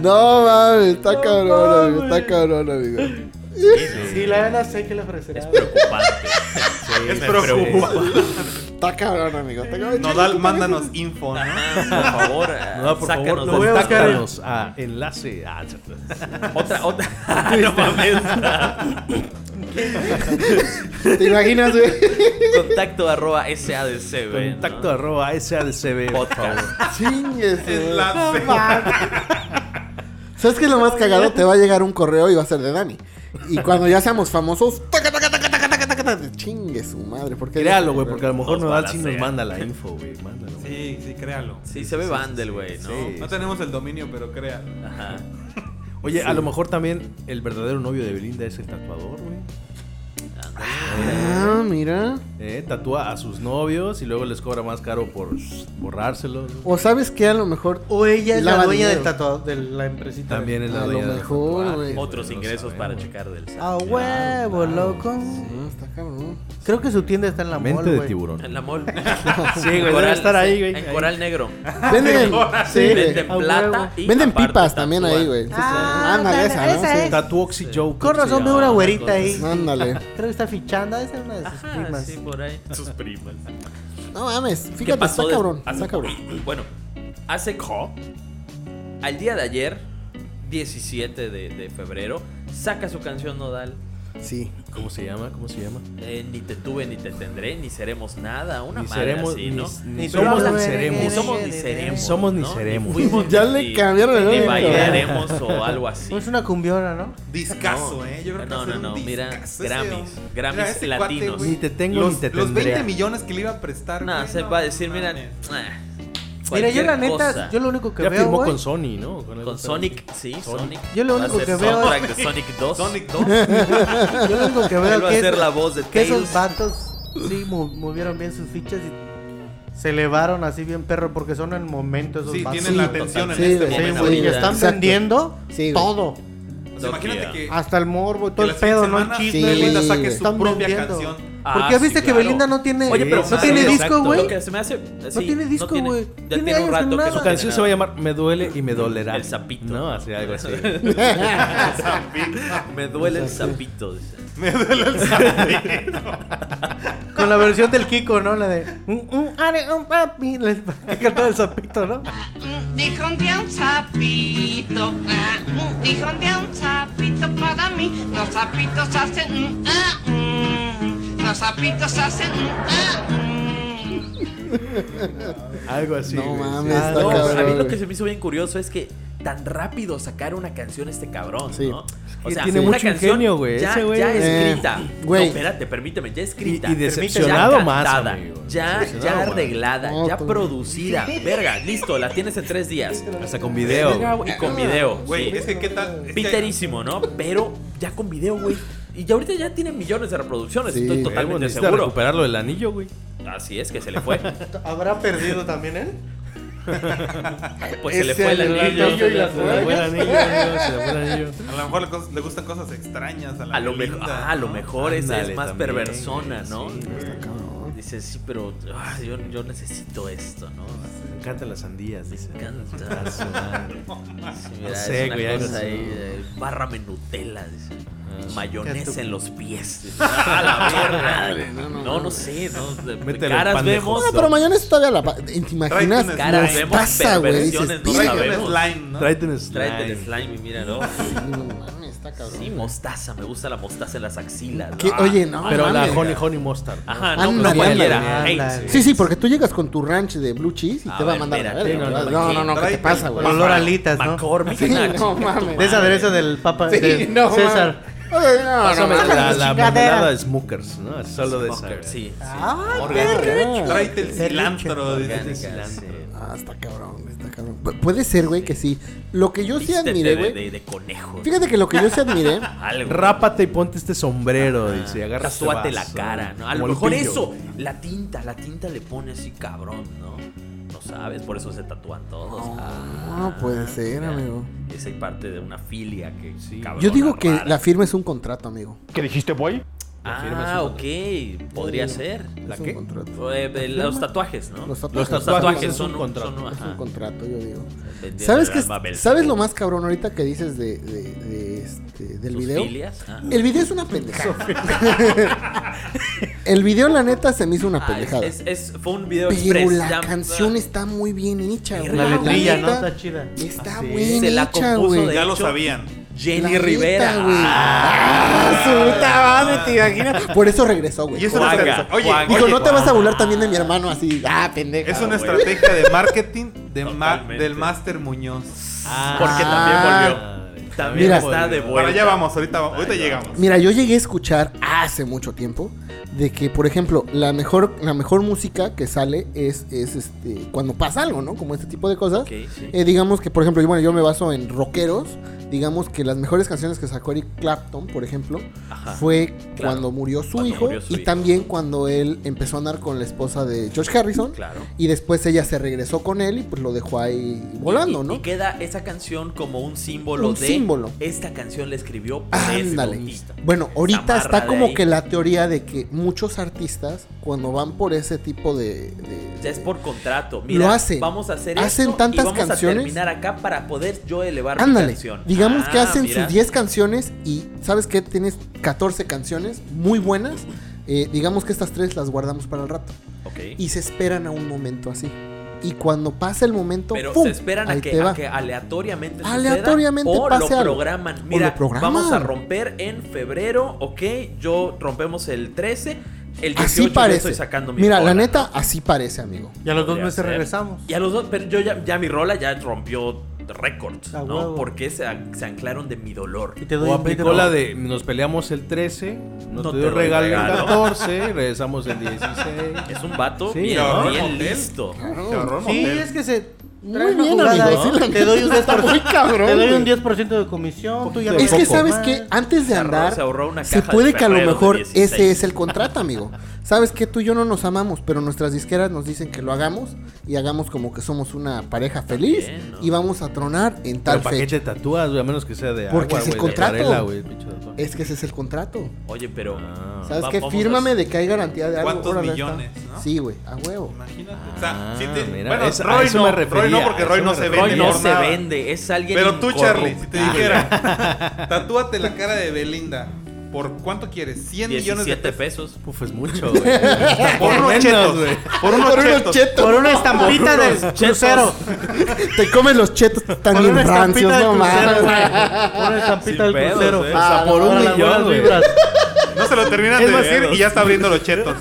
[SPEAKER 2] No mames, está
[SPEAKER 6] No
[SPEAKER 2] cabrón, amigo,
[SPEAKER 6] mames.
[SPEAKER 2] está cabrón, amigo.
[SPEAKER 6] Sí, la verdad sé qué le ofrecerá.
[SPEAKER 3] Es preocupante.
[SPEAKER 5] Este
[SPEAKER 3] es preocupante.
[SPEAKER 2] Está cabrón, amigo. Está cabrón.
[SPEAKER 5] Nodal, mándanos info, ¿no?
[SPEAKER 3] Por favor,
[SPEAKER 4] No, por
[SPEAKER 3] sácanos
[SPEAKER 4] favor,
[SPEAKER 3] de
[SPEAKER 6] voy a
[SPEAKER 3] esta-
[SPEAKER 6] buscar.
[SPEAKER 4] contáctanos a enlace. Ah,
[SPEAKER 3] Otra, otra. no mames.
[SPEAKER 2] ¿Te imaginas, güey?
[SPEAKER 3] (laughs) Contacto arroba SADC, güey. ¿no?
[SPEAKER 4] Contacto arroba SADCB, por favor.
[SPEAKER 3] Podcast.
[SPEAKER 2] Chingues, güey.
[SPEAKER 5] la
[SPEAKER 2] No mames. ¿Sabes qué es lo más cagado? Te va a llegar un correo y va a ser de Dani. Y cuando ya seamos famosos, taca, taca, taca, taca, taca, taca, taca, te chingue su madre. ¿por qué?
[SPEAKER 4] Créalo, güey, porque a lo mejor
[SPEAKER 3] Nos
[SPEAKER 4] Nodal sí nos
[SPEAKER 3] balacea.
[SPEAKER 4] manda la info, güey. Mándalo. güey.
[SPEAKER 5] Sí, sí, créalo.
[SPEAKER 3] Sí, se ve Vandel, güey, ¿no?
[SPEAKER 4] sí.
[SPEAKER 5] No tenemos el dominio, pero créalo.
[SPEAKER 3] Ajá.
[SPEAKER 4] Oye, a lo mejor también el verdadero novio de Belinda es el tatuador, güey.
[SPEAKER 2] Ah, mira.
[SPEAKER 4] Eh, tatúa a sus novios y luego les cobra más caro por borrárselos. güey.
[SPEAKER 2] O sabes que a lo mejor oh,
[SPEAKER 6] O ella es la,
[SPEAKER 2] Lava
[SPEAKER 6] dueña del
[SPEAKER 2] dinero.
[SPEAKER 6] tatuador, de la empresita.
[SPEAKER 4] También es la
[SPEAKER 2] A lo
[SPEAKER 4] dueña de los
[SPEAKER 2] mejor,
[SPEAKER 4] tatuajes,
[SPEAKER 2] güey.
[SPEAKER 3] Otros
[SPEAKER 4] no
[SPEAKER 3] ingresos para
[SPEAKER 4] sabemos.
[SPEAKER 3] checar del SAT.
[SPEAKER 2] Ah,
[SPEAKER 6] A huevo, loco.
[SPEAKER 2] Mm, Está cabrón.
[SPEAKER 6] Creo que su tienda está en la
[SPEAKER 4] Mente
[SPEAKER 6] mall,
[SPEAKER 4] de
[SPEAKER 6] güey.
[SPEAKER 4] tiburón.
[SPEAKER 3] En la mall.
[SPEAKER 4] Sí, güey, debe estar ahí, güey.
[SPEAKER 3] En
[SPEAKER 4] Ahí.
[SPEAKER 3] Coral Negro.
[SPEAKER 2] Venden, sí,
[SPEAKER 3] Venden
[SPEAKER 2] güey.
[SPEAKER 3] plata Ah, y
[SPEAKER 2] Venden
[SPEAKER 3] aparte
[SPEAKER 2] pipas también
[SPEAKER 3] tatúan.
[SPEAKER 2] ahí, güey. Sí, sí.
[SPEAKER 6] Ah,
[SPEAKER 2] Ándale, esa, ¿no?
[SPEAKER 6] esa
[SPEAKER 2] Sí.
[SPEAKER 6] es.
[SPEAKER 4] Tatuoxy Joe.
[SPEAKER 6] Con razón veo una güerita ahí.
[SPEAKER 3] Sí.
[SPEAKER 2] Ándale.
[SPEAKER 6] Creo que está fichando. Esa es una de sus
[SPEAKER 3] Ajá,
[SPEAKER 6] primas.
[SPEAKER 3] sí, por ahí. Sus primas.
[SPEAKER 2] No mames,
[SPEAKER 3] ¿Qué
[SPEAKER 2] fíjate,
[SPEAKER 3] pasó
[SPEAKER 2] está
[SPEAKER 3] des-
[SPEAKER 2] cabrón,
[SPEAKER 3] hace-
[SPEAKER 2] está cabrón.
[SPEAKER 3] Bueno, hace al día de ayer, 17 de, de febrero, saca su canción Nodal.
[SPEAKER 2] Sí.
[SPEAKER 4] ¿Cómo se llama? ¿Cómo se llama?
[SPEAKER 3] eh, ni te tuve, ni te tendré, ni seremos nada. Una
[SPEAKER 4] Ni
[SPEAKER 3] madre
[SPEAKER 4] seremos,
[SPEAKER 3] así,
[SPEAKER 4] ni-
[SPEAKER 3] ¿no?
[SPEAKER 4] ni
[SPEAKER 6] Ni
[SPEAKER 4] somos
[SPEAKER 6] habla-
[SPEAKER 4] ni
[SPEAKER 3] Ni
[SPEAKER 4] seremos.
[SPEAKER 3] somos ni seremos.
[SPEAKER 4] Somos ni
[SPEAKER 3] ¿no?
[SPEAKER 4] seremos.
[SPEAKER 3] fuimos
[SPEAKER 2] Ya
[SPEAKER 3] ni-
[SPEAKER 2] le
[SPEAKER 3] ni-
[SPEAKER 2] cambiaron el
[SPEAKER 3] Ni
[SPEAKER 2] nombre.
[SPEAKER 3] bailaremos o algo así.
[SPEAKER 6] Es Pues una cumbiona, ¿no?
[SPEAKER 5] Discaso, ¿eh? Yo creo que
[SPEAKER 3] No,
[SPEAKER 5] va a ser
[SPEAKER 3] no,
[SPEAKER 5] un
[SPEAKER 3] no, mira,
[SPEAKER 5] discazo ese
[SPEAKER 3] Grammys,
[SPEAKER 5] hombre.
[SPEAKER 3] Grammys
[SPEAKER 5] Mira, ese
[SPEAKER 3] latinos.
[SPEAKER 5] güey,
[SPEAKER 4] Ni te tengo,
[SPEAKER 5] los,
[SPEAKER 4] ni te
[SPEAKER 5] Los
[SPEAKER 4] tendré.
[SPEAKER 5] 20 millones que le iba a prestar.
[SPEAKER 3] Nada,
[SPEAKER 5] güey,
[SPEAKER 3] se
[SPEAKER 5] no
[SPEAKER 3] va a decir, mira.
[SPEAKER 5] mames.
[SPEAKER 3] ah,
[SPEAKER 6] Mira, yo
[SPEAKER 3] cualquier
[SPEAKER 6] la neta,
[SPEAKER 3] cosa.
[SPEAKER 6] yo lo único que
[SPEAKER 4] Ya
[SPEAKER 6] veo,
[SPEAKER 4] firmó
[SPEAKER 6] güey,
[SPEAKER 4] con Sony, ¿no? Con,
[SPEAKER 3] Con Sonic, sí, Sonic.
[SPEAKER 6] Yo lo
[SPEAKER 3] Va a
[SPEAKER 6] único
[SPEAKER 3] ser
[SPEAKER 6] que veo-
[SPEAKER 3] soundtrack de Sonic 2.
[SPEAKER 5] Sonic
[SPEAKER 3] (laughs)
[SPEAKER 5] 2.
[SPEAKER 6] yo lo único que veo
[SPEAKER 3] Él va a
[SPEAKER 6] que es-
[SPEAKER 3] ser la voz de
[SPEAKER 6] que esos
[SPEAKER 3] Tails.
[SPEAKER 6] vatos sí mu- movieron bien sus fichas y se elevaron así bien perro porque son el momento esos
[SPEAKER 5] Sí,
[SPEAKER 6] vatos.
[SPEAKER 5] tienen la atención en
[SPEAKER 2] sí,
[SPEAKER 5] este
[SPEAKER 2] güey.
[SPEAKER 6] Sí,
[SPEAKER 5] momento.
[SPEAKER 6] güey, y
[SPEAKER 3] ahorita.
[SPEAKER 6] están
[SPEAKER 2] Exacto.
[SPEAKER 6] vendiendo
[SPEAKER 2] Sí, güey.
[SPEAKER 6] todo,
[SPEAKER 5] O sea, imagínate
[SPEAKER 3] Nokia.
[SPEAKER 5] que,
[SPEAKER 6] hasta el morbo, todo
[SPEAKER 5] que
[SPEAKER 6] el pedo, no el
[SPEAKER 5] semana
[SPEAKER 6] chisme,
[SPEAKER 2] Sí,
[SPEAKER 6] güey.
[SPEAKER 5] Belinda
[SPEAKER 2] güey.
[SPEAKER 5] saque su
[SPEAKER 6] Están
[SPEAKER 5] propia
[SPEAKER 6] vendiendo.
[SPEAKER 5] canción.
[SPEAKER 3] Ah,
[SPEAKER 6] Porque ya
[SPEAKER 3] sí,
[SPEAKER 6] viste que
[SPEAKER 3] claro.
[SPEAKER 6] Belinda no tiene
[SPEAKER 3] Oye, pero
[SPEAKER 6] no
[SPEAKER 3] madre,
[SPEAKER 6] tiene
[SPEAKER 4] exacto.
[SPEAKER 6] disco, güey.
[SPEAKER 3] Lo que se me hace, eh, sí,
[SPEAKER 6] tiene disco,
[SPEAKER 3] tiene-
[SPEAKER 6] güey.
[SPEAKER 3] Ya
[SPEAKER 6] Tiene
[SPEAKER 3] tiene,
[SPEAKER 6] años
[SPEAKER 3] un
[SPEAKER 6] que
[SPEAKER 3] rato que
[SPEAKER 6] nada.
[SPEAKER 3] no
[SPEAKER 4] Su canción
[SPEAKER 3] tiene
[SPEAKER 4] se va a
[SPEAKER 3] nada.
[SPEAKER 4] llamar Me duele y me dolerá.
[SPEAKER 3] El sapito.
[SPEAKER 4] No, así
[SPEAKER 3] (laughs)
[SPEAKER 4] algo
[SPEAKER 6] (laughs)
[SPEAKER 4] así.
[SPEAKER 3] Me duele el sapito. dice.
[SPEAKER 6] Con la versión del Kiko, ¿no? La de un un are un papi, (laughs) les cantaba el sapito, ¿no?
[SPEAKER 7] Dijo un día un sapito, ah, mm, dijo un día un sapito para mí. Los sapitos hacen, mm, ah, mm, los sapitos hacen, mm, ah, mm.
[SPEAKER 4] Algo así.
[SPEAKER 2] No
[SPEAKER 4] güey, sí.
[SPEAKER 2] mames,
[SPEAKER 4] Ah,
[SPEAKER 2] está
[SPEAKER 3] No,
[SPEAKER 2] cabrón.
[SPEAKER 3] a mí lo que
[SPEAKER 2] güey.
[SPEAKER 3] se me hizo bien curioso es que tan rápido sacar una canción este cabrón,
[SPEAKER 2] Sí.
[SPEAKER 3] ¿no? O
[SPEAKER 4] que tiene mucho ingenio, güey,
[SPEAKER 3] Ya,
[SPEAKER 4] ese güey.
[SPEAKER 3] ya
[SPEAKER 2] Eh,
[SPEAKER 3] escrita.
[SPEAKER 2] güey.
[SPEAKER 3] No, espérate, permíteme, ya escrita.
[SPEAKER 4] Y- y decepcionado
[SPEAKER 3] ya
[SPEAKER 4] más,
[SPEAKER 3] cantada,
[SPEAKER 4] amigo,
[SPEAKER 3] Ya,
[SPEAKER 4] decepcionado
[SPEAKER 3] ya
[SPEAKER 4] más. pues,
[SPEAKER 3] arreglada,
[SPEAKER 2] No,
[SPEAKER 3] ya
[SPEAKER 2] tú-
[SPEAKER 3] producida. Verga, listo, la tienes en tres días.
[SPEAKER 4] Hasta con video.
[SPEAKER 3] Verga,
[SPEAKER 4] güey.
[SPEAKER 3] Y con video.
[SPEAKER 5] Güey,
[SPEAKER 3] sí.
[SPEAKER 5] es que qué tal. Es que-
[SPEAKER 3] Piterísimo, ¿no? Pero ya con video, güey. Y ya ahorita ya tiene millones de reproducciones,
[SPEAKER 2] Sí,
[SPEAKER 3] estoy
[SPEAKER 2] güey,
[SPEAKER 4] Algo
[SPEAKER 3] totalmente
[SPEAKER 4] necesita
[SPEAKER 3] seguro.
[SPEAKER 4] recuperar lo del anillo, güey.
[SPEAKER 3] Así es, que se le fue.
[SPEAKER 6] Habrá perdido también
[SPEAKER 5] ¿eh?
[SPEAKER 6] él.
[SPEAKER 3] Pues se le fue el
[SPEAKER 6] anillo
[SPEAKER 3] anillo.
[SPEAKER 6] y la
[SPEAKER 4] Se le fue el anillo, amigo, se le fue el anillo.
[SPEAKER 5] A lo mejor le, cos- le gustan cosas extrañas a la
[SPEAKER 3] A lo mejor,
[SPEAKER 5] Belinda,
[SPEAKER 3] ah, a lo
[SPEAKER 5] ¿no?
[SPEAKER 3] mejor esa
[SPEAKER 4] Ándale,
[SPEAKER 3] es más
[SPEAKER 4] también,
[SPEAKER 3] perversona,
[SPEAKER 4] güey,
[SPEAKER 3] ¿no?
[SPEAKER 4] sí, güey.
[SPEAKER 3] Dices, sí, pero ah, yo, yo necesito esto, ¿no?
[SPEAKER 4] Me encantan las sandías, dice.
[SPEAKER 3] Me encanta.
[SPEAKER 4] Ah, su madre.
[SPEAKER 3] Sí, mira,
[SPEAKER 4] No
[SPEAKER 3] es
[SPEAKER 4] sé,
[SPEAKER 3] una
[SPEAKER 4] güey, algo
[SPEAKER 3] cosa
[SPEAKER 4] así.
[SPEAKER 3] ahí, eh, bárrame Nutella, dice.
[SPEAKER 6] Qué
[SPEAKER 4] Ah,
[SPEAKER 3] Mayonesa en los pies. dice. A la verga. No, no, sé, no. de- de
[SPEAKER 4] Métele
[SPEAKER 3] caras
[SPEAKER 4] pan de
[SPEAKER 3] vemos.
[SPEAKER 2] Ah, pero mayonesa todavía la pa- ¿Te imaginas?
[SPEAKER 5] unas
[SPEAKER 3] Caras
[SPEAKER 2] Nos
[SPEAKER 3] vemos,
[SPEAKER 2] pasa, güey. Dices,
[SPEAKER 3] perversiones, no
[SPEAKER 5] Trae
[SPEAKER 2] "Verga,
[SPEAKER 3] sabemos.
[SPEAKER 5] un slime, ¿no?
[SPEAKER 4] Tráete un slime.
[SPEAKER 3] Tráete el slime y míralo.
[SPEAKER 2] no mames, está cabrón.
[SPEAKER 3] Sí, mostaza, me gusta la mostaza en las axilas.
[SPEAKER 2] ¿Qué?
[SPEAKER 3] Ah.
[SPEAKER 2] Oye, no.
[SPEAKER 4] Pero la
[SPEAKER 2] mames.
[SPEAKER 4] honey honey mustard.
[SPEAKER 3] Ajá,
[SPEAKER 2] Ah,
[SPEAKER 3] no,
[SPEAKER 2] no,
[SPEAKER 3] pues
[SPEAKER 2] bueno,
[SPEAKER 3] cualquiera.
[SPEAKER 6] la-
[SPEAKER 3] Hey,
[SPEAKER 6] la-
[SPEAKER 2] Sí, sí, porque tú llegas con tu ranch de blue cheese y
[SPEAKER 3] A
[SPEAKER 2] te va a
[SPEAKER 3] ver,
[SPEAKER 2] mandar a la
[SPEAKER 3] espérate,
[SPEAKER 2] verga,
[SPEAKER 3] no,
[SPEAKER 2] ¿verdad?
[SPEAKER 3] no,
[SPEAKER 2] No, no, no, ¿qué te
[SPEAKER 5] tráete,
[SPEAKER 2] pasa,
[SPEAKER 6] Con
[SPEAKER 2] güey?
[SPEAKER 6] olor a alitas, ¿no?
[SPEAKER 3] McCormick.
[SPEAKER 2] Sí,
[SPEAKER 3] Nacho,
[SPEAKER 2] no
[SPEAKER 3] tu
[SPEAKER 2] mames.
[SPEAKER 6] De
[SPEAKER 3] madre.
[SPEAKER 6] esa adereza del Papa
[SPEAKER 2] Sí,
[SPEAKER 6] de
[SPEAKER 2] no, mames.
[SPEAKER 6] César.
[SPEAKER 2] Ay, no, no,
[SPEAKER 4] Pásame
[SPEAKER 2] no, no,
[SPEAKER 4] la, la
[SPEAKER 6] chingadera.
[SPEAKER 4] mermelada de Smuckers, ¿no? Así Solo de esa.
[SPEAKER 3] Smoker, sí. sí.
[SPEAKER 4] Ah,
[SPEAKER 2] no.
[SPEAKER 5] Tráete el
[SPEAKER 6] Qué
[SPEAKER 5] cilantro.
[SPEAKER 4] este
[SPEAKER 5] dice.
[SPEAKER 3] Orgánica, sí.
[SPEAKER 2] Ah, está cabrón, güey, está cabrón. Pu- Puede ser, güey, que sí. Lo que yo sí
[SPEAKER 3] Vístete
[SPEAKER 2] admiré,
[SPEAKER 3] de,
[SPEAKER 2] güey.
[SPEAKER 3] de- de conejo.
[SPEAKER 2] Fíjate que lo que yo sí admiré. (laughs)
[SPEAKER 3] Algo.
[SPEAKER 4] Rápate y ponte este sombrero, dice. Agarra este
[SPEAKER 3] Tatúate la
[SPEAKER 4] vaso,
[SPEAKER 3] cara, ¿no? A
[SPEAKER 4] como
[SPEAKER 3] lo
[SPEAKER 4] el
[SPEAKER 3] mejor
[SPEAKER 4] pillo.
[SPEAKER 3] eso. La tinta, la tinta le pone así cabrón, ¿no? No sabes, por eso se tatúan todos.
[SPEAKER 2] Ah, puede ser, amigo.
[SPEAKER 3] Esa es parte de una filia que.
[SPEAKER 2] Yo digo que la firma es un contrato, amigo.
[SPEAKER 3] Ah, ok. Podría ser.
[SPEAKER 4] ¿La
[SPEAKER 2] Es un
[SPEAKER 4] qué?
[SPEAKER 2] contrato.
[SPEAKER 3] Eh, eh, los tatuajes, ¿no?
[SPEAKER 2] Los tatuajes.
[SPEAKER 4] Los
[SPEAKER 3] Los
[SPEAKER 4] tatuajes
[SPEAKER 3] tatuajes
[SPEAKER 4] son
[SPEAKER 3] son
[SPEAKER 4] un
[SPEAKER 3] un
[SPEAKER 4] contrato.
[SPEAKER 3] son un-
[SPEAKER 2] Es un
[SPEAKER 3] ajá.
[SPEAKER 2] contrato, yo digo.
[SPEAKER 3] Dependiendo
[SPEAKER 2] ¿Sabes,
[SPEAKER 3] del
[SPEAKER 2] qué?
[SPEAKER 3] alma del-
[SPEAKER 2] ¿Sabes lo más cabrón ahorita que dices de, de- de este, del
[SPEAKER 3] sus
[SPEAKER 2] video?
[SPEAKER 3] filias? Ah.
[SPEAKER 2] El video es una pendejada. El video, la neta, se me hizo una
[SPEAKER 3] Ah, es-
[SPEAKER 2] pendejada.
[SPEAKER 3] es, es- fue un video
[SPEAKER 2] Pero
[SPEAKER 3] express.
[SPEAKER 2] la
[SPEAKER 3] ya-
[SPEAKER 2] canción está muy bien hecha, güey.
[SPEAKER 6] La letrilla, ¿no?
[SPEAKER 2] neta,
[SPEAKER 6] Está chida.
[SPEAKER 2] Está
[SPEAKER 6] Así.
[SPEAKER 2] bien
[SPEAKER 3] Se la
[SPEAKER 2] hecha,
[SPEAKER 3] compuso
[SPEAKER 2] güey.
[SPEAKER 3] de-
[SPEAKER 5] Ya lo
[SPEAKER 3] hecho,
[SPEAKER 5] sabían.
[SPEAKER 2] La
[SPEAKER 3] Jenny
[SPEAKER 2] neta,
[SPEAKER 3] Rivera.
[SPEAKER 2] güey. Ah, su puta madre, te imaginas. Por eso regresó, güey.
[SPEAKER 5] Y eso no
[SPEAKER 3] Juanga,
[SPEAKER 5] se regresa. Oye,
[SPEAKER 3] Juanga.
[SPEAKER 2] Dijo,
[SPEAKER 5] oye,
[SPEAKER 2] no te vas a burlar también de mi hermano así. Ah, pendejo.
[SPEAKER 5] es una
[SPEAKER 3] güey.
[SPEAKER 5] estrategia de marketing de ma-
[SPEAKER 3] Totalmente.
[SPEAKER 5] del Master Muñoz.
[SPEAKER 3] Porque
[SPEAKER 2] Ah.
[SPEAKER 3] también volvió. También
[SPEAKER 2] Mira.
[SPEAKER 3] está de vuelta.
[SPEAKER 5] Para allá vamos, ahorita, va- ahorita llegamos.
[SPEAKER 2] Mira, yo llegué a escuchar hace mucho tiempo de que, por ejemplo, la mejor, la mejor música que sale es, es este, cuando pasa algo, ¿no? Como este tipo de cosas.
[SPEAKER 3] Ok, sí.
[SPEAKER 2] Eh, digamos que, por ejemplo, yo, bueno, yo me baso en rockeros. Digamos que las mejores canciones que sacó Eric Clapton, por ejemplo,
[SPEAKER 3] Ajá.
[SPEAKER 2] fue
[SPEAKER 3] claro.
[SPEAKER 2] cuando murió su
[SPEAKER 3] Cuando
[SPEAKER 2] hijo
[SPEAKER 3] murió su
[SPEAKER 2] y
[SPEAKER 3] hijo.
[SPEAKER 2] también cuando él empezó a andar con la esposa de George Harrison.
[SPEAKER 3] Claro.
[SPEAKER 2] Y después ella se regresó con él y pues lo dejó ahí volando,
[SPEAKER 3] Y- y-
[SPEAKER 2] ¿no?
[SPEAKER 3] Y queda esa canción como un símbolo
[SPEAKER 2] Un
[SPEAKER 3] de.
[SPEAKER 2] símbolo.
[SPEAKER 3] Esta canción la escribió por
[SPEAKER 2] Ándale.
[SPEAKER 3] esto. Y-
[SPEAKER 2] Bueno, ahorita
[SPEAKER 3] amarra
[SPEAKER 2] está
[SPEAKER 3] de
[SPEAKER 2] como
[SPEAKER 3] ahí.
[SPEAKER 2] que la teoría de que muchos artistas, cuando van por ese tipo de. de-
[SPEAKER 3] Ya es
[SPEAKER 2] de-
[SPEAKER 3] por contrato. Mira,
[SPEAKER 2] hacen.
[SPEAKER 3] Vamos a hacer
[SPEAKER 2] Hacen
[SPEAKER 3] esto
[SPEAKER 2] tantas
[SPEAKER 3] y vamos
[SPEAKER 2] canciones.
[SPEAKER 3] a terminar acá para poder yo elevar mi
[SPEAKER 2] Ándale.
[SPEAKER 3] canción.
[SPEAKER 2] Digamos que
[SPEAKER 3] Ah,
[SPEAKER 2] hacen
[SPEAKER 3] mira.
[SPEAKER 2] sus 10 canciones y, ¿sabes qué? Tienes 14 canciones muy buenas. Eh, digamos que estas tres las guardamos para el rato.
[SPEAKER 3] Ok.
[SPEAKER 2] Y se esperan a un momento así. Y cuando pasa el momento.
[SPEAKER 3] Pero
[SPEAKER 2] ¡pum!
[SPEAKER 3] se esperan a
[SPEAKER 2] Ahí
[SPEAKER 3] que,
[SPEAKER 2] te
[SPEAKER 3] a
[SPEAKER 2] va.
[SPEAKER 3] que aleatoriamente suceda,
[SPEAKER 2] Aleatoriamente
[SPEAKER 3] o
[SPEAKER 2] pase
[SPEAKER 3] lo
[SPEAKER 2] algo.
[SPEAKER 3] programan.
[SPEAKER 2] O
[SPEAKER 3] Mira,
[SPEAKER 2] lo programan.
[SPEAKER 3] vamos a romper en febrero, ok, yo rompemos el 13, el 18
[SPEAKER 2] Así
[SPEAKER 3] yo
[SPEAKER 2] parece.
[SPEAKER 3] estoy sacando mi
[SPEAKER 2] Mira,
[SPEAKER 3] rola,
[SPEAKER 2] la
[SPEAKER 3] ¿no?
[SPEAKER 2] neta, así parece, amigo.
[SPEAKER 6] Y a los dos
[SPEAKER 3] Podría
[SPEAKER 6] meses
[SPEAKER 3] ser.
[SPEAKER 6] regresamos.
[SPEAKER 3] Y a los dos, pero yo ya, ya mi rola ya rompió récords,
[SPEAKER 6] A
[SPEAKER 3] ¿no?
[SPEAKER 6] huevo.
[SPEAKER 3] Porque se, se anclaron de mi dolor.
[SPEAKER 6] Y te doy
[SPEAKER 4] O
[SPEAKER 6] un
[SPEAKER 4] aplicó
[SPEAKER 6] video.
[SPEAKER 4] la de nos peleamos el 13, no,
[SPEAKER 3] No
[SPEAKER 4] te
[SPEAKER 3] te doy
[SPEAKER 4] doy regalo el
[SPEAKER 3] regalo.
[SPEAKER 4] 14, y regresamos el 16.
[SPEAKER 3] Es un vato
[SPEAKER 4] Sí,
[SPEAKER 3] bien,
[SPEAKER 5] ¿no?
[SPEAKER 3] bien
[SPEAKER 5] Hotel.
[SPEAKER 3] listo.
[SPEAKER 5] Se ahorró el
[SPEAKER 6] Sí,
[SPEAKER 5] motel.
[SPEAKER 6] es que se.
[SPEAKER 2] Muy
[SPEAKER 6] trae una
[SPEAKER 2] bien,
[SPEAKER 6] jugada,
[SPEAKER 2] amigo.
[SPEAKER 6] ¿eh?
[SPEAKER 2] Sí, la
[SPEAKER 6] Te doy un
[SPEAKER 2] neta (laughs) está
[SPEAKER 6] 10%,
[SPEAKER 2] muy cabrón,
[SPEAKER 6] te doy
[SPEAKER 2] güey.
[SPEAKER 6] un 10% de comisión. tú ya
[SPEAKER 2] Es
[SPEAKER 6] no
[SPEAKER 2] que
[SPEAKER 6] poco
[SPEAKER 2] sabes Ah,
[SPEAKER 6] más.
[SPEAKER 2] que antes de
[SPEAKER 3] Ah, Se ahorró-
[SPEAKER 2] andar,
[SPEAKER 3] se ahorró una
[SPEAKER 2] se
[SPEAKER 3] caja de
[SPEAKER 2] puede que a lo
[SPEAKER 3] febrero de
[SPEAKER 2] mejor
[SPEAKER 3] 16.
[SPEAKER 2] ese es el contrato, amigo. Sabes que tú y yo no nos amamos, pero nuestras disqueras nos dicen que lo hagamos y hagamos como que somos una pareja feliz
[SPEAKER 3] También, ¿no?
[SPEAKER 2] y vamos a tronar en
[SPEAKER 4] Pero
[SPEAKER 2] tal
[SPEAKER 4] ¿para qué
[SPEAKER 2] fecha.
[SPEAKER 4] te tatúas, güey? A menos que sea de
[SPEAKER 2] Porque
[SPEAKER 4] agua,
[SPEAKER 2] es el
[SPEAKER 4] güey, de
[SPEAKER 2] contrato.
[SPEAKER 4] acuarela, güey, pinche tatuaje.
[SPEAKER 2] Es que ese es el contrato.
[SPEAKER 3] Oye, pero...
[SPEAKER 4] Ah.
[SPEAKER 2] ¿Sabes
[SPEAKER 3] va-
[SPEAKER 2] qué?
[SPEAKER 3] vamos a-
[SPEAKER 2] Fírmame de que hay garantía de algo.
[SPEAKER 5] ¿Cuántos
[SPEAKER 2] Órale, ahí
[SPEAKER 5] millones,
[SPEAKER 2] está.
[SPEAKER 5] no?
[SPEAKER 2] Sí, güey, a huevo.
[SPEAKER 5] Imagínate. o
[SPEAKER 4] Ah,
[SPEAKER 5] sea, sí te-
[SPEAKER 4] mira,
[SPEAKER 5] bueno,
[SPEAKER 4] esa- a
[SPEAKER 5] Roy
[SPEAKER 4] eso
[SPEAKER 5] no,
[SPEAKER 4] me
[SPEAKER 5] Roy
[SPEAKER 4] refería,
[SPEAKER 5] no, porque
[SPEAKER 4] a
[SPEAKER 5] Roy
[SPEAKER 4] eso
[SPEAKER 5] no
[SPEAKER 4] me
[SPEAKER 5] se
[SPEAKER 4] refería.
[SPEAKER 5] vende
[SPEAKER 3] Roy no
[SPEAKER 5] por
[SPEAKER 3] se
[SPEAKER 5] nada.
[SPEAKER 3] vende, es alguien
[SPEAKER 5] Pero tú, Charlie, si te
[SPEAKER 4] Ah,
[SPEAKER 3] incorruptible.
[SPEAKER 4] (laughs)
[SPEAKER 5] dijera, tatúate la cara de Belinda. ¿Por cuánto quieres? 100 millones de
[SPEAKER 3] 17
[SPEAKER 5] pesos.
[SPEAKER 3] pesos.
[SPEAKER 4] Uf, es
[SPEAKER 3] (laughs)
[SPEAKER 4] mucho, güey. Por
[SPEAKER 5] Por unos
[SPEAKER 4] menos,
[SPEAKER 5] chetos,
[SPEAKER 4] güey.
[SPEAKER 5] Por unos chetos.
[SPEAKER 6] Por una estampita del
[SPEAKER 3] chetos.
[SPEAKER 6] crucero.
[SPEAKER 2] Te comes los chetos tan
[SPEAKER 6] Por
[SPEAKER 2] bien
[SPEAKER 6] una
[SPEAKER 2] rancios,
[SPEAKER 6] estampita del
[SPEAKER 2] no
[SPEAKER 6] crucero.
[SPEAKER 2] mames.
[SPEAKER 6] güey. Por una estampita del
[SPEAKER 3] Sin pedos,
[SPEAKER 6] crucero.
[SPEAKER 3] eh.
[SPEAKER 4] O sea, por un
[SPEAKER 6] Para las
[SPEAKER 4] millón,
[SPEAKER 6] buenas
[SPEAKER 4] güey.
[SPEAKER 6] vibras.
[SPEAKER 5] No se lo terminan
[SPEAKER 4] Es
[SPEAKER 5] de
[SPEAKER 4] más,
[SPEAKER 5] decir
[SPEAKER 4] sí.
[SPEAKER 5] y ya está abriendo los chetos.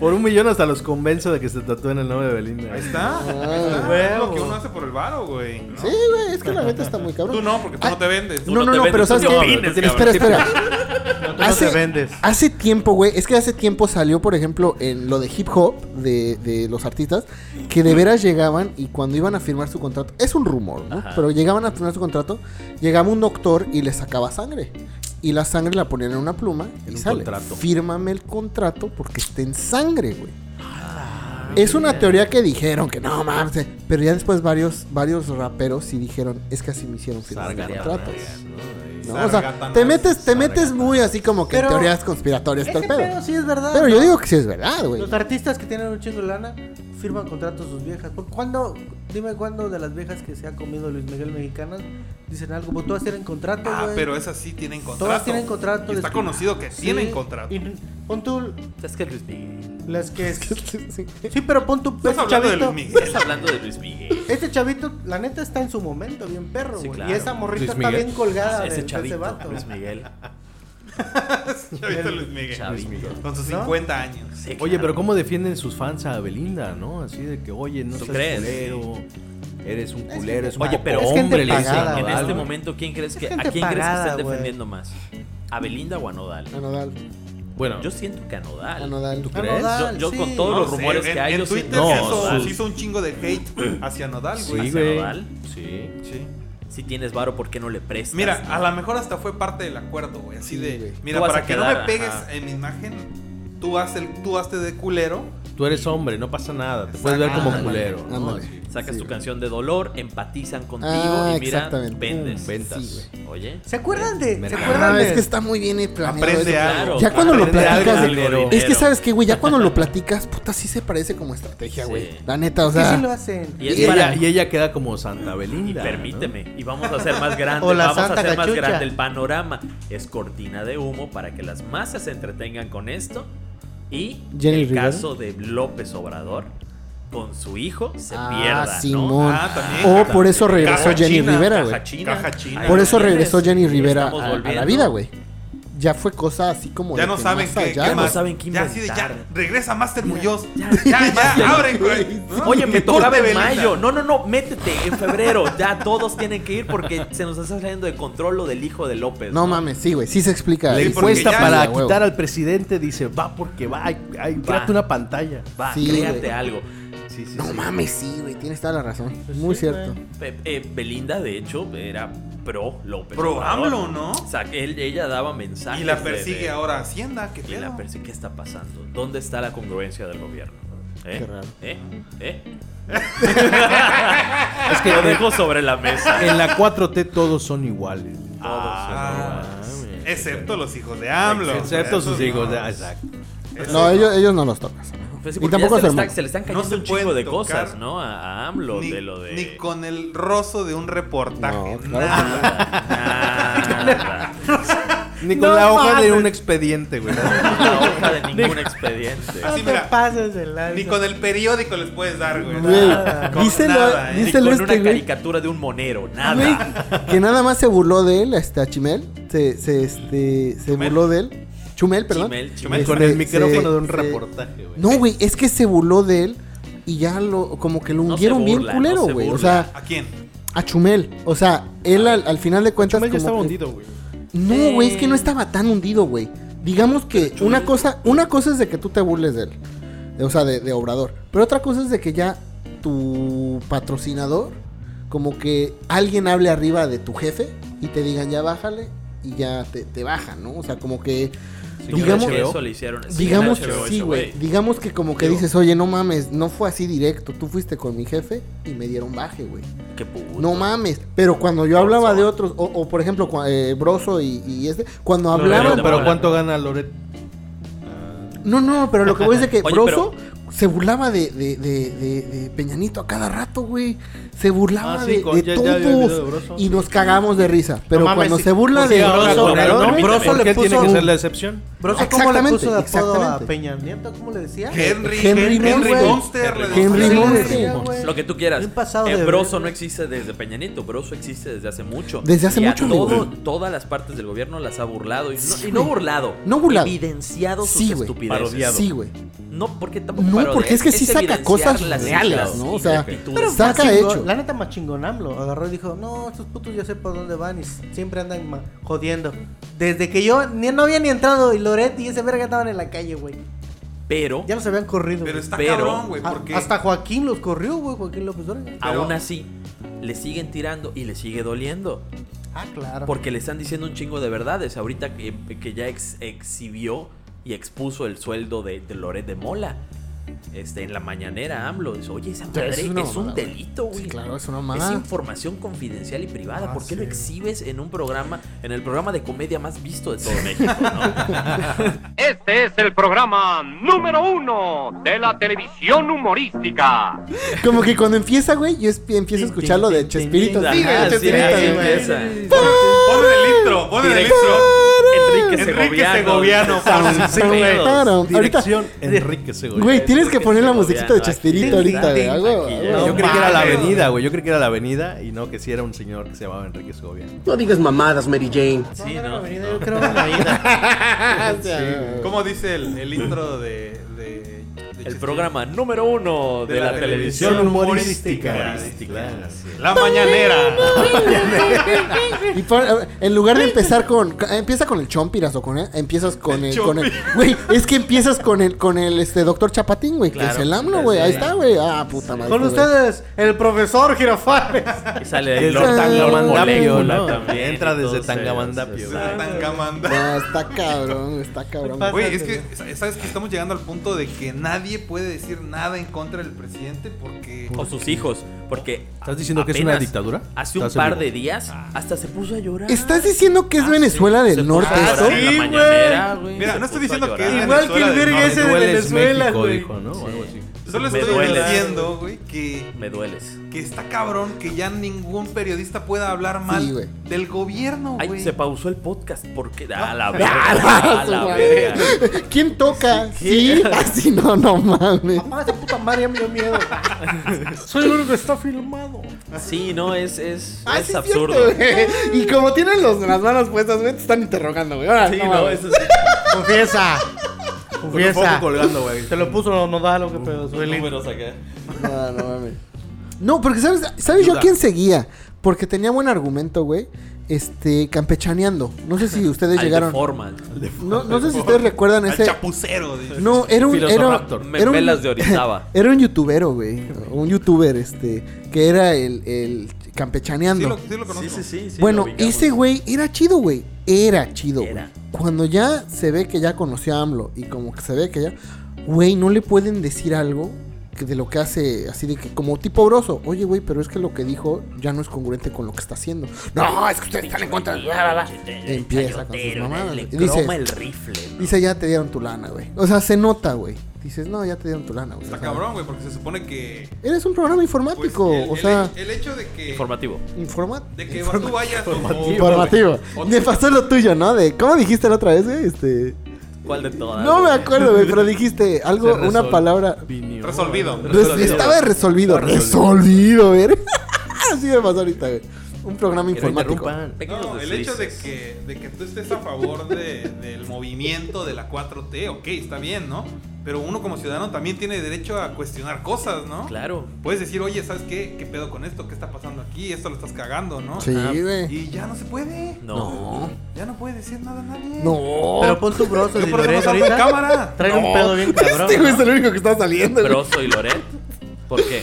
[SPEAKER 4] Por un millón hasta los convenzo de que se tatúen el nombre de Belinda.
[SPEAKER 5] Ahí está. ahí está. Es lo que uno hace por el varo, güey. ¿no?
[SPEAKER 2] Sí, güey, es que la neta está muy cabrón.
[SPEAKER 5] Tú no, porque tú
[SPEAKER 2] Ah,
[SPEAKER 5] no te vendes.
[SPEAKER 2] No,
[SPEAKER 3] no
[SPEAKER 2] no,
[SPEAKER 3] te
[SPEAKER 2] no,
[SPEAKER 3] vendes,
[SPEAKER 2] pero
[SPEAKER 3] tú
[SPEAKER 2] ¿sabes
[SPEAKER 3] te
[SPEAKER 2] qué?
[SPEAKER 3] opinas,
[SPEAKER 2] Espera,
[SPEAKER 3] cabrón.
[SPEAKER 2] espera.
[SPEAKER 6] No, tú no te vendes.
[SPEAKER 2] Hace tiempo, güey, es que hace tiempo salió, por ejemplo, en lo de hip hop de, de los artistas, que de veras llegaban y cuando iban a firmar su contrato, es un rumor, ¿no?
[SPEAKER 3] Ajá.
[SPEAKER 2] Pero llegaban a firmar su contrato, llegaba un doctor y le sacaba sangre. Y la sangre la ponían en una pluma
[SPEAKER 4] En
[SPEAKER 2] y
[SPEAKER 4] un
[SPEAKER 2] sale.
[SPEAKER 4] contrato.
[SPEAKER 2] Fírmame el contrato porque está en sangre, güey.
[SPEAKER 4] Ah,
[SPEAKER 2] Es una teoría que dijeron que no mames, pero ya después varios varios raperos sí dijeron, es que así me hicieron firmar el
[SPEAKER 3] Sargatanas,
[SPEAKER 2] contrato.
[SPEAKER 4] ¿no?
[SPEAKER 2] ¿no? O sea,
[SPEAKER 5] Sargatanas.
[SPEAKER 2] te metes, te metes muy así como que en
[SPEAKER 6] Pero-
[SPEAKER 2] teorías conspiratorias, todo
[SPEAKER 6] Ese
[SPEAKER 2] el pedo.
[SPEAKER 6] pedo sí es verdad.
[SPEAKER 2] Pero yo
[SPEAKER 6] ¿no?
[SPEAKER 2] digo que sí es verdad, güey.
[SPEAKER 6] Los artistas que tienen un chingo de lana firman contratos sus viejas. ¿Por cuándo? Dime cuándo de las viejas que se ha comido Luis Miguel Mexicanas dicen algo. Pues todas tienen contrato,
[SPEAKER 5] Ah,
[SPEAKER 6] güey.
[SPEAKER 5] pero esas sí tienen contrato.
[SPEAKER 6] Todas tienen contrato.
[SPEAKER 5] Y está
[SPEAKER 6] de-
[SPEAKER 5] conocido que
[SPEAKER 6] Sí,
[SPEAKER 5] tienen contrato.
[SPEAKER 6] y n- Pon tú
[SPEAKER 3] Es que Luis Miguel.
[SPEAKER 2] (laughs)
[SPEAKER 6] las que. Sí, pero pon tú.
[SPEAKER 5] Estás
[SPEAKER 6] este
[SPEAKER 5] hablando de
[SPEAKER 6] chavito-
[SPEAKER 3] (laughs)
[SPEAKER 5] Luis Miguel.
[SPEAKER 3] Estás hablando de Luis Miguel.
[SPEAKER 6] Este chavito, la neta, está en su momento, bien perro,
[SPEAKER 3] Sí,
[SPEAKER 6] güey.
[SPEAKER 3] claro. Ah,
[SPEAKER 6] Y esa morrita
[SPEAKER 4] Luis
[SPEAKER 6] está
[SPEAKER 4] Miguel.
[SPEAKER 6] bien colgada de
[SPEAKER 3] Ese
[SPEAKER 6] de ese
[SPEAKER 3] chavito.
[SPEAKER 6] vato. Ah,
[SPEAKER 3] Luis Miguel.
[SPEAKER 5] Chavito Luis Miguel.
[SPEAKER 3] Chavito.
[SPEAKER 5] Con sus
[SPEAKER 6] ¿No?
[SPEAKER 5] 50 años.
[SPEAKER 3] Sí,
[SPEAKER 4] Oye,
[SPEAKER 3] claro.
[SPEAKER 4] pero ¿cómo defienden sus fans a Belinda, no? Así de que, oye, no
[SPEAKER 3] ¿Tú
[SPEAKER 4] seas
[SPEAKER 3] crees?
[SPEAKER 4] culero. Eres un culero, eres un
[SPEAKER 3] Oye, pero
[SPEAKER 6] Es gente
[SPEAKER 4] hombre, le dicen,
[SPEAKER 6] pagada,
[SPEAKER 4] ¿no?
[SPEAKER 3] En
[SPEAKER 6] ¿verdad?
[SPEAKER 3] este
[SPEAKER 4] Algo.
[SPEAKER 3] momento, ¿quién crees que,
[SPEAKER 6] Es
[SPEAKER 3] ¿a
[SPEAKER 6] gente
[SPEAKER 3] quién crees que
[SPEAKER 6] pagada,
[SPEAKER 3] están
[SPEAKER 6] güey.
[SPEAKER 3] defendiendo más? ¿A Belinda o a Nodal?
[SPEAKER 2] Anodal.
[SPEAKER 4] Bueno,
[SPEAKER 3] Yo siento que a Nodal.
[SPEAKER 2] Anodal.
[SPEAKER 4] ¿Tú
[SPEAKER 6] Ah,
[SPEAKER 4] crees?
[SPEAKER 6] no,
[SPEAKER 3] Yo,
[SPEAKER 6] Nodal,
[SPEAKER 3] yo
[SPEAKER 6] sí.
[SPEAKER 3] con todos
[SPEAKER 5] No
[SPEAKER 3] los
[SPEAKER 5] sé,
[SPEAKER 3] rumores
[SPEAKER 5] en-
[SPEAKER 3] que hay,
[SPEAKER 5] En
[SPEAKER 3] yo
[SPEAKER 5] Twitter
[SPEAKER 3] siento que
[SPEAKER 5] se
[SPEAKER 4] No,
[SPEAKER 5] hizo-
[SPEAKER 4] su-
[SPEAKER 5] se hizo un chingo de hate hacia Nodal, güey.
[SPEAKER 4] sí,
[SPEAKER 3] ¿hacia
[SPEAKER 4] güey.
[SPEAKER 3] Nodal?
[SPEAKER 4] Sí.
[SPEAKER 5] Sí.
[SPEAKER 3] Si tienes varo, ¿por qué no le prestas?
[SPEAKER 5] Mira,
[SPEAKER 3] no?
[SPEAKER 5] a lo mejor hasta fue parte del acuerdo, güey.
[SPEAKER 2] Sí,
[SPEAKER 5] Así de,
[SPEAKER 2] güey.
[SPEAKER 5] mira,
[SPEAKER 3] Tú vas
[SPEAKER 5] para
[SPEAKER 3] a
[SPEAKER 5] que no
[SPEAKER 3] quedar,
[SPEAKER 5] me pegues
[SPEAKER 3] ajá.
[SPEAKER 5] en mi imagen, tú hazte el, tú hazte de culero.
[SPEAKER 4] Tú eres hombre, no pasa nada. Te puedes ver como
[SPEAKER 5] Exacto.
[SPEAKER 4] culero, ¿no?
[SPEAKER 2] Ándale.
[SPEAKER 4] Así.
[SPEAKER 3] Sacas
[SPEAKER 2] Sí,
[SPEAKER 3] tu
[SPEAKER 2] güey.
[SPEAKER 3] canción de dolor, empatizan contigo
[SPEAKER 2] Ah,
[SPEAKER 3] y mira,
[SPEAKER 2] exactamente.
[SPEAKER 3] vendes.
[SPEAKER 4] Mm, ventas.
[SPEAKER 3] Oye.
[SPEAKER 6] ¿Se acuerdan de.? ¿Se
[SPEAKER 4] Mercado.
[SPEAKER 6] acuerdan
[SPEAKER 2] Ah,
[SPEAKER 6] de.?
[SPEAKER 2] es que está muy bien eh, planeado.
[SPEAKER 5] Aprende
[SPEAKER 2] eso.
[SPEAKER 5] algo.
[SPEAKER 2] Ya cuando lo
[SPEAKER 4] Aprende algo,
[SPEAKER 2] platicas.
[SPEAKER 4] dinero.
[SPEAKER 2] Es que sabes que, güey, ya cuando lo platicas, puta, sí se parece como estrategia,
[SPEAKER 3] Sí.
[SPEAKER 2] güey. La neta, o
[SPEAKER 6] ¿Qué sí lo
[SPEAKER 2] sea.
[SPEAKER 6] hacen?
[SPEAKER 3] Y
[SPEAKER 4] Y,
[SPEAKER 3] es
[SPEAKER 4] ella,
[SPEAKER 3] para-
[SPEAKER 4] y ella queda como Santa
[SPEAKER 3] Y
[SPEAKER 4] Belinda.
[SPEAKER 3] permíteme, y vamos a hacer más grande,
[SPEAKER 6] O la
[SPEAKER 3] vamos
[SPEAKER 6] Santa
[SPEAKER 3] a hacer más
[SPEAKER 6] Cachucha.
[SPEAKER 3] grande el panorama. Es cortina de humo para que las masas se entretengan con esto. Y
[SPEAKER 2] Jenny
[SPEAKER 3] el
[SPEAKER 2] Rivera.
[SPEAKER 3] caso de López Obrador con su hijo se
[SPEAKER 2] Ah,
[SPEAKER 3] pierda,
[SPEAKER 2] Simón.
[SPEAKER 5] Ah, también.
[SPEAKER 2] O
[SPEAKER 5] Caja-
[SPEAKER 2] por eso regresó
[SPEAKER 5] Caja
[SPEAKER 2] Jenny
[SPEAKER 5] china,
[SPEAKER 2] Rivera,
[SPEAKER 3] ¿no?
[SPEAKER 2] güey.
[SPEAKER 3] Caja china.
[SPEAKER 5] Caja china.
[SPEAKER 3] Ahí
[SPEAKER 2] Por eso
[SPEAKER 3] tienes.
[SPEAKER 2] regresó Jenny Rivera
[SPEAKER 3] Estamos
[SPEAKER 2] a, a la
[SPEAKER 3] volviendo.
[SPEAKER 2] vida, güey. Ya fue cosa así como.
[SPEAKER 5] Ya
[SPEAKER 2] de
[SPEAKER 5] no
[SPEAKER 2] que
[SPEAKER 5] saben
[SPEAKER 2] más
[SPEAKER 5] qué,
[SPEAKER 2] allá,
[SPEAKER 5] qué
[SPEAKER 2] güey.
[SPEAKER 5] más.
[SPEAKER 3] saben qué
[SPEAKER 5] ya así de ya,
[SPEAKER 3] inventar.
[SPEAKER 5] regresa Master Muñoz.
[SPEAKER 3] ya,
[SPEAKER 5] Ya, (laughs) ya,
[SPEAKER 3] (laughs) ya.
[SPEAKER 5] abren, güey.
[SPEAKER 3] (laughs) Oye, me
[SPEAKER 5] (laughs) Corte
[SPEAKER 3] tocaba en
[SPEAKER 5] Belinda.
[SPEAKER 3] mayo. No, no, no, métete en febrero. Ya todos tienen que ir porque se nos está saliendo de control lo del hijo de López.
[SPEAKER 2] No mames, sí, güey. Sí se explica.
[SPEAKER 4] La
[SPEAKER 2] Sí,
[SPEAKER 4] encuesta
[SPEAKER 2] sí,
[SPEAKER 5] ya-
[SPEAKER 4] para
[SPEAKER 2] sí, güey.
[SPEAKER 4] quitar al presidente dice, va porque va, hay, hay- créate una pantalla.
[SPEAKER 3] Va,
[SPEAKER 2] Sí,
[SPEAKER 3] créate
[SPEAKER 2] güey.
[SPEAKER 3] algo.
[SPEAKER 4] Sí, sí,
[SPEAKER 2] No
[SPEAKER 4] sí.
[SPEAKER 2] mames, sí, güey. Tienes toda la razón.
[SPEAKER 4] Pues
[SPEAKER 2] Muy
[SPEAKER 6] sí,
[SPEAKER 2] cierto.
[SPEAKER 6] güey.
[SPEAKER 3] Pe- eh, Belinda, de hecho, era pro López.
[SPEAKER 5] Pro
[SPEAKER 3] Obrador.
[SPEAKER 5] AMLO, ¿no?
[SPEAKER 3] O sea, que él- ella daba mensajes.
[SPEAKER 5] Y la
[SPEAKER 3] de-
[SPEAKER 5] persigue
[SPEAKER 3] de-
[SPEAKER 5] ahora Hacienda, qué
[SPEAKER 3] Y la
[SPEAKER 5] pedo.
[SPEAKER 3] persigue. ¿Qué está pasando? ¿Dónde está la congruencia del gobierno? ¿Eh?
[SPEAKER 2] Qué raro.
[SPEAKER 3] ¿Eh? ¿Eh? (laughs) es que lo dejo sobre la mesa.
[SPEAKER 4] En la 4T todos son iguales.
[SPEAKER 5] Ah,
[SPEAKER 4] son iguales.
[SPEAKER 5] excepto los hijos de AMLO.
[SPEAKER 4] Excepto sus
[SPEAKER 5] Esos
[SPEAKER 4] hijos.
[SPEAKER 5] no.
[SPEAKER 4] ah, Exacto.
[SPEAKER 2] No, ellos, ellos no los tocan.
[SPEAKER 3] Pues sí,
[SPEAKER 2] Y
[SPEAKER 3] porque ya
[SPEAKER 2] tampoco se
[SPEAKER 3] se, le está-
[SPEAKER 2] armó.
[SPEAKER 3] se le están
[SPEAKER 5] No
[SPEAKER 3] cayendo
[SPEAKER 5] se
[SPEAKER 3] un chingo
[SPEAKER 5] pueden
[SPEAKER 3] de
[SPEAKER 5] tocar
[SPEAKER 3] cosas, ¿no? A, a AMLO,
[SPEAKER 5] Ni,
[SPEAKER 3] de lo de. (laughs)
[SPEAKER 5] ni con el rozo de un reportaje.
[SPEAKER 2] No, claro que
[SPEAKER 5] nada.
[SPEAKER 3] Nada.
[SPEAKER 4] Ni con
[SPEAKER 6] No
[SPEAKER 4] la hoja de
[SPEAKER 6] mames.
[SPEAKER 4] un expediente, güey. (laughs)
[SPEAKER 3] La hoja de ningún expediente.
[SPEAKER 5] Así,
[SPEAKER 6] No te
[SPEAKER 5] mira.
[SPEAKER 6] pases de lanza.
[SPEAKER 5] Ni con el periódico les puedes dar, güey.
[SPEAKER 2] Güey,
[SPEAKER 5] Nada. Con
[SPEAKER 2] díselo-
[SPEAKER 5] nada, ¿eh?
[SPEAKER 3] Ni
[SPEAKER 2] díselo
[SPEAKER 3] con
[SPEAKER 2] este,
[SPEAKER 3] una
[SPEAKER 2] güey.
[SPEAKER 3] caricatura de un monero, nada.
[SPEAKER 2] Que nada más se burló de él, este, a Chimel. Se, se, este, se
[SPEAKER 5] Chumel.
[SPEAKER 2] burló de él. Chumel, perdón.
[SPEAKER 3] Chimel,
[SPEAKER 4] Ni
[SPEAKER 3] chimel.
[SPEAKER 2] Este,
[SPEAKER 4] con el
[SPEAKER 2] se-
[SPEAKER 4] micrófono de un
[SPEAKER 2] se-
[SPEAKER 4] reportaje, güey.
[SPEAKER 2] No, güey, es que se burló de él y ya lo, como que lo
[SPEAKER 3] No se
[SPEAKER 2] hundieron
[SPEAKER 3] burla,
[SPEAKER 2] bien culero,
[SPEAKER 3] no se
[SPEAKER 2] güey. o
[SPEAKER 3] burla.
[SPEAKER 2] sea,
[SPEAKER 5] ¿A quién?
[SPEAKER 2] a Chumel. O sea, él al, al final de cuentas.
[SPEAKER 4] Chumel ya
[SPEAKER 2] como
[SPEAKER 4] estaba
[SPEAKER 2] que-
[SPEAKER 4] hundido, güey.
[SPEAKER 2] No, güey, es que no estaba tan hundido, güey. Digamos que una cosa, una cosa es de que tú te burles de él. de- o sea, de, de Obrador. Pero otra cosa es de que ya tu patrocinador, como que alguien hable arriba de tu jefe y te digan ya bájale y ya te, te bajan, ¿no? O sea, como que.
[SPEAKER 3] ¿Tú
[SPEAKER 2] digamos-
[SPEAKER 3] crees que eso le hicieron. Sí,
[SPEAKER 2] Digamos
[SPEAKER 3] en HBO
[SPEAKER 2] que sí,
[SPEAKER 3] eso,
[SPEAKER 2] güey. Digamos que como que
[SPEAKER 3] Digo.
[SPEAKER 2] dices, oye, no mames, no fue así directo. Tú fuiste con mi jefe y me dieron baje, güey.
[SPEAKER 3] Qué puto.
[SPEAKER 2] No mames. Pero cuando yo hablaba de otros, o, o por ejemplo, cua- eh, Broso y, y este, cuando hablaban.
[SPEAKER 4] Pero,
[SPEAKER 3] de
[SPEAKER 4] pero
[SPEAKER 3] bola.
[SPEAKER 4] ¿cuánto gana Loret?
[SPEAKER 2] No, no, pero lo que voy es de que
[SPEAKER 3] Oye,
[SPEAKER 2] Broso se burlaba de, de, de, de- de Peñanito a cada rato, güey. Se burlaba
[SPEAKER 4] Ah, sí,
[SPEAKER 2] de,
[SPEAKER 4] con-
[SPEAKER 2] de
[SPEAKER 4] ya- ya
[SPEAKER 2] todos.
[SPEAKER 4] había video de Broso.
[SPEAKER 2] y nos cagamos de risa. Pero
[SPEAKER 6] No mames,
[SPEAKER 2] cuando
[SPEAKER 6] sí.
[SPEAKER 2] se burla
[SPEAKER 6] Pues
[SPEAKER 2] de
[SPEAKER 6] sí, ahora
[SPEAKER 2] Broso,
[SPEAKER 6] con
[SPEAKER 2] ¿no?
[SPEAKER 6] Obrador,
[SPEAKER 2] Broso
[SPEAKER 6] permíteme.
[SPEAKER 2] le
[SPEAKER 4] ¿Por qué tiene
[SPEAKER 2] puso
[SPEAKER 4] que ser
[SPEAKER 2] un-
[SPEAKER 4] la excepción?
[SPEAKER 6] Broso, ¿cómo le
[SPEAKER 2] Exactamente,
[SPEAKER 6] puso de apodo a
[SPEAKER 2] exactamente.
[SPEAKER 6] Peña Nieto? ¿Cómo le decía?
[SPEAKER 5] Henry,
[SPEAKER 2] Henry
[SPEAKER 5] Henry, Henry,
[SPEAKER 2] Mon, güey.
[SPEAKER 5] Monster. le
[SPEAKER 2] Henry
[SPEAKER 5] decían.
[SPEAKER 2] Mon.
[SPEAKER 3] Lo que tú quieras.
[SPEAKER 6] Bien pasado
[SPEAKER 3] Eh,
[SPEAKER 6] de
[SPEAKER 3] Broso
[SPEAKER 6] ver.
[SPEAKER 3] no existe desde Peña Nieto, Broso existe desde hace mucho.
[SPEAKER 2] Desde hace
[SPEAKER 3] Y a
[SPEAKER 2] mucho,
[SPEAKER 3] todo-
[SPEAKER 2] güey.
[SPEAKER 3] todas las partes del gobierno las ha burlado. Y no,
[SPEAKER 2] Sí,
[SPEAKER 3] y no
[SPEAKER 2] güey.
[SPEAKER 3] burlado.
[SPEAKER 2] No burlado.
[SPEAKER 3] Evidenciado sus
[SPEAKER 2] Sí, güey.
[SPEAKER 3] estupideces.
[SPEAKER 4] Parodiado.
[SPEAKER 2] Sí, güey.
[SPEAKER 3] No, porque tampoco
[SPEAKER 2] No,
[SPEAKER 3] parodia,
[SPEAKER 2] porque es que sí saca
[SPEAKER 3] evidenciar
[SPEAKER 2] cosas
[SPEAKER 3] las
[SPEAKER 2] reales,
[SPEAKER 3] ideas
[SPEAKER 2] ¿no?
[SPEAKER 3] y
[SPEAKER 2] O sea,
[SPEAKER 3] actitudes.
[SPEAKER 6] Pero
[SPEAKER 2] saca
[SPEAKER 6] más chingón,
[SPEAKER 2] hecho.
[SPEAKER 6] La neta más chingón AMLO. Agarró y dijo, no, estos putos ya sé por dónde van y siempre andan ma- jodiendo. Desde que yo ni, no había ni entrado y Loret y ese verga estaban en la calle, güey.
[SPEAKER 3] Pero,
[SPEAKER 6] Ya los habían corrido.
[SPEAKER 5] Pero
[SPEAKER 6] güey.
[SPEAKER 5] está
[SPEAKER 3] Pero-
[SPEAKER 5] cabrón, güey,
[SPEAKER 6] A-
[SPEAKER 5] porque
[SPEAKER 6] Hasta Joaquín los corrió, güey, Joaquín López Dóriga.
[SPEAKER 5] pero-
[SPEAKER 3] aún así, le siguen tirando y le sigue doliendo.
[SPEAKER 6] Ah, claro.
[SPEAKER 3] Porque le están diciendo un chingo de verdades. Ahorita que, que ya ex- exhibió y expuso el sueldo de, de Loret de Mola. Este, en la mañanera AMLO dice, oye, esa
[SPEAKER 2] sea,
[SPEAKER 3] madre
[SPEAKER 2] eso
[SPEAKER 3] es,
[SPEAKER 2] es una mamada,
[SPEAKER 3] un
[SPEAKER 2] güey.
[SPEAKER 3] delito, güey.
[SPEAKER 2] Sí, claro, es una mamada. Ah,
[SPEAKER 3] Es información confidencial y privada. ¿Por qué lo exhibes en un programa, en el programa de comedia más visto de todo México? ¿no?
[SPEAKER 2] (laughs)
[SPEAKER 9] Este es el programa número uno de la televisión humorística.
[SPEAKER 2] Como que cuando empieza, güey, yo es- empiezo a escuchar lo de Chespirito.
[SPEAKER 3] Ajá,
[SPEAKER 2] Sí, güey,
[SPEAKER 3] Ah, sí,
[SPEAKER 2] Chespirito,
[SPEAKER 3] ahí
[SPEAKER 2] güey.
[SPEAKER 3] empieza.
[SPEAKER 5] ponle el intro, ponle el
[SPEAKER 3] Directo.
[SPEAKER 5] intro.
[SPEAKER 3] Enrique Enrique Segoviano. (laughs)
[SPEAKER 2] Tan-
[SPEAKER 4] Sí,
[SPEAKER 2] tan-
[SPEAKER 4] pedos.
[SPEAKER 2] claro.
[SPEAKER 4] Dirección Enrique Segoviano.
[SPEAKER 2] Güey, tienes que poner la
[SPEAKER 3] Segoviano,
[SPEAKER 2] musiquita de Chespirito
[SPEAKER 6] Tin, tin,
[SPEAKER 2] ahorita, güey.
[SPEAKER 6] tin,
[SPEAKER 2] a huevo,
[SPEAKER 3] aquí
[SPEAKER 2] a
[SPEAKER 3] ya.
[SPEAKER 2] huevo.
[SPEAKER 4] Yo creí que era la
[SPEAKER 5] mames.
[SPEAKER 4] avenida, güey. Yo creí que era la avenida y no que sí era un señor que se llamaba Enrique Segoviano.
[SPEAKER 10] No digas mamadas, Mary Jane.
[SPEAKER 3] Sí,
[SPEAKER 6] no,
[SPEAKER 3] no.
[SPEAKER 6] no, yo creo en la vida.
[SPEAKER 5] ¿Cómo dice el, el intro de, de- de
[SPEAKER 3] El
[SPEAKER 5] Chespirito?
[SPEAKER 3] programa número uno de, la, televisión.
[SPEAKER 5] humorística.
[SPEAKER 4] Claro, sí.
[SPEAKER 5] La mañanera.
[SPEAKER 2] Y pon- a ver, en lugar de empezar con. con- Empieza con el Chompiras o con él. Empiezas con el. Con el güey, es que empiezas con el, con el este, doctor Chapatín, güey.
[SPEAKER 3] Claro.
[SPEAKER 2] que es el AMLO, güey. Ahí está, güey. Ah, puta madre.
[SPEAKER 6] Con
[SPEAKER 2] güey.
[SPEAKER 6] ustedes, el profesor Girafales.
[SPEAKER 3] Y sale el
[SPEAKER 4] Desde
[SPEAKER 3] Lord
[SPEAKER 4] Tangamandapio,
[SPEAKER 3] Molécula
[SPEAKER 4] ¿no?
[SPEAKER 3] también. eh,
[SPEAKER 4] Entra
[SPEAKER 3] y
[SPEAKER 4] desde
[SPEAKER 3] todos
[SPEAKER 4] Tangamandapio.
[SPEAKER 3] ellos,
[SPEAKER 5] La
[SPEAKER 3] exacto.
[SPEAKER 5] tangamanda.
[SPEAKER 2] No, está cabrón, está cabrón.
[SPEAKER 3] Pues,
[SPEAKER 6] Pasa.
[SPEAKER 5] Güey, es que sabes que estamos llegando al punto de que nadie puede decir nada en contra del presidente porque
[SPEAKER 3] O sus hijos. Porque.
[SPEAKER 4] ¿Estás diciendo que es una
[SPEAKER 3] apenas
[SPEAKER 4] dictadura?
[SPEAKER 3] Hace un
[SPEAKER 4] ¿Estás
[SPEAKER 3] par
[SPEAKER 4] seguro?
[SPEAKER 3] de días hasta se puso a llorar.
[SPEAKER 2] ¿Estás diciendo que es Venezuela
[SPEAKER 3] ah, Se
[SPEAKER 2] del
[SPEAKER 3] puso
[SPEAKER 2] Norte
[SPEAKER 3] a llorar
[SPEAKER 2] eso?
[SPEAKER 3] en la
[SPEAKER 6] Sí,
[SPEAKER 3] mañanera, güey,
[SPEAKER 5] Mira,
[SPEAKER 3] se
[SPEAKER 5] no estoy
[SPEAKER 3] puso a
[SPEAKER 5] diciendo que
[SPEAKER 3] llorar.
[SPEAKER 5] es
[SPEAKER 6] Igual que el
[SPEAKER 5] Venezuela del
[SPEAKER 6] verga ese de
[SPEAKER 4] Me dueles
[SPEAKER 6] Venezuela,
[SPEAKER 4] México,
[SPEAKER 6] güey.
[SPEAKER 4] dijo, ¿no? O algo así.
[SPEAKER 5] solo
[SPEAKER 3] Me
[SPEAKER 5] estoy
[SPEAKER 3] duele.
[SPEAKER 5] diciendo, güey, que
[SPEAKER 3] Me dueles.
[SPEAKER 5] que está cabrón que ya ningún periodista pueda hablar mal
[SPEAKER 2] Sí, güey.
[SPEAKER 5] del gobierno,
[SPEAKER 3] Ay,
[SPEAKER 5] güey.
[SPEAKER 3] se pausó el podcast porque. A la verga. A la verga.
[SPEAKER 2] (laughs) ¿Quién toca? Sí, (laughs) así no, no mames.
[SPEAKER 6] Mamá, esa puta madre ya me dio miedo. Soy el único que está filmado.
[SPEAKER 3] Sí, no, es, es,
[SPEAKER 2] Ah,
[SPEAKER 3] es
[SPEAKER 2] sí, (laughs)
[SPEAKER 3] absurdo.
[SPEAKER 2] cierto, güey. y como tienen los, las manos puestas, güey, te están interrogando, güey. Ahora,
[SPEAKER 3] sí,
[SPEAKER 2] no,
[SPEAKER 3] no,
[SPEAKER 2] mames.
[SPEAKER 3] eso sí.
[SPEAKER 6] Confiesa.
[SPEAKER 4] Con un foco
[SPEAKER 6] Confiesa.
[SPEAKER 4] colgando, güey.
[SPEAKER 6] Te lo puso no, no da lo que pedo. Soy el
[SPEAKER 3] Números acá.
[SPEAKER 2] No, no mames. No, porque sabes, ¿sabes yo
[SPEAKER 4] Duda.
[SPEAKER 2] a quién seguía? Porque tenía buen argumento, güey. Este, campechaneando. No sé si
[SPEAKER 5] (laughs)
[SPEAKER 2] ustedes
[SPEAKER 3] Al
[SPEAKER 2] llegaron.
[SPEAKER 3] de forma.
[SPEAKER 2] No, no sé si ustedes recuerdan
[SPEAKER 5] Al
[SPEAKER 2] ese.
[SPEAKER 5] chapucero. dice.
[SPEAKER 2] No, era un. Era,
[SPEAKER 4] Filosoraptor.
[SPEAKER 3] Me
[SPEAKER 2] era un-
[SPEAKER 3] pelas de Orizaba.
[SPEAKER 2] (laughs) Era un youtubero, güey. Un youtuber, este. Que era el, el
[SPEAKER 5] Sí
[SPEAKER 2] campechaneando.
[SPEAKER 5] lo, sí lo conozco.
[SPEAKER 3] Sí, sí, sí. sí,
[SPEAKER 2] bueno,
[SPEAKER 3] lo ubicamos.
[SPEAKER 2] ese güey era chido, güey. Era chido, güey.
[SPEAKER 3] Era.
[SPEAKER 2] Cuando ya se ve que ya conoció a AMLO y como que se ve que ya. Güey, no le pueden decir algo que de lo que hace, así de que como tipo broso. Oye, güey, pero es que lo que dijo ya no es congruente con lo que está haciendo. No, es que ustedes están en contra. bla, bla, bla. Empieza con sus mamadas. güey. Y dices,
[SPEAKER 3] el rifle.
[SPEAKER 2] dice, ya te dieron tu lana, güey. O sea, se nota, güey. Dices, no, ya te dieron tu lana, güey.
[SPEAKER 5] Está
[SPEAKER 2] O sea,
[SPEAKER 5] cabrón, güey, porque se supone que
[SPEAKER 2] Eres un programa
[SPEAKER 5] pues,
[SPEAKER 2] informático,
[SPEAKER 5] el,
[SPEAKER 2] o
[SPEAKER 5] el-
[SPEAKER 2] sea,
[SPEAKER 5] el hecho de que
[SPEAKER 3] Informativo.
[SPEAKER 2] informático.
[SPEAKER 5] de que tú vayas o-
[SPEAKER 2] Informativo.
[SPEAKER 5] O-
[SPEAKER 2] Me pasó lo tuyo, ¿no? De cómo dijiste la otra vez, güey, este.
[SPEAKER 3] ¿Cuál de todas?
[SPEAKER 2] No me
[SPEAKER 3] güey?
[SPEAKER 2] acuerdo, güey, pero dijiste algo,
[SPEAKER 4] Se
[SPEAKER 2] una
[SPEAKER 4] resol-
[SPEAKER 2] palabra.
[SPEAKER 4] Vinió.
[SPEAKER 5] resolvido.
[SPEAKER 2] Res- estaba resolvido, resolvido, güey. (laughs) Así me pasó ahorita, güey. Un programa
[SPEAKER 4] Que no
[SPEAKER 2] informático.
[SPEAKER 4] interrumpan.
[SPEAKER 3] Pequeños
[SPEAKER 5] No, el hecho de
[SPEAKER 3] deslices.
[SPEAKER 5] que, de que tú estés a favor de- del movimiento de la 4T, ok, está bien, ¿no? Pero uno como ciudadano también tiene derecho a cuestionar cosas, ¿no?
[SPEAKER 3] Claro.
[SPEAKER 5] Puedes decir, oye, ¿sabes qué? ¿Qué pedo con esto? ¿Qué está pasando aquí? Esto lo estás cagando, ¿no?
[SPEAKER 2] Sí, güey.
[SPEAKER 5] Y ya no se puede.
[SPEAKER 3] No.
[SPEAKER 5] Ya no puede decir nada a nadie.
[SPEAKER 2] No. pues,
[SPEAKER 6] Pero pon tu broso
[SPEAKER 5] Yo
[SPEAKER 6] y
[SPEAKER 5] por eso no
[SPEAKER 6] Loreto
[SPEAKER 5] salgo en
[SPEAKER 6] ahorita.
[SPEAKER 5] cámara.
[SPEAKER 6] Trae un pedo bien cabrón.
[SPEAKER 2] Este güey
[SPEAKER 6] ¿no?
[SPEAKER 2] es el único que está saliendo, güey.
[SPEAKER 3] Broso y Loret. ¿Por qué?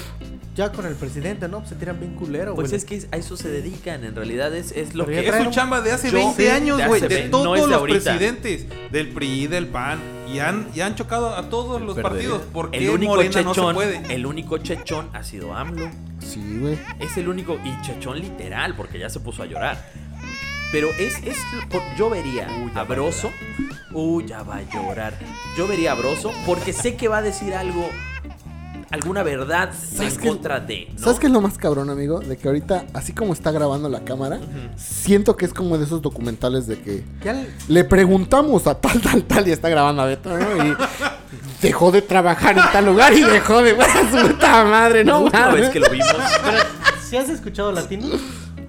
[SPEAKER 6] Ya con el presidente, ¿no? Pues se tiran bien culero, güey.
[SPEAKER 3] Pues es que a eso se dedican. En realidad es, es lo
[SPEAKER 6] Pero ya
[SPEAKER 3] que.
[SPEAKER 5] Es
[SPEAKER 6] traen
[SPEAKER 5] su
[SPEAKER 6] un-
[SPEAKER 5] chamba de hace
[SPEAKER 3] Yo-
[SPEAKER 5] 20
[SPEAKER 3] sí,
[SPEAKER 5] años,
[SPEAKER 3] de
[SPEAKER 5] güey.
[SPEAKER 3] hace
[SPEAKER 5] De
[SPEAKER 3] ve- no
[SPEAKER 5] todos
[SPEAKER 3] es de
[SPEAKER 5] los
[SPEAKER 3] ahorita.
[SPEAKER 5] presidentes. Del PRI, del PAN. Y han, y han chocado a todos los
[SPEAKER 4] PRD.
[SPEAKER 5] partidos. ¿Por
[SPEAKER 3] El
[SPEAKER 5] qué
[SPEAKER 3] único
[SPEAKER 5] Morena no se
[SPEAKER 3] chechón.
[SPEAKER 5] puede?
[SPEAKER 3] el único chechón ha sido AMLO.
[SPEAKER 2] Sí, güey.
[SPEAKER 3] Es el único. Y chechón literal, porque ya se puso a llorar. Pero es. es por- yo vería a Broso. Uy, ya va a llorar. Yo vería a Broso porque sé que va a decir algo. Alguna verdad
[SPEAKER 2] ¿Sabes
[SPEAKER 3] en
[SPEAKER 2] qué-
[SPEAKER 3] contra de. ¿no?
[SPEAKER 2] ¿Sabes qué es lo más cabrón, amigo? De que ahorita, así como está grabando la cámara, siento que es como de esos documentales de que
[SPEAKER 6] Ya le-
[SPEAKER 2] le preguntamos a tal, tal, tal y está grabando a Beto, ¿no? Y dejó de trabajar en tal lugar y dejó de... (laughs) ¡Su puta madre,
[SPEAKER 3] La
[SPEAKER 2] no
[SPEAKER 3] última
[SPEAKER 2] mames!
[SPEAKER 3] vez que lo
[SPEAKER 2] (laughs)
[SPEAKER 3] vimos.
[SPEAKER 6] Pero, ¿sí has escuchado latino?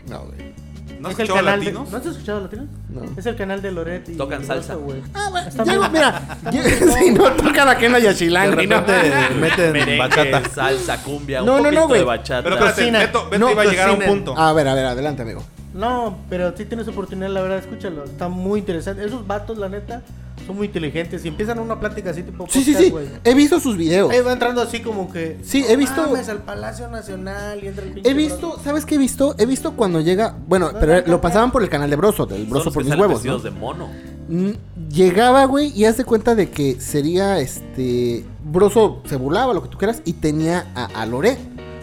[SPEAKER 2] No, güey.
[SPEAKER 5] ¿No has
[SPEAKER 6] Es el
[SPEAKER 5] escuchado
[SPEAKER 6] canal de-
[SPEAKER 5] latinos?
[SPEAKER 6] ¿No has escuchado latino?
[SPEAKER 2] No.
[SPEAKER 6] Es el canal de Loret y
[SPEAKER 3] Tocan
[SPEAKER 6] y
[SPEAKER 3] salsa.
[SPEAKER 6] Broso, güey.
[SPEAKER 2] Ah, bueno, llego, (laughs) mira, llego- si no toca la Kena
[SPEAKER 4] De
[SPEAKER 2] Yashilangri, no.
[SPEAKER 4] repente meten
[SPEAKER 3] Merengue,
[SPEAKER 4] bachata.
[SPEAKER 3] salsa, cumbia,
[SPEAKER 2] No, no,
[SPEAKER 3] un
[SPEAKER 2] no,
[SPEAKER 3] poquito de
[SPEAKER 2] güey.
[SPEAKER 3] bachata.
[SPEAKER 5] Pero espérate,
[SPEAKER 6] Cocina.
[SPEAKER 5] Beto, Beto
[SPEAKER 2] No, Ah.
[SPEAKER 5] iba a llegar a un
[SPEAKER 6] cocinen.
[SPEAKER 5] punto.
[SPEAKER 2] A ver, a ver, adelante, amigo.
[SPEAKER 6] No, pero si tienes oportunidad, la verdad, escúchalo. Está muy interesante. Esos vatos, la neta, son muy inteligentes. Y empiezan una plática así tipo
[SPEAKER 2] Sí, sí,
[SPEAKER 6] podcast,
[SPEAKER 2] sí,
[SPEAKER 6] güey.
[SPEAKER 2] he visto sus videos.
[SPEAKER 6] Ahí va entrando así como que.
[SPEAKER 2] Sí, he visto-
[SPEAKER 6] Mames, al Palacio Nacional y entra el pinche.
[SPEAKER 2] He visto, ¿sabes qué he visto? He visto cuando llega, bueno, pero lo pasaban por el canal de Broso, del
[SPEAKER 3] Son
[SPEAKER 2] Broso
[SPEAKER 3] los
[SPEAKER 2] por mis
[SPEAKER 3] que salen
[SPEAKER 2] huevos, ¿no?
[SPEAKER 3] vestidos de mono.
[SPEAKER 2] Mm, Llegaba, güey, y haz de cuenta de que sería este. Broso se burlaba, lo que tú quieras, y tenía a, a Loré.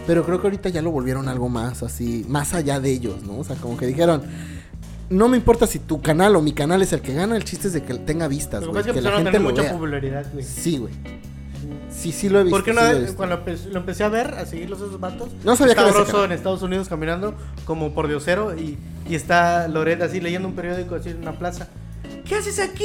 [SPEAKER 2] Pero creo que ahorita ya lo volvieron algo más así, más allá de ellos, ¿no? O sea, como que dijeron. No me importa si tu canal o mi canal es el que gana, el chiste es de que tenga vistas,
[SPEAKER 6] Lo que
[SPEAKER 2] güey,
[SPEAKER 6] pasa
[SPEAKER 2] que,
[SPEAKER 6] es que
[SPEAKER 2] la
[SPEAKER 6] empezaron
[SPEAKER 2] gente
[SPEAKER 6] a tener
[SPEAKER 2] lo
[SPEAKER 6] mucha
[SPEAKER 2] vea.
[SPEAKER 6] popularidad, güey.
[SPEAKER 2] Sí, güey. Sí, sí lo he visto.
[SPEAKER 6] Porque una
[SPEAKER 2] sí lo he
[SPEAKER 6] vez,
[SPEAKER 2] visto.
[SPEAKER 6] cuando empe- lo empecé a ver, a seguirlos esos vatos,
[SPEAKER 2] No sabía que era
[SPEAKER 6] está
[SPEAKER 2] ese
[SPEAKER 6] Broso
[SPEAKER 2] canal.
[SPEAKER 6] en Estados Unidos caminando como por diosero y, y está Loret así leyendo un periódico así en una plaza. ¿Qué haces aquí?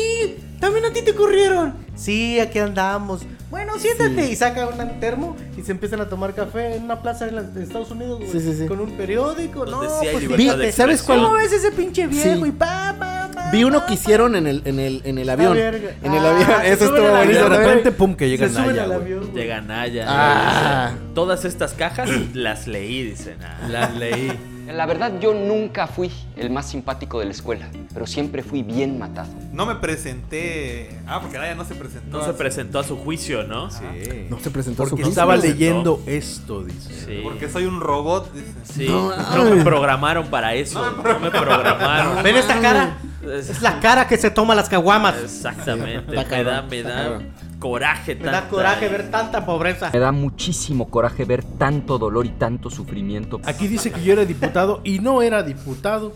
[SPEAKER 6] También a ti te corrieron. Sí, aquí andamos. Bueno, siéntate. Y saca un termo y se empiezan a tomar café en una plaza en la- de Estados Unidos, güey.
[SPEAKER 2] Sí, sí, sí.
[SPEAKER 6] Con un periódico.
[SPEAKER 3] Donde
[SPEAKER 6] no,
[SPEAKER 3] sí hay
[SPEAKER 6] pues,
[SPEAKER 3] libertad
[SPEAKER 6] fíjate.
[SPEAKER 3] de
[SPEAKER 2] ¿sabes cuál?
[SPEAKER 6] ¿Cómo ves ese pinche viejo?
[SPEAKER 2] Sí.
[SPEAKER 6] Y pa, pa, pa,
[SPEAKER 2] Vi uno
[SPEAKER 6] pa,
[SPEAKER 2] que hicieron en el, en el, en el avión.
[SPEAKER 6] verga.
[SPEAKER 2] En el
[SPEAKER 6] Ah,
[SPEAKER 2] avión.
[SPEAKER 6] se
[SPEAKER 2] (laughs) Eso
[SPEAKER 6] suben
[SPEAKER 2] estuvo
[SPEAKER 6] al
[SPEAKER 4] Y
[SPEAKER 6] avión.
[SPEAKER 2] bonito
[SPEAKER 4] de repente,
[SPEAKER 2] también.
[SPEAKER 4] pum, que
[SPEAKER 6] Se
[SPEAKER 4] llegan
[SPEAKER 6] suben
[SPEAKER 4] allá,
[SPEAKER 6] al
[SPEAKER 4] güey.
[SPEAKER 6] avión. güey.
[SPEAKER 3] Llega Naya.
[SPEAKER 2] Ah.
[SPEAKER 3] dice, Todas estas cajas las leí, dicen. "Ah".
[SPEAKER 4] Las leí.
[SPEAKER 11] La verdad, yo nunca fui el más simpático de la escuela, pero siempre fui bien matado.
[SPEAKER 5] No me presenté. Ah, porque Naya no se presentó.
[SPEAKER 3] No se
[SPEAKER 5] así.
[SPEAKER 3] presentó a su juicio, ¿no?
[SPEAKER 4] Sí.
[SPEAKER 2] No se presentó a su
[SPEAKER 4] Porque
[SPEAKER 2] juicio.
[SPEAKER 4] estaba
[SPEAKER 3] No se
[SPEAKER 4] leyendo esto, dice.
[SPEAKER 3] Sí.
[SPEAKER 5] Porque soy un robot, dice.
[SPEAKER 3] Sí. No me programaron para eso. No me programaron.
[SPEAKER 6] ¿Ven esta cara? Es la cara que se toma las caguamas.
[SPEAKER 3] Exactamente.
[SPEAKER 2] Está
[SPEAKER 3] Me da,
[SPEAKER 2] cabrón,
[SPEAKER 3] me
[SPEAKER 2] está
[SPEAKER 3] da
[SPEAKER 2] cabrón.
[SPEAKER 3] coraje.
[SPEAKER 6] Me da
[SPEAKER 3] tanta-
[SPEAKER 6] coraje ver tanta pobreza.
[SPEAKER 11] Me da muchísimo coraje ver tanto dolor y tanto sufrimiento.
[SPEAKER 4] Aquí dice que yo era diputado y no era diputado.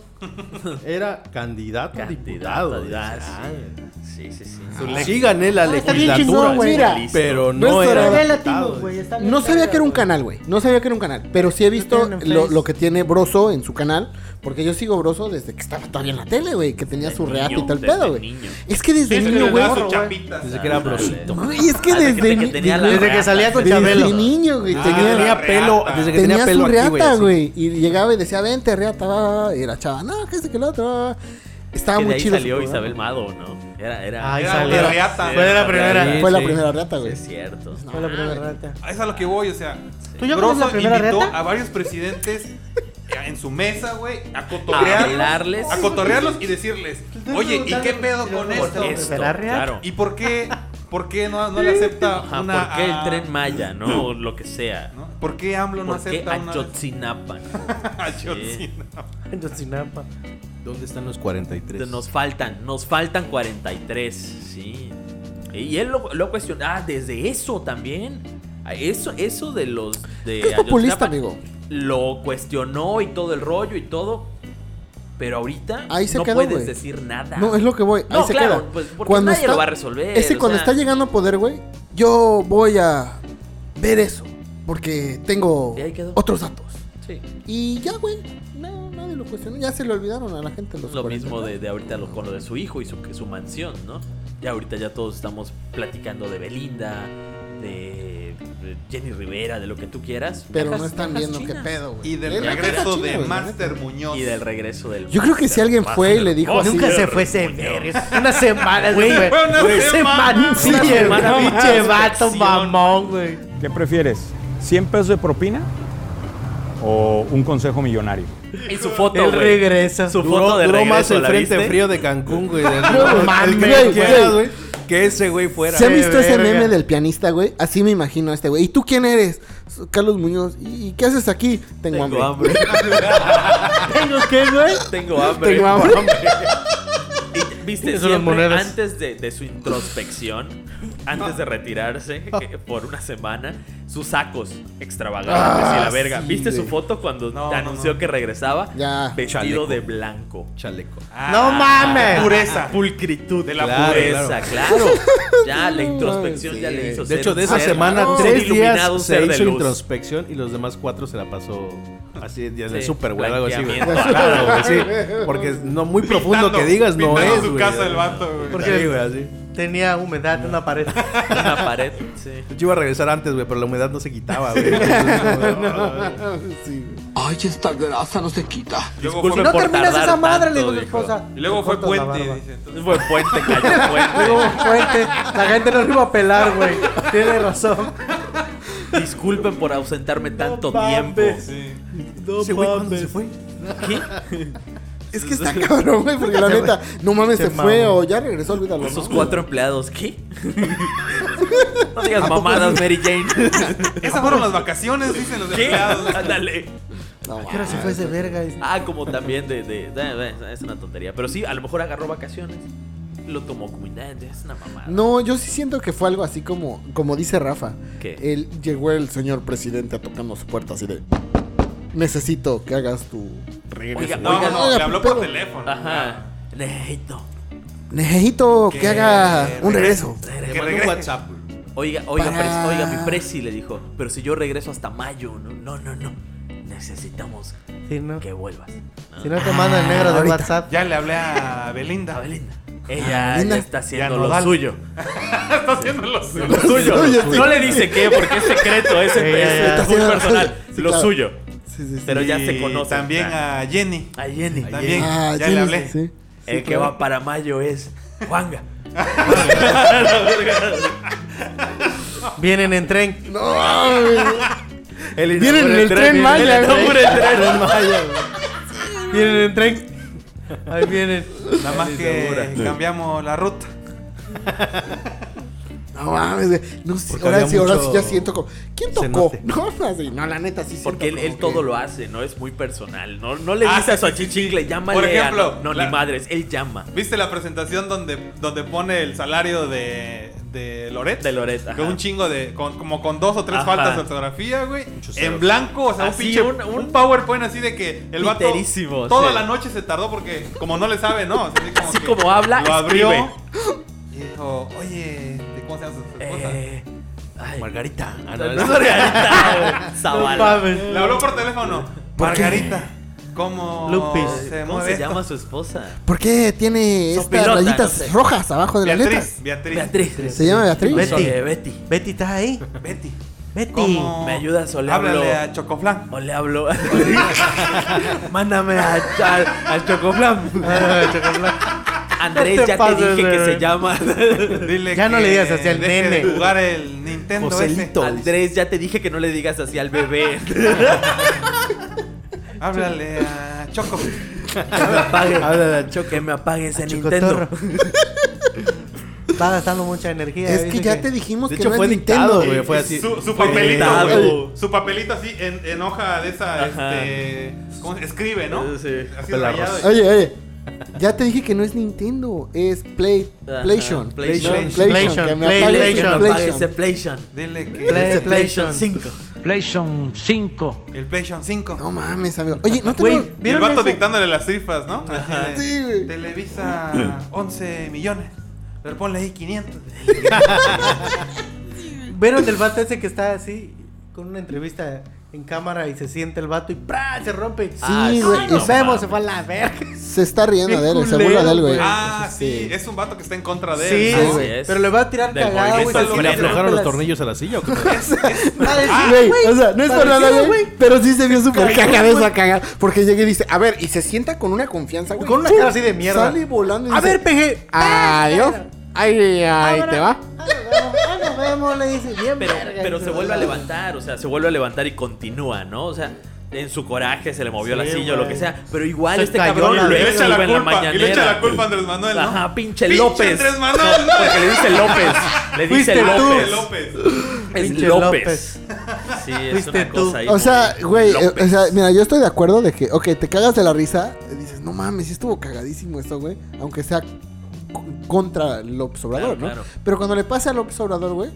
[SPEAKER 4] Era candidato a
[SPEAKER 3] Candidato,
[SPEAKER 4] diputado.
[SPEAKER 3] ah,
[SPEAKER 4] dice.
[SPEAKER 3] Sí, sí, sí.
[SPEAKER 4] Ah, Sí gané la
[SPEAKER 6] Ah, está bien
[SPEAKER 4] legislatura,
[SPEAKER 6] chingón, güey.
[SPEAKER 2] Mira,
[SPEAKER 4] pero
[SPEAKER 2] no
[SPEAKER 4] no,
[SPEAKER 2] es
[SPEAKER 4] era
[SPEAKER 2] dorado.
[SPEAKER 6] Está
[SPEAKER 4] diputado,
[SPEAKER 6] bien latino,
[SPEAKER 4] dice.
[SPEAKER 6] güey, está bien
[SPEAKER 2] No sabía
[SPEAKER 6] verga,
[SPEAKER 2] que era un
[SPEAKER 6] güey.
[SPEAKER 2] canal, güey. No sabía que era un canal. Pero sí he visto
[SPEAKER 6] tienen en
[SPEAKER 2] lo,
[SPEAKER 6] Face.
[SPEAKER 2] lo que tiene Broso en su canal. Porque yo sigo Broso desde que estaba todavía en la tele, güey. Que tenía
[SPEAKER 3] Desde
[SPEAKER 2] su reato y
[SPEAKER 3] niño,
[SPEAKER 2] tal
[SPEAKER 3] desde
[SPEAKER 2] pedo, güey.
[SPEAKER 3] niño.
[SPEAKER 2] Es que desde
[SPEAKER 5] Sí, se
[SPEAKER 2] niño,
[SPEAKER 5] le
[SPEAKER 2] güey.
[SPEAKER 5] da su
[SPEAKER 6] güey.
[SPEAKER 5] chapita.
[SPEAKER 4] Desde que era brosito.
[SPEAKER 2] Güey, es que
[SPEAKER 3] Ah, desde
[SPEAKER 2] desde,
[SPEAKER 3] que
[SPEAKER 2] ni-
[SPEAKER 3] tenía la
[SPEAKER 2] desde-
[SPEAKER 6] Desde que
[SPEAKER 3] reata.
[SPEAKER 6] salía con
[SPEAKER 2] desde
[SPEAKER 6] Chabelo.
[SPEAKER 2] niño, güey.
[SPEAKER 5] Ah,
[SPEAKER 2] tenía,
[SPEAKER 5] la
[SPEAKER 4] Tenía
[SPEAKER 5] reata.
[SPEAKER 4] pelo, desde que tenía,
[SPEAKER 2] tenía
[SPEAKER 4] pelo
[SPEAKER 2] su
[SPEAKER 4] aquí,
[SPEAKER 2] reata,
[SPEAKER 4] así.
[SPEAKER 2] güey. Y llegaba y decía, vente, reata, va, va, va", Y la chava, no, que este que el otro. Estaba
[SPEAKER 3] Que de
[SPEAKER 2] muy
[SPEAKER 3] ahí
[SPEAKER 2] chido. su
[SPEAKER 3] salió
[SPEAKER 2] programa.
[SPEAKER 3] Isabel Mado, ¿no? Era, era.
[SPEAKER 6] Ay,
[SPEAKER 5] Era
[SPEAKER 6] salió.
[SPEAKER 5] la reata.
[SPEAKER 6] Fue la
[SPEAKER 3] Sí,
[SPEAKER 6] primera.
[SPEAKER 2] Fue la
[SPEAKER 4] sí.
[SPEAKER 2] primera reata,
[SPEAKER 3] Sí,
[SPEAKER 2] güey.
[SPEAKER 3] es Ah, cierto.
[SPEAKER 6] Fue la primera rata.
[SPEAKER 5] Ah, Es a lo que voy, o sea.
[SPEAKER 6] ¿Tú ya conoces la primera
[SPEAKER 5] invitó
[SPEAKER 6] reta?
[SPEAKER 5] a varios presidentes en su mesa, güey, a
[SPEAKER 3] A
[SPEAKER 5] cotorrearlos.
[SPEAKER 3] hablarles.
[SPEAKER 5] A cotorrearlos y decirles, oye, ¿y qué pedo con esto?
[SPEAKER 3] Con esto,
[SPEAKER 6] ¿Será real?
[SPEAKER 3] claro.
[SPEAKER 5] ¿Y por qué, por qué no, no le acepta
[SPEAKER 3] (laughs) Ajá,
[SPEAKER 5] una.
[SPEAKER 3] ¿Por qué el
[SPEAKER 5] a-
[SPEAKER 3] tren Maya, no? O lo que sea.
[SPEAKER 5] ¿no? ¿Por qué AMLO no
[SPEAKER 3] ¿Por qué
[SPEAKER 5] acepta (laughs)
[SPEAKER 2] (laughs)
[SPEAKER 5] una.
[SPEAKER 3] Ayotzinapa?
[SPEAKER 5] Ayotzinapa.
[SPEAKER 6] En Yotzinapa.
[SPEAKER 4] ¿Dónde están los 43?
[SPEAKER 3] Nos faltan, nos faltan 43, sí. Y él lo, lo cuestiona, ah, desde eso también. Ah, Eso, eso de los de
[SPEAKER 2] Es populista,
[SPEAKER 3] Ayotzinapa,
[SPEAKER 2] amigo.
[SPEAKER 3] Lo cuestionó y todo el rollo y todo. Pero ahorita
[SPEAKER 2] Ahí se
[SPEAKER 3] no
[SPEAKER 2] quedó,
[SPEAKER 3] puedes
[SPEAKER 2] güey.
[SPEAKER 3] decir nada.
[SPEAKER 2] No, es lo que voy. Ahí
[SPEAKER 3] No,
[SPEAKER 2] se
[SPEAKER 3] claro,
[SPEAKER 2] queda.
[SPEAKER 3] pues, porque nadie lo va a resolver,
[SPEAKER 2] Ese
[SPEAKER 3] o
[SPEAKER 2] cuando
[SPEAKER 3] sea.
[SPEAKER 2] está llegando a poder, güey, yo voy a ver eso. Porque tengo
[SPEAKER 3] Y ahí quedó.
[SPEAKER 2] otros datos.
[SPEAKER 3] Sí,
[SPEAKER 2] Y ya, güey. No, nadie lo cuestionó. Ya se le olvidaron a la gente los
[SPEAKER 3] lo mismo
[SPEAKER 2] 40.
[SPEAKER 3] de, de ahorita lo- con lo de su hijo y su, su mansión, ¿no? Ya ahorita ya todos estamos platicando de Belinda, de de Jenny Rivera, de lo que tú quieras.
[SPEAKER 2] Pero
[SPEAKER 3] Cajas-
[SPEAKER 2] no están
[SPEAKER 3] cajas
[SPEAKER 2] viendo qué
[SPEAKER 3] chinas.
[SPEAKER 2] pedo, güey.
[SPEAKER 5] Y
[SPEAKER 2] Es
[SPEAKER 5] del
[SPEAKER 2] la caja
[SPEAKER 5] regreso
[SPEAKER 2] china,
[SPEAKER 5] de
[SPEAKER 2] güey, la
[SPEAKER 5] Master
[SPEAKER 2] neta.
[SPEAKER 5] Muñoz.
[SPEAKER 3] Y del regreso del.
[SPEAKER 2] Yo creo que si alguien fue y le dijo así,
[SPEAKER 6] Nunca se fue ese verga. Una semana, güey.
[SPEAKER 5] fue
[SPEAKER 6] Una
[SPEAKER 5] una
[SPEAKER 6] semana.
[SPEAKER 5] semana.
[SPEAKER 6] Sí,
[SPEAKER 3] Una semana
[SPEAKER 6] güey.
[SPEAKER 3] más,
[SPEAKER 6] Pinche vato
[SPEAKER 3] reflexión.
[SPEAKER 6] mamón, güey.
[SPEAKER 12] ¿Qué prefieres? ¿100 pesos de propina o un consejo millonario?
[SPEAKER 3] Y su foto,
[SPEAKER 6] Él
[SPEAKER 3] güey.
[SPEAKER 6] regresa.
[SPEAKER 3] Su
[SPEAKER 4] Duró,
[SPEAKER 3] foto de
[SPEAKER 4] duró
[SPEAKER 3] regreso,
[SPEAKER 4] más el
[SPEAKER 3] ¿la
[SPEAKER 4] frente
[SPEAKER 3] viste?
[SPEAKER 4] frío de Cancún, güey. del-
[SPEAKER 2] No mames,
[SPEAKER 4] el que,
[SPEAKER 2] güey.
[SPEAKER 4] quieras, güey, que ese güey fuera.
[SPEAKER 2] ¿Se ha visto ese
[SPEAKER 6] verga.
[SPEAKER 2] meme del pianista, güey? Así me imagino a este güey. ¿Y tú quién eres? Carlos Muñoz. ¿Y qué haces aquí? Tengo,
[SPEAKER 3] Tengo
[SPEAKER 2] hambre.
[SPEAKER 3] hambre.
[SPEAKER 6] ¿Tengo qué, güey?
[SPEAKER 3] Tengo hambre.
[SPEAKER 2] Tengo hambre.
[SPEAKER 3] Y, Viste,
[SPEAKER 6] Esas son las
[SPEAKER 3] siempre
[SPEAKER 6] monedas.
[SPEAKER 3] antes de, de su introspección, antes de retirarse que por una semana, sus sacos extravagantes y la verga.
[SPEAKER 2] sí,
[SPEAKER 3] ¿Viste su
[SPEAKER 2] güey.
[SPEAKER 3] foto cuando
[SPEAKER 5] No, no,
[SPEAKER 3] anunció que regresaba?
[SPEAKER 2] Ya.
[SPEAKER 3] Vestido
[SPEAKER 4] Chaleco.
[SPEAKER 3] de blanco.
[SPEAKER 4] Chaleco.
[SPEAKER 5] Ah,
[SPEAKER 3] Ah,
[SPEAKER 6] No mames.
[SPEAKER 5] Pureza.
[SPEAKER 3] Pulcritud. De
[SPEAKER 5] la
[SPEAKER 3] pureza,
[SPEAKER 4] pureza.
[SPEAKER 3] claro. Ya la introspección
[SPEAKER 2] Sí,
[SPEAKER 3] ya le
[SPEAKER 2] güey.
[SPEAKER 3] hizo
[SPEAKER 4] De hecho, de esa
[SPEAKER 3] ser-
[SPEAKER 4] semana,
[SPEAKER 3] ser
[SPEAKER 4] tres
[SPEAKER 3] iluminado,
[SPEAKER 4] días
[SPEAKER 3] un
[SPEAKER 4] se
[SPEAKER 3] ser de
[SPEAKER 4] hizo
[SPEAKER 3] luz.
[SPEAKER 4] introspección y los demás cuatro se la pasó así, días de
[SPEAKER 3] Sí,
[SPEAKER 4] súper, güey, algo así, güey.
[SPEAKER 3] blanqueamiento.
[SPEAKER 4] (laughs) Claro, güey, sí. Porque no muy profundo
[SPEAKER 5] Pintando-
[SPEAKER 4] que digas no
[SPEAKER 5] pintando
[SPEAKER 4] es,
[SPEAKER 5] su
[SPEAKER 4] güey.
[SPEAKER 5] casa el vato, güey.
[SPEAKER 4] Porque sí, güey, así.
[SPEAKER 6] Tenía humedad en una pared.
[SPEAKER 3] Una pared, sí.
[SPEAKER 4] (laughs) Yo iba a regresar antes, güey, pero la humedad no se quitaba,
[SPEAKER 6] (laughs)
[SPEAKER 4] güey. Entonces,
[SPEAKER 2] (laughs) Sí, güey.
[SPEAKER 10] Ay, esta grasa no se quita.
[SPEAKER 5] Luego
[SPEAKER 3] Disculpe
[SPEAKER 5] fue,
[SPEAKER 6] Si no
[SPEAKER 3] por
[SPEAKER 6] terminas
[SPEAKER 3] tardar
[SPEAKER 6] esa madre,
[SPEAKER 3] tanto,
[SPEAKER 6] le digo a mi
[SPEAKER 3] dijo.
[SPEAKER 6] esposa.
[SPEAKER 5] y luego
[SPEAKER 6] Te
[SPEAKER 5] fue
[SPEAKER 6] cortas la
[SPEAKER 5] puente,
[SPEAKER 6] barba.
[SPEAKER 5] dice. Entonces,
[SPEAKER 3] Fue puente, cayó
[SPEAKER 6] Luego
[SPEAKER 3] puente.
[SPEAKER 6] puente. La gente no lo iba a pelar, güey. Tiene razón.
[SPEAKER 3] Disculpen por ausentarme tanto
[SPEAKER 6] mames.
[SPEAKER 3] tiempo.
[SPEAKER 5] sí.
[SPEAKER 4] Ese güey, ¿cuándo se fue?
[SPEAKER 2] Es
[SPEAKER 3] (laughs)
[SPEAKER 2] que está cabrón, güey, porque la neta, no mames, se,
[SPEAKER 6] Se
[SPEAKER 2] fue
[SPEAKER 6] mamó.
[SPEAKER 2] o ya regresó, olvídalo.
[SPEAKER 3] Esos
[SPEAKER 2] ¿no?
[SPEAKER 3] cuatro empleados, ¿qué? No digas mamadas, Mary (laughs) Jane.
[SPEAKER 5] Esas fueron las vacaciones, dicen los
[SPEAKER 3] ¿Qué?
[SPEAKER 5] empleados.
[SPEAKER 3] Ándale.
[SPEAKER 2] No,
[SPEAKER 6] ¿Qué hora se fue ese verga?
[SPEAKER 3] Ah, como también de, de, de- de- Es una tontería. Pero sí, a lo mejor agarró vacaciones. Lo tomó como. "Ah, Es una mamada.
[SPEAKER 2] No, yo sí siento que fue algo así como, como dice Rafa.
[SPEAKER 3] ¿Qué?
[SPEAKER 2] Él, llegó el señor presidente a tocarnos su puerta así de. Necesito que hagas tu regreso.
[SPEAKER 3] Oiga,
[SPEAKER 5] No,
[SPEAKER 3] oiga,
[SPEAKER 5] no,
[SPEAKER 2] oiga,
[SPEAKER 5] le habló por
[SPEAKER 2] pero-
[SPEAKER 3] ah,
[SPEAKER 5] teléfono.
[SPEAKER 3] Ajá. Necesito.
[SPEAKER 2] Necesito que
[SPEAKER 5] Que
[SPEAKER 2] haga un regreso.
[SPEAKER 4] Le
[SPEAKER 5] Que
[SPEAKER 4] mandó un
[SPEAKER 5] regrese.
[SPEAKER 4] WhatsApp, güey.
[SPEAKER 3] Oiga, oiga,
[SPEAKER 2] Para-
[SPEAKER 3] pres- oiga, mi presi le dijo. Pero si yo regreso hasta mayo, no, no, no. no. Necesitamos
[SPEAKER 6] Si no,
[SPEAKER 3] que vuelvas. ¿no?
[SPEAKER 6] si no te manda el negro de
[SPEAKER 2] ahorita.
[SPEAKER 6] WhatsApp.
[SPEAKER 5] Ya le hablé a
[SPEAKER 3] A
[SPEAKER 5] Belinda.
[SPEAKER 3] Belinda. Ella
[SPEAKER 2] Carolina.
[SPEAKER 3] ya está
[SPEAKER 2] Ya
[SPEAKER 3] haciendo
[SPEAKER 2] no
[SPEAKER 3] lo
[SPEAKER 2] da.
[SPEAKER 3] suyo.
[SPEAKER 5] está haciendo lo suyo.
[SPEAKER 3] Lo suyo.
[SPEAKER 2] suyo, sí.
[SPEAKER 3] No le dice qué, porque es secreto, es,
[SPEAKER 5] Sí,
[SPEAKER 3] es-
[SPEAKER 5] ya, ya.
[SPEAKER 3] es
[SPEAKER 5] Está
[SPEAKER 3] muy
[SPEAKER 5] haciendo lo
[SPEAKER 3] personal.
[SPEAKER 5] suyo. Sí,
[SPEAKER 3] Lo
[SPEAKER 5] claro.
[SPEAKER 3] suyo. Pero ya
[SPEAKER 5] Y
[SPEAKER 3] se conoce. Ah.
[SPEAKER 5] También a Jenny.
[SPEAKER 3] A Jenny.
[SPEAKER 5] También. Ah, Ya Jenny, le hablé. sí, sí.
[SPEAKER 3] El que
[SPEAKER 5] Sí, claro.
[SPEAKER 3] va para mayo es Juanga.
[SPEAKER 6] Vienen en tren.
[SPEAKER 2] Vienen en el tren Maya,
[SPEAKER 6] Vienen en
[SPEAKER 2] güey.
[SPEAKER 6] el tren Maya, güey. Vienen en tren. Ahí vienen.
[SPEAKER 5] Nada más que
[SPEAKER 6] Sí.
[SPEAKER 5] cambiamos la ruta.
[SPEAKER 2] No mames, güey. No sé,
[SPEAKER 5] Porque
[SPEAKER 2] ahora
[SPEAKER 5] había
[SPEAKER 2] sí, ahora
[SPEAKER 5] mucho
[SPEAKER 2] sí ya siento como. ¿Quién tocó? (laughs)
[SPEAKER 3] cenote.
[SPEAKER 2] No, no, sí, no, la neta sí siento
[SPEAKER 3] Porque él, él
[SPEAKER 2] como
[SPEAKER 3] todo
[SPEAKER 2] que-
[SPEAKER 3] lo hace, ¿no? Es muy personal. No, no le
[SPEAKER 5] Ah,
[SPEAKER 3] dice a su achichingle, llámale.
[SPEAKER 5] Por
[SPEAKER 3] a-
[SPEAKER 5] ejemplo,
[SPEAKER 3] no,
[SPEAKER 5] la-
[SPEAKER 3] ni madres, él llama.
[SPEAKER 5] ¿Viste la presentación donde, donde pone el salario de, de Loret? De
[SPEAKER 3] Loret,
[SPEAKER 5] Con un chingo de. con- como con dos o tres
[SPEAKER 3] Ajá.
[SPEAKER 5] faltas de ortografía, güey.
[SPEAKER 3] ceros.
[SPEAKER 5] En blanco, o sea, un
[SPEAKER 3] Así,
[SPEAKER 5] pinche.
[SPEAKER 3] un-
[SPEAKER 5] Un,
[SPEAKER 3] un-
[SPEAKER 5] PowerPoint así de que el vato.
[SPEAKER 3] Piterísimo,
[SPEAKER 5] Toda
[SPEAKER 3] sí.
[SPEAKER 5] la noche se tardó porque, como no le sabe, ¿no? O sea, así como,
[SPEAKER 3] Así
[SPEAKER 5] que
[SPEAKER 3] como habla,
[SPEAKER 5] Lo abrió.
[SPEAKER 3] escribe.
[SPEAKER 5] Y dijo, oye, ¿de ¿cómo se llama su esposa?
[SPEAKER 3] Eh, ay.
[SPEAKER 4] Margarita. Ah,
[SPEAKER 3] No, no es Margarita, güey. Zavala.
[SPEAKER 5] Le habló por teléfono.
[SPEAKER 2] ¿Por qué?
[SPEAKER 5] Margarita, ¿cómo se
[SPEAKER 3] ¿Cómo
[SPEAKER 5] mueve
[SPEAKER 3] se
[SPEAKER 5] esto?
[SPEAKER 3] llama su esposa?
[SPEAKER 2] ¿Por qué tiene estas
[SPEAKER 3] Sopilota,
[SPEAKER 2] rayitas
[SPEAKER 3] no sé.
[SPEAKER 2] rojas abajo de la letra?
[SPEAKER 5] Beatriz.
[SPEAKER 3] Beatriz.
[SPEAKER 2] ¿Se llama Beatriz?
[SPEAKER 3] Betty.
[SPEAKER 2] Betty.
[SPEAKER 3] Betty.
[SPEAKER 6] Betty, ¿estás ahí?
[SPEAKER 5] Betty.
[SPEAKER 6] Betty.
[SPEAKER 3] ¿Cómo? ¿Me ayudas o le hablo?
[SPEAKER 5] Háblale a Chocoflan.
[SPEAKER 3] O le hablo. Mándame a, a, a Chocoflan. (laughs) Andrés,
[SPEAKER 6] No te
[SPEAKER 3] ya te
[SPEAKER 6] pases
[SPEAKER 3] dije
[SPEAKER 6] de
[SPEAKER 3] que se
[SPEAKER 6] ver.
[SPEAKER 3] llama.
[SPEAKER 5] Dile
[SPEAKER 6] Ya no
[SPEAKER 5] que
[SPEAKER 6] le digas así al
[SPEAKER 5] deje de
[SPEAKER 6] nene.
[SPEAKER 5] jugar el Nintendo
[SPEAKER 3] Joselito.
[SPEAKER 5] ese.
[SPEAKER 3] Andrés, ya te dije que no le digas así al
[SPEAKER 6] (laughs)
[SPEAKER 3] bebé.
[SPEAKER 5] Háblale a Choco.
[SPEAKER 3] Que me apague.
[SPEAKER 6] Háblale a
[SPEAKER 3] Que me apague ese Nintendo.
[SPEAKER 6] Chocotorro. (laughs) Está gastando mucha energía.
[SPEAKER 2] Es que
[SPEAKER 6] dice
[SPEAKER 2] ya te dijimos
[SPEAKER 6] De
[SPEAKER 2] que
[SPEAKER 6] hecho,
[SPEAKER 2] no
[SPEAKER 6] fue
[SPEAKER 2] es
[SPEAKER 6] dictado,
[SPEAKER 2] Nintendo.
[SPEAKER 6] güey, fue
[SPEAKER 4] Pues
[SPEAKER 6] así.
[SPEAKER 5] Su, su
[SPEAKER 6] Fue
[SPEAKER 5] papelito,
[SPEAKER 6] dictado.
[SPEAKER 5] güey. Su papelito así en, en hoja de esa,
[SPEAKER 3] Ajá.
[SPEAKER 5] este. ¿cómo se- Escribe, ¿no?
[SPEAKER 3] Sí.
[SPEAKER 5] Así
[SPEAKER 3] Papel
[SPEAKER 5] rayado.
[SPEAKER 3] arroz.
[SPEAKER 2] Oye, oye. Ya te dije que no es Nintendo, es Play,
[SPEAKER 3] Ajá,
[SPEAKER 2] PlayStation.
[SPEAKER 3] PlayStation.
[SPEAKER 2] No, PlayStation. Que me apague ese
[SPEAKER 3] Que me apague ese
[SPEAKER 2] PlayStation.
[SPEAKER 3] PlayStation.
[SPEAKER 5] Dile que.
[SPEAKER 3] Ese PlayStation 5.
[SPEAKER 5] PlayStation 5. El PlayStation 5.
[SPEAKER 2] No mames, amigo. Oye, no te
[SPEAKER 5] Güey,
[SPEAKER 2] veo-
[SPEAKER 5] y El vato dictándole las cifras, ¿no? Así de,
[SPEAKER 2] Sí, güey.
[SPEAKER 5] Televisa (clears throat) 11 millones. Pero ponle ahí 500.
[SPEAKER 6] ¿Vieron del vato ese que está así con una entrevista en cámara y se siente el vato y ¡pra! se rompe?
[SPEAKER 2] Ah, sí, güey,
[SPEAKER 6] Nos
[SPEAKER 2] no
[SPEAKER 6] vemos, se fue a la verga.
[SPEAKER 2] Se está riendo
[SPEAKER 6] Qué
[SPEAKER 2] de él, se
[SPEAKER 6] culero,
[SPEAKER 2] burla de él, güey.
[SPEAKER 5] Ah, sí. Es un vato que está en contra de
[SPEAKER 6] Sí,
[SPEAKER 5] él.
[SPEAKER 6] sí,
[SPEAKER 5] ¿no?
[SPEAKER 6] güey. Pero le va a tirar
[SPEAKER 5] Del
[SPEAKER 6] cagada, güey.
[SPEAKER 5] movimiento
[SPEAKER 6] se
[SPEAKER 5] del
[SPEAKER 4] ¿Le
[SPEAKER 6] le
[SPEAKER 4] aflojaron
[SPEAKER 6] rompe
[SPEAKER 4] los
[SPEAKER 6] las- (laughs)
[SPEAKER 4] tornillos a la silla o
[SPEAKER 5] (laughs)
[SPEAKER 4] qué?
[SPEAKER 2] Ah, Güey, o sea, no es por
[SPEAKER 6] parecido,
[SPEAKER 2] nada, güey.
[SPEAKER 6] güey.
[SPEAKER 2] Pero sí se vio súper
[SPEAKER 6] cayó,
[SPEAKER 2] cagada esa
[SPEAKER 6] güey.
[SPEAKER 2] cagada. Porque llega y dice, a ver, y se sienta con una confianza, güey.
[SPEAKER 6] Con una
[SPEAKER 2] ¡Pum!
[SPEAKER 6] cara así de mierda.
[SPEAKER 2] Sale volando y
[SPEAKER 6] A
[SPEAKER 2] dice,
[SPEAKER 6] ver, peje.
[SPEAKER 2] Adiós. Ay, ay,
[SPEAKER 6] Ahora-
[SPEAKER 2] te va.
[SPEAKER 6] Ah, nos vemos, ah, nos vemos, le dice. Bien,
[SPEAKER 3] Pero,
[SPEAKER 6] verga,
[SPEAKER 3] pero se
[SPEAKER 6] dice,
[SPEAKER 3] vuelve a
[SPEAKER 6] "Ah".
[SPEAKER 3] levantar, o sea, se vuelve a levantar y continúa, ¿no? O sea, en su coraje se le movió
[SPEAKER 6] Sí,
[SPEAKER 3] la silla o lo
[SPEAKER 6] güey.
[SPEAKER 3] que sea. Pero igual
[SPEAKER 6] Se
[SPEAKER 3] este
[SPEAKER 6] cayó
[SPEAKER 3] cabrón
[SPEAKER 6] la
[SPEAKER 3] lo
[SPEAKER 5] Y le echa la
[SPEAKER 3] exhibe en la
[SPEAKER 5] culpa.
[SPEAKER 3] mañanera.
[SPEAKER 5] Y le echa la culpa a Andrés Manuel, ¿no?
[SPEAKER 3] Ajá, pinche,
[SPEAKER 5] Pinche
[SPEAKER 3] López.
[SPEAKER 5] Andrés Manuel,
[SPEAKER 3] No, (laughs)
[SPEAKER 5] ¿no?
[SPEAKER 3] porque le dice López. Le
[SPEAKER 6] Fuiste
[SPEAKER 3] dice
[SPEAKER 6] tú.
[SPEAKER 3] López.
[SPEAKER 5] López.
[SPEAKER 3] Es
[SPEAKER 6] Pinche
[SPEAKER 3] López. Sí, es
[SPEAKER 6] Fuiste
[SPEAKER 3] una cosa ahí.
[SPEAKER 2] O sea,
[SPEAKER 3] muy-
[SPEAKER 2] güey, eh,
[SPEAKER 3] López.
[SPEAKER 2] o sea, mira, yo estoy de acuerdo de que, ok, te cagas de la risa, eh, dices, no mames, sí estuvo cagadísimo esto, güey, aunque sea co- contra López Obrador,
[SPEAKER 3] Claro,
[SPEAKER 2] ¿no?
[SPEAKER 3] claro.
[SPEAKER 2] Pero cuando le pasa a López Obrador, güey,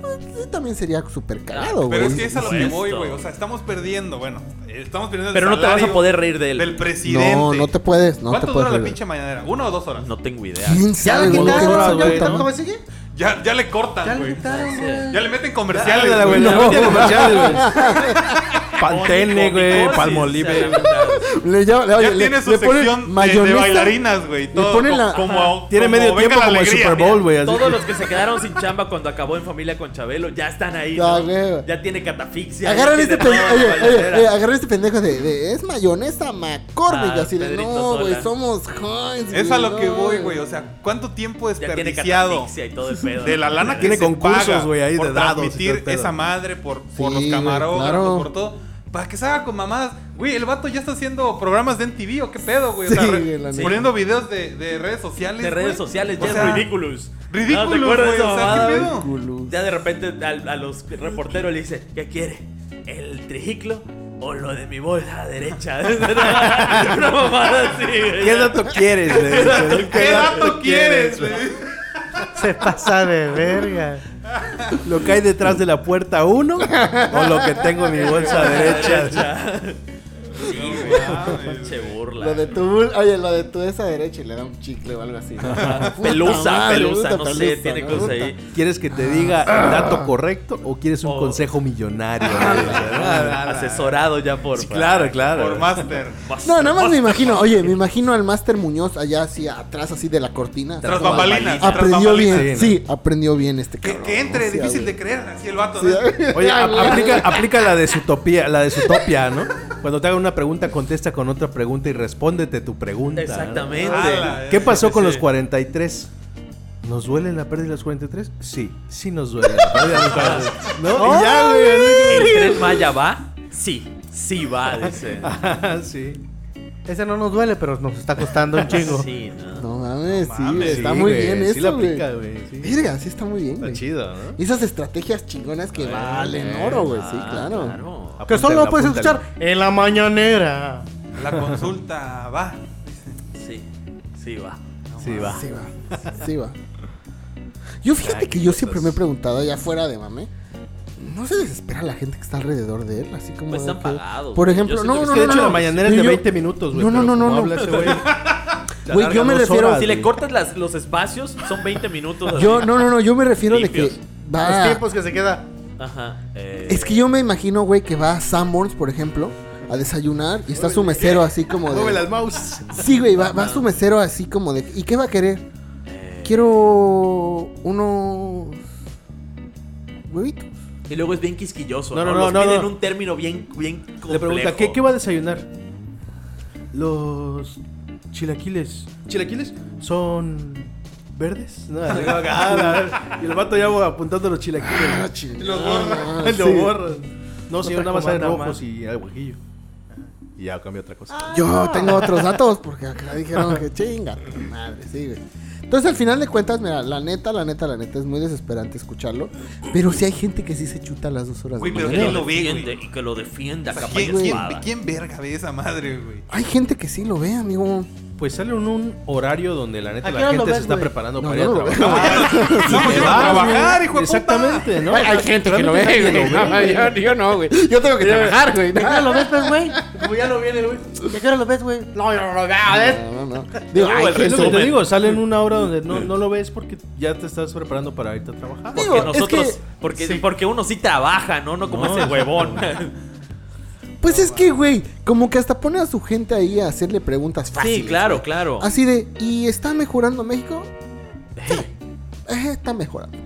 [SPEAKER 2] pues, sí, también sería súper cagado, güey.
[SPEAKER 5] Pero es que es a lo que
[SPEAKER 3] Sí.
[SPEAKER 5] voy, güey. O sea, estamos perdiendo, bueno, estamos perdiendo el
[SPEAKER 3] Pero no te vas a
[SPEAKER 5] salario
[SPEAKER 3] poder reír de él.
[SPEAKER 5] del presidente.
[SPEAKER 2] No, no te puedes, no te
[SPEAKER 5] ¿Cuánto
[SPEAKER 2] puedes.
[SPEAKER 5] dura la
[SPEAKER 2] reír.
[SPEAKER 5] pinche mañanera? ¿Una o dos horas?
[SPEAKER 3] No tengo idea.
[SPEAKER 2] ¿Quién
[SPEAKER 6] Ya
[SPEAKER 2] sabe,
[SPEAKER 6] lo
[SPEAKER 2] güey? ¿Qué
[SPEAKER 6] quitaron,
[SPEAKER 2] no
[SPEAKER 6] güey.
[SPEAKER 2] sabe,
[SPEAKER 6] ¿Cómo
[SPEAKER 2] güey?
[SPEAKER 6] sigue?
[SPEAKER 5] Ya, ya le
[SPEAKER 6] Ya
[SPEAKER 5] cortan,
[SPEAKER 6] lo
[SPEAKER 5] güey.
[SPEAKER 6] quitaron, güey.
[SPEAKER 5] Ya le meten comerciales,
[SPEAKER 4] Ándale, güey,
[SPEAKER 5] güey.
[SPEAKER 4] ya meten comerciales, güey.
[SPEAKER 5] (laughs)
[SPEAKER 3] Con- con psicosis,
[SPEAKER 4] Pantene, güey.
[SPEAKER 3] o sea,
[SPEAKER 4] Palmolive.
[SPEAKER 3] la verdad.
[SPEAKER 2] Le llama- le-
[SPEAKER 5] Ya
[SPEAKER 2] le-
[SPEAKER 5] tiene su
[SPEAKER 2] le ponen
[SPEAKER 5] sección eh, de- de,
[SPEAKER 2] mayonesa,
[SPEAKER 5] bailarinas, güey. Todo
[SPEAKER 2] ponen
[SPEAKER 5] co-
[SPEAKER 2] la-
[SPEAKER 5] como,
[SPEAKER 4] Tiene
[SPEAKER 5] como
[SPEAKER 4] medio
[SPEAKER 5] venga
[SPEAKER 4] tiempo
[SPEAKER 5] la
[SPEAKER 4] como el
[SPEAKER 5] alegría.
[SPEAKER 4] Super Bowl, güey. así.
[SPEAKER 3] Todos los que se quedaron sin chamba cuando acabó en familia con Chabelo ya están ahí.
[SPEAKER 2] Ya,
[SPEAKER 3] ¿no?
[SPEAKER 2] güey.
[SPEAKER 3] Ya tiene catafixia.
[SPEAKER 2] Agarran
[SPEAKER 3] ya
[SPEAKER 2] este
[SPEAKER 3] tiene
[SPEAKER 2] pendejo,
[SPEAKER 3] toda la
[SPEAKER 2] oye, oye,
[SPEAKER 3] balacera.
[SPEAKER 2] oye, agarran este pendejo de, de, es mayonesa McCormick,
[SPEAKER 3] Ah,
[SPEAKER 2] así de,
[SPEAKER 3] Pedrito
[SPEAKER 2] no, güey,
[SPEAKER 3] Sola.
[SPEAKER 2] somos Heinz,
[SPEAKER 5] Es a lo
[SPEAKER 2] no,
[SPEAKER 5] que voy, güey. O sea, ¿cuánto tiempo
[SPEAKER 3] Ya tiene
[SPEAKER 5] desperdiciado
[SPEAKER 3] catafixia y todo el pedo.
[SPEAKER 5] de
[SPEAKER 3] ¿no?
[SPEAKER 5] la lana que
[SPEAKER 4] Tiene
[SPEAKER 5] se
[SPEAKER 4] concursos,
[SPEAKER 5] paga
[SPEAKER 4] güey, ahí
[SPEAKER 5] por
[SPEAKER 4] de dados y todo
[SPEAKER 5] transmitir
[SPEAKER 4] el pedo.
[SPEAKER 5] esa madre por, por
[SPEAKER 2] Sí, güey,
[SPEAKER 5] los camarógrafos,
[SPEAKER 2] claro.
[SPEAKER 5] por todo. Para que se haga con mamadas. Güey, el vato ya está haciendo programas de NTV o qué pedo, güey. O sea,
[SPEAKER 2] Sí,
[SPEAKER 5] re-
[SPEAKER 2] güey, la neta.
[SPEAKER 5] poniendo videos de, de redes sociales.
[SPEAKER 3] de redes
[SPEAKER 5] güey.
[SPEAKER 3] sociales,
[SPEAKER 5] O
[SPEAKER 3] ya
[SPEAKER 5] sea,
[SPEAKER 3] es ridiculous.
[SPEAKER 5] Ridiculous,
[SPEAKER 3] ¿No te acuerdas de
[SPEAKER 5] güey,
[SPEAKER 3] esa
[SPEAKER 5] o sea,
[SPEAKER 3] mamada,
[SPEAKER 5] ¿qué
[SPEAKER 3] güey?
[SPEAKER 5] pedo?
[SPEAKER 2] Culos.
[SPEAKER 3] Ya de repente al- a los reporteros le dice, ¿qué quiere? ¿El triciclo o lo de mi bolsa derecha? (laughs) Una mamada así. güey.
[SPEAKER 4] ¿Qué dato quieres, güey?
[SPEAKER 5] ¿Qué dato quieres, güey?
[SPEAKER 6] Se pasa de verga.
[SPEAKER 4] ¿Lo que
[SPEAKER 3] (laughs)
[SPEAKER 4] hay detrás de la puerta uno o lo que tengo en mi bolsa derecha?
[SPEAKER 3] Sí, güey. Che burla.
[SPEAKER 2] Lo de tu, oye, lo de tu esa derecha y le da un chicle o algo así. Puta
[SPEAKER 3] Pelusa,
[SPEAKER 2] madre,
[SPEAKER 3] pelusa,
[SPEAKER 2] puta
[SPEAKER 3] no sé, tiene
[SPEAKER 2] ¿no?
[SPEAKER 3] cosas
[SPEAKER 2] Puta.
[SPEAKER 3] ahí.
[SPEAKER 4] ¿Quieres que te diga el dato correcto o quieres un
[SPEAKER 3] Oh. (laughs)
[SPEAKER 4] consejo millonario?
[SPEAKER 3] Ah, Asesorado ya por.
[SPEAKER 4] Sí, claro, claro.
[SPEAKER 5] Por máster.
[SPEAKER 2] No, nada más me imagino, oye, me imagino al Máster Muñoz allá así atrás, así de la cortina.
[SPEAKER 5] Tras bambalinas, tras
[SPEAKER 2] Aprendió
[SPEAKER 5] bambalinas.
[SPEAKER 2] bien,
[SPEAKER 5] Sí,
[SPEAKER 2] sí, aprendió bien este cabrón.
[SPEAKER 5] Que entre,
[SPEAKER 2] Sí,
[SPEAKER 5] difícil
[SPEAKER 2] a
[SPEAKER 5] de creer, así el vato.
[SPEAKER 2] Sí,
[SPEAKER 5] ¿no?
[SPEAKER 4] Oye, a- aplica, aplica la de Zootopia, la de Zootopia, ¿no? Cuando te hagan una pregunta, contesta con otra pregunta y respóndete tu pregunta. ¿no?
[SPEAKER 3] Exactamente.
[SPEAKER 2] Eh,
[SPEAKER 4] ¿Qué pasó con
[SPEAKER 3] Sí.
[SPEAKER 4] los 43? ¿Nos duele la pérdida de los 43? Sí, sí nos duele la pérdida de los 43. ¿No? Y ya, güey, así
[SPEAKER 3] ¿El
[SPEAKER 4] como-
[SPEAKER 3] tren Maya va? Sí, sí va, dice.
[SPEAKER 4] (laughs) Ah, sí.
[SPEAKER 6] Ese no nos duele, pero nos está costando un chingo.
[SPEAKER 3] Sí, no.
[SPEAKER 2] No mames, sí,
[SPEAKER 6] mames,
[SPEAKER 2] Ah, está
[SPEAKER 6] sí,
[SPEAKER 2] muy
[SPEAKER 6] güey,
[SPEAKER 2] bien
[SPEAKER 6] sí
[SPEAKER 2] eso,
[SPEAKER 6] la
[SPEAKER 2] güey.
[SPEAKER 6] aplica, güey, sí.
[SPEAKER 2] Verga, sí está muy bien, güey.
[SPEAKER 4] chido, ¿no?
[SPEAKER 2] Esas estrategias chingonas que valen
[SPEAKER 4] güey,
[SPEAKER 2] oro, güey,
[SPEAKER 4] ah,
[SPEAKER 2] sí, claro.
[SPEAKER 6] Que solo
[SPEAKER 4] Apúntalo,
[SPEAKER 6] lo puedes
[SPEAKER 4] apúntalo.
[SPEAKER 6] escuchar en la mañanera.
[SPEAKER 5] La consulta va.
[SPEAKER 3] Sí, sí va.
[SPEAKER 4] Sí, va.
[SPEAKER 2] Sí va, sí va. Yo fíjate que yo siempre me he preguntado, allá fuera de mame, ¿no se desespera la gente que está alrededor de él? Así como.
[SPEAKER 3] Pues
[SPEAKER 2] de
[SPEAKER 3] están
[SPEAKER 2] que-
[SPEAKER 3] pagados,
[SPEAKER 2] Por
[SPEAKER 3] güey.
[SPEAKER 2] ejemplo,
[SPEAKER 3] Yo
[SPEAKER 2] no,
[SPEAKER 3] siento
[SPEAKER 2] no, no,
[SPEAKER 3] que
[SPEAKER 4] Es que de hecho
[SPEAKER 2] no,
[SPEAKER 4] la
[SPEAKER 2] no.
[SPEAKER 4] mañanera es de
[SPEAKER 2] Yo-
[SPEAKER 4] 20 minutos, güey.
[SPEAKER 2] No, no, no,
[SPEAKER 4] pero
[SPEAKER 2] no,
[SPEAKER 4] como
[SPEAKER 2] no.
[SPEAKER 4] habla ese güey, se
[SPEAKER 2] Güey, yo
[SPEAKER 4] alargan
[SPEAKER 2] me
[SPEAKER 4] dos
[SPEAKER 2] refiero-
[SPEAKER 4] horas,
[SPEAKER 3] Si le
[SPEAKER 4] güey.
[SPEAKER 3] cortas las- los espacios, son 20 minutos. así.
[SPEAKER 2] Yo, no, no, no, yo me refiero de que
[SPEAKER 3] Limpios.
[SPEAKER 2] va.
[SPEAKER 6] Los tiempos que se queda.
[SPEAKER 3] Ajá. eh,
[SPEAKER 2] Es que yo me imagino, güey, que va a Sanborns, por ejemplo, a desayunar y está su mesero así como de.
[SPEAKER 4] Mueve las mouse.
[SPEAKER 2] Sí, güey, va, va su mesero así como de. ¿Y qué va a querer?
[SPEAKER 3] Eh.
[SPEAKER 2] Quiero unos huevitos.
[SPEAKER 3] Y luego es bien quisquilloso.
[SPEAKER 4] No,
[SPEAKER 3] No,
[SPEAKER 4] no,
[SPEAKER 3] no,
[SPEAKER 4] no,
[SPEAKER 3] Los
[SPEAKER 4] no,
[SPEAKER 3] piden
[SPEAKER 4] no.
[SPEAKER 3] un término bien, bien complejo.
[SPEAKER 4] Le pregunta, ¿qué, ¿qué va a desayunar? Los chilaquiles. ¿Chilaquiles? ¿Son verdes? No, así como que, (laughs) ah, la ver- y el vato ya va apuntando los
[SPEAKER 2] Ah,
[SPEAKER 4] chilaquiles.
[SPEAKER 2] chingada.
[SPEAKER 4] Los borra. (laughs)
[SPEAKER 2] Ah,
[SPEAKER 4] Lo
[SPEAKER 2] sí.
[SPEAKER 4] borra. No, señor, nada más hay
[SPEAKER 6] comandan
[SPEAKER 4] rojos
[SPEAKER 6] más.
[SPEAKER 4] y hay guajillo. Y ya cambia otra cosa.
[SPEAKER 2] Yo tengo otros datos porque acá dijeron que chinga tu madre, sí, güey. Entonces, al final de cuentas, mira, la neta, la neta, la neta, es muy desesperante escucharlo. Pero sí hay gente que sí se chuta las dos horas.
[SPEAKER 5] Güey,
[SPEAKER 2] de
[SPEAKER 5] pero
[SPEAKER 2] mañana.
[SPEAKER 5] ¿quién lo ve,
[SPEAKER 3] defiende
[SPEAKER 5] güey?
[SPEAKER 3] y que lo defienda,
[SPEAKER 5] O sea,
[SPEAKER 3] capa y
[SPEAKER 5] ¿Quién, quién,
[SPEAKER 3] espada.
[SPEAKER 5] quién verga ve esa madre, güey?
[SPEAKER 2] Hay gente que sí lo ve, amigo.
[SPEAKER 4] Pues sale un, un horario donde la neta
[SPEAKER 6] ¿A qué
[SPEAKER 4] la
[SPEAKER 6] hora lo
[SPEAKER 4] gente se
[SPEAKER 6] ves,
[SPEAKER 4] está
[SPEAKER 6] güey?
[SPEAKER 4] preparando
[SPEAKER 2] No,
[SPEAKER 4] para
[SPEAKER 2] yo
[SPEAKER 4] ir
[SPEAKER 2] no
[SPEAKER 4] a
[SPEAKER 2] lo
[SPEAKER 4] (laughs) trabajar.
[SPEAKER 5] Vamos a ir a
[SPEAKER 4] Ah,
[SPEAKER 5] trabajar,
[SPEAKER 4] güey.
[SPEAKER 5] hijo de puta.
[SPEAKER 4] Exactamente, ¿no?
[SPEAKER 2] Hay gente que lo ve,
[SPEAKER 4] Realmente
[SPEAKER 2] güey.
[SPEAKER 4] lo
[SPEAKER 2] No,
[SPEAKER 4] ve,
[SPEAKER 2] yo, yo no, güey. (laughs) Yo tengo que trabajar, güey.
[SPEAKER 6] ¿De qué hora
[SPEAKER 2] No,
[SPEAKER 6] lo ves, pues, güey? Como ya no viene, güey.
[SPEAKER 4] Pues,
[SPEAKER 6] ¿De qué hora lo ves, güey? No, yo no lo veo, ¿ves?
[SPEAKER 2] no, no. Digo, hay
[SPEAKER 4] Es lo
[SPEAKER 2] gente-
[SPEAKER 4] que te digo, sale en una hora donde no, no lo ves porque ya te estás preparando para irte a trabajar.
[SPEAKER 3] Porque
[SPEAKER 2] Digo, es
[SPEAKER 3] nosotros.
[SPEAKER 2] que-
[SPEAKER 3] porque, porque uno sí trabaja, ¿no? No como
[SPEAKER 4] No.
[SPEAKER 3] ese (laughs) huevón.
[SPEAKER 2] Pues es que, güey, como que hasta pone a su gente ahí a hacerle preguntas fáciles.
[SPEAKER 3] sí, claro,
[SPEAKER 2] güey.
[SPEAKER 3] claro.
[SPEAKER 2] Así de, ¿y está mejorando México? Sí. Eh, está mejorando.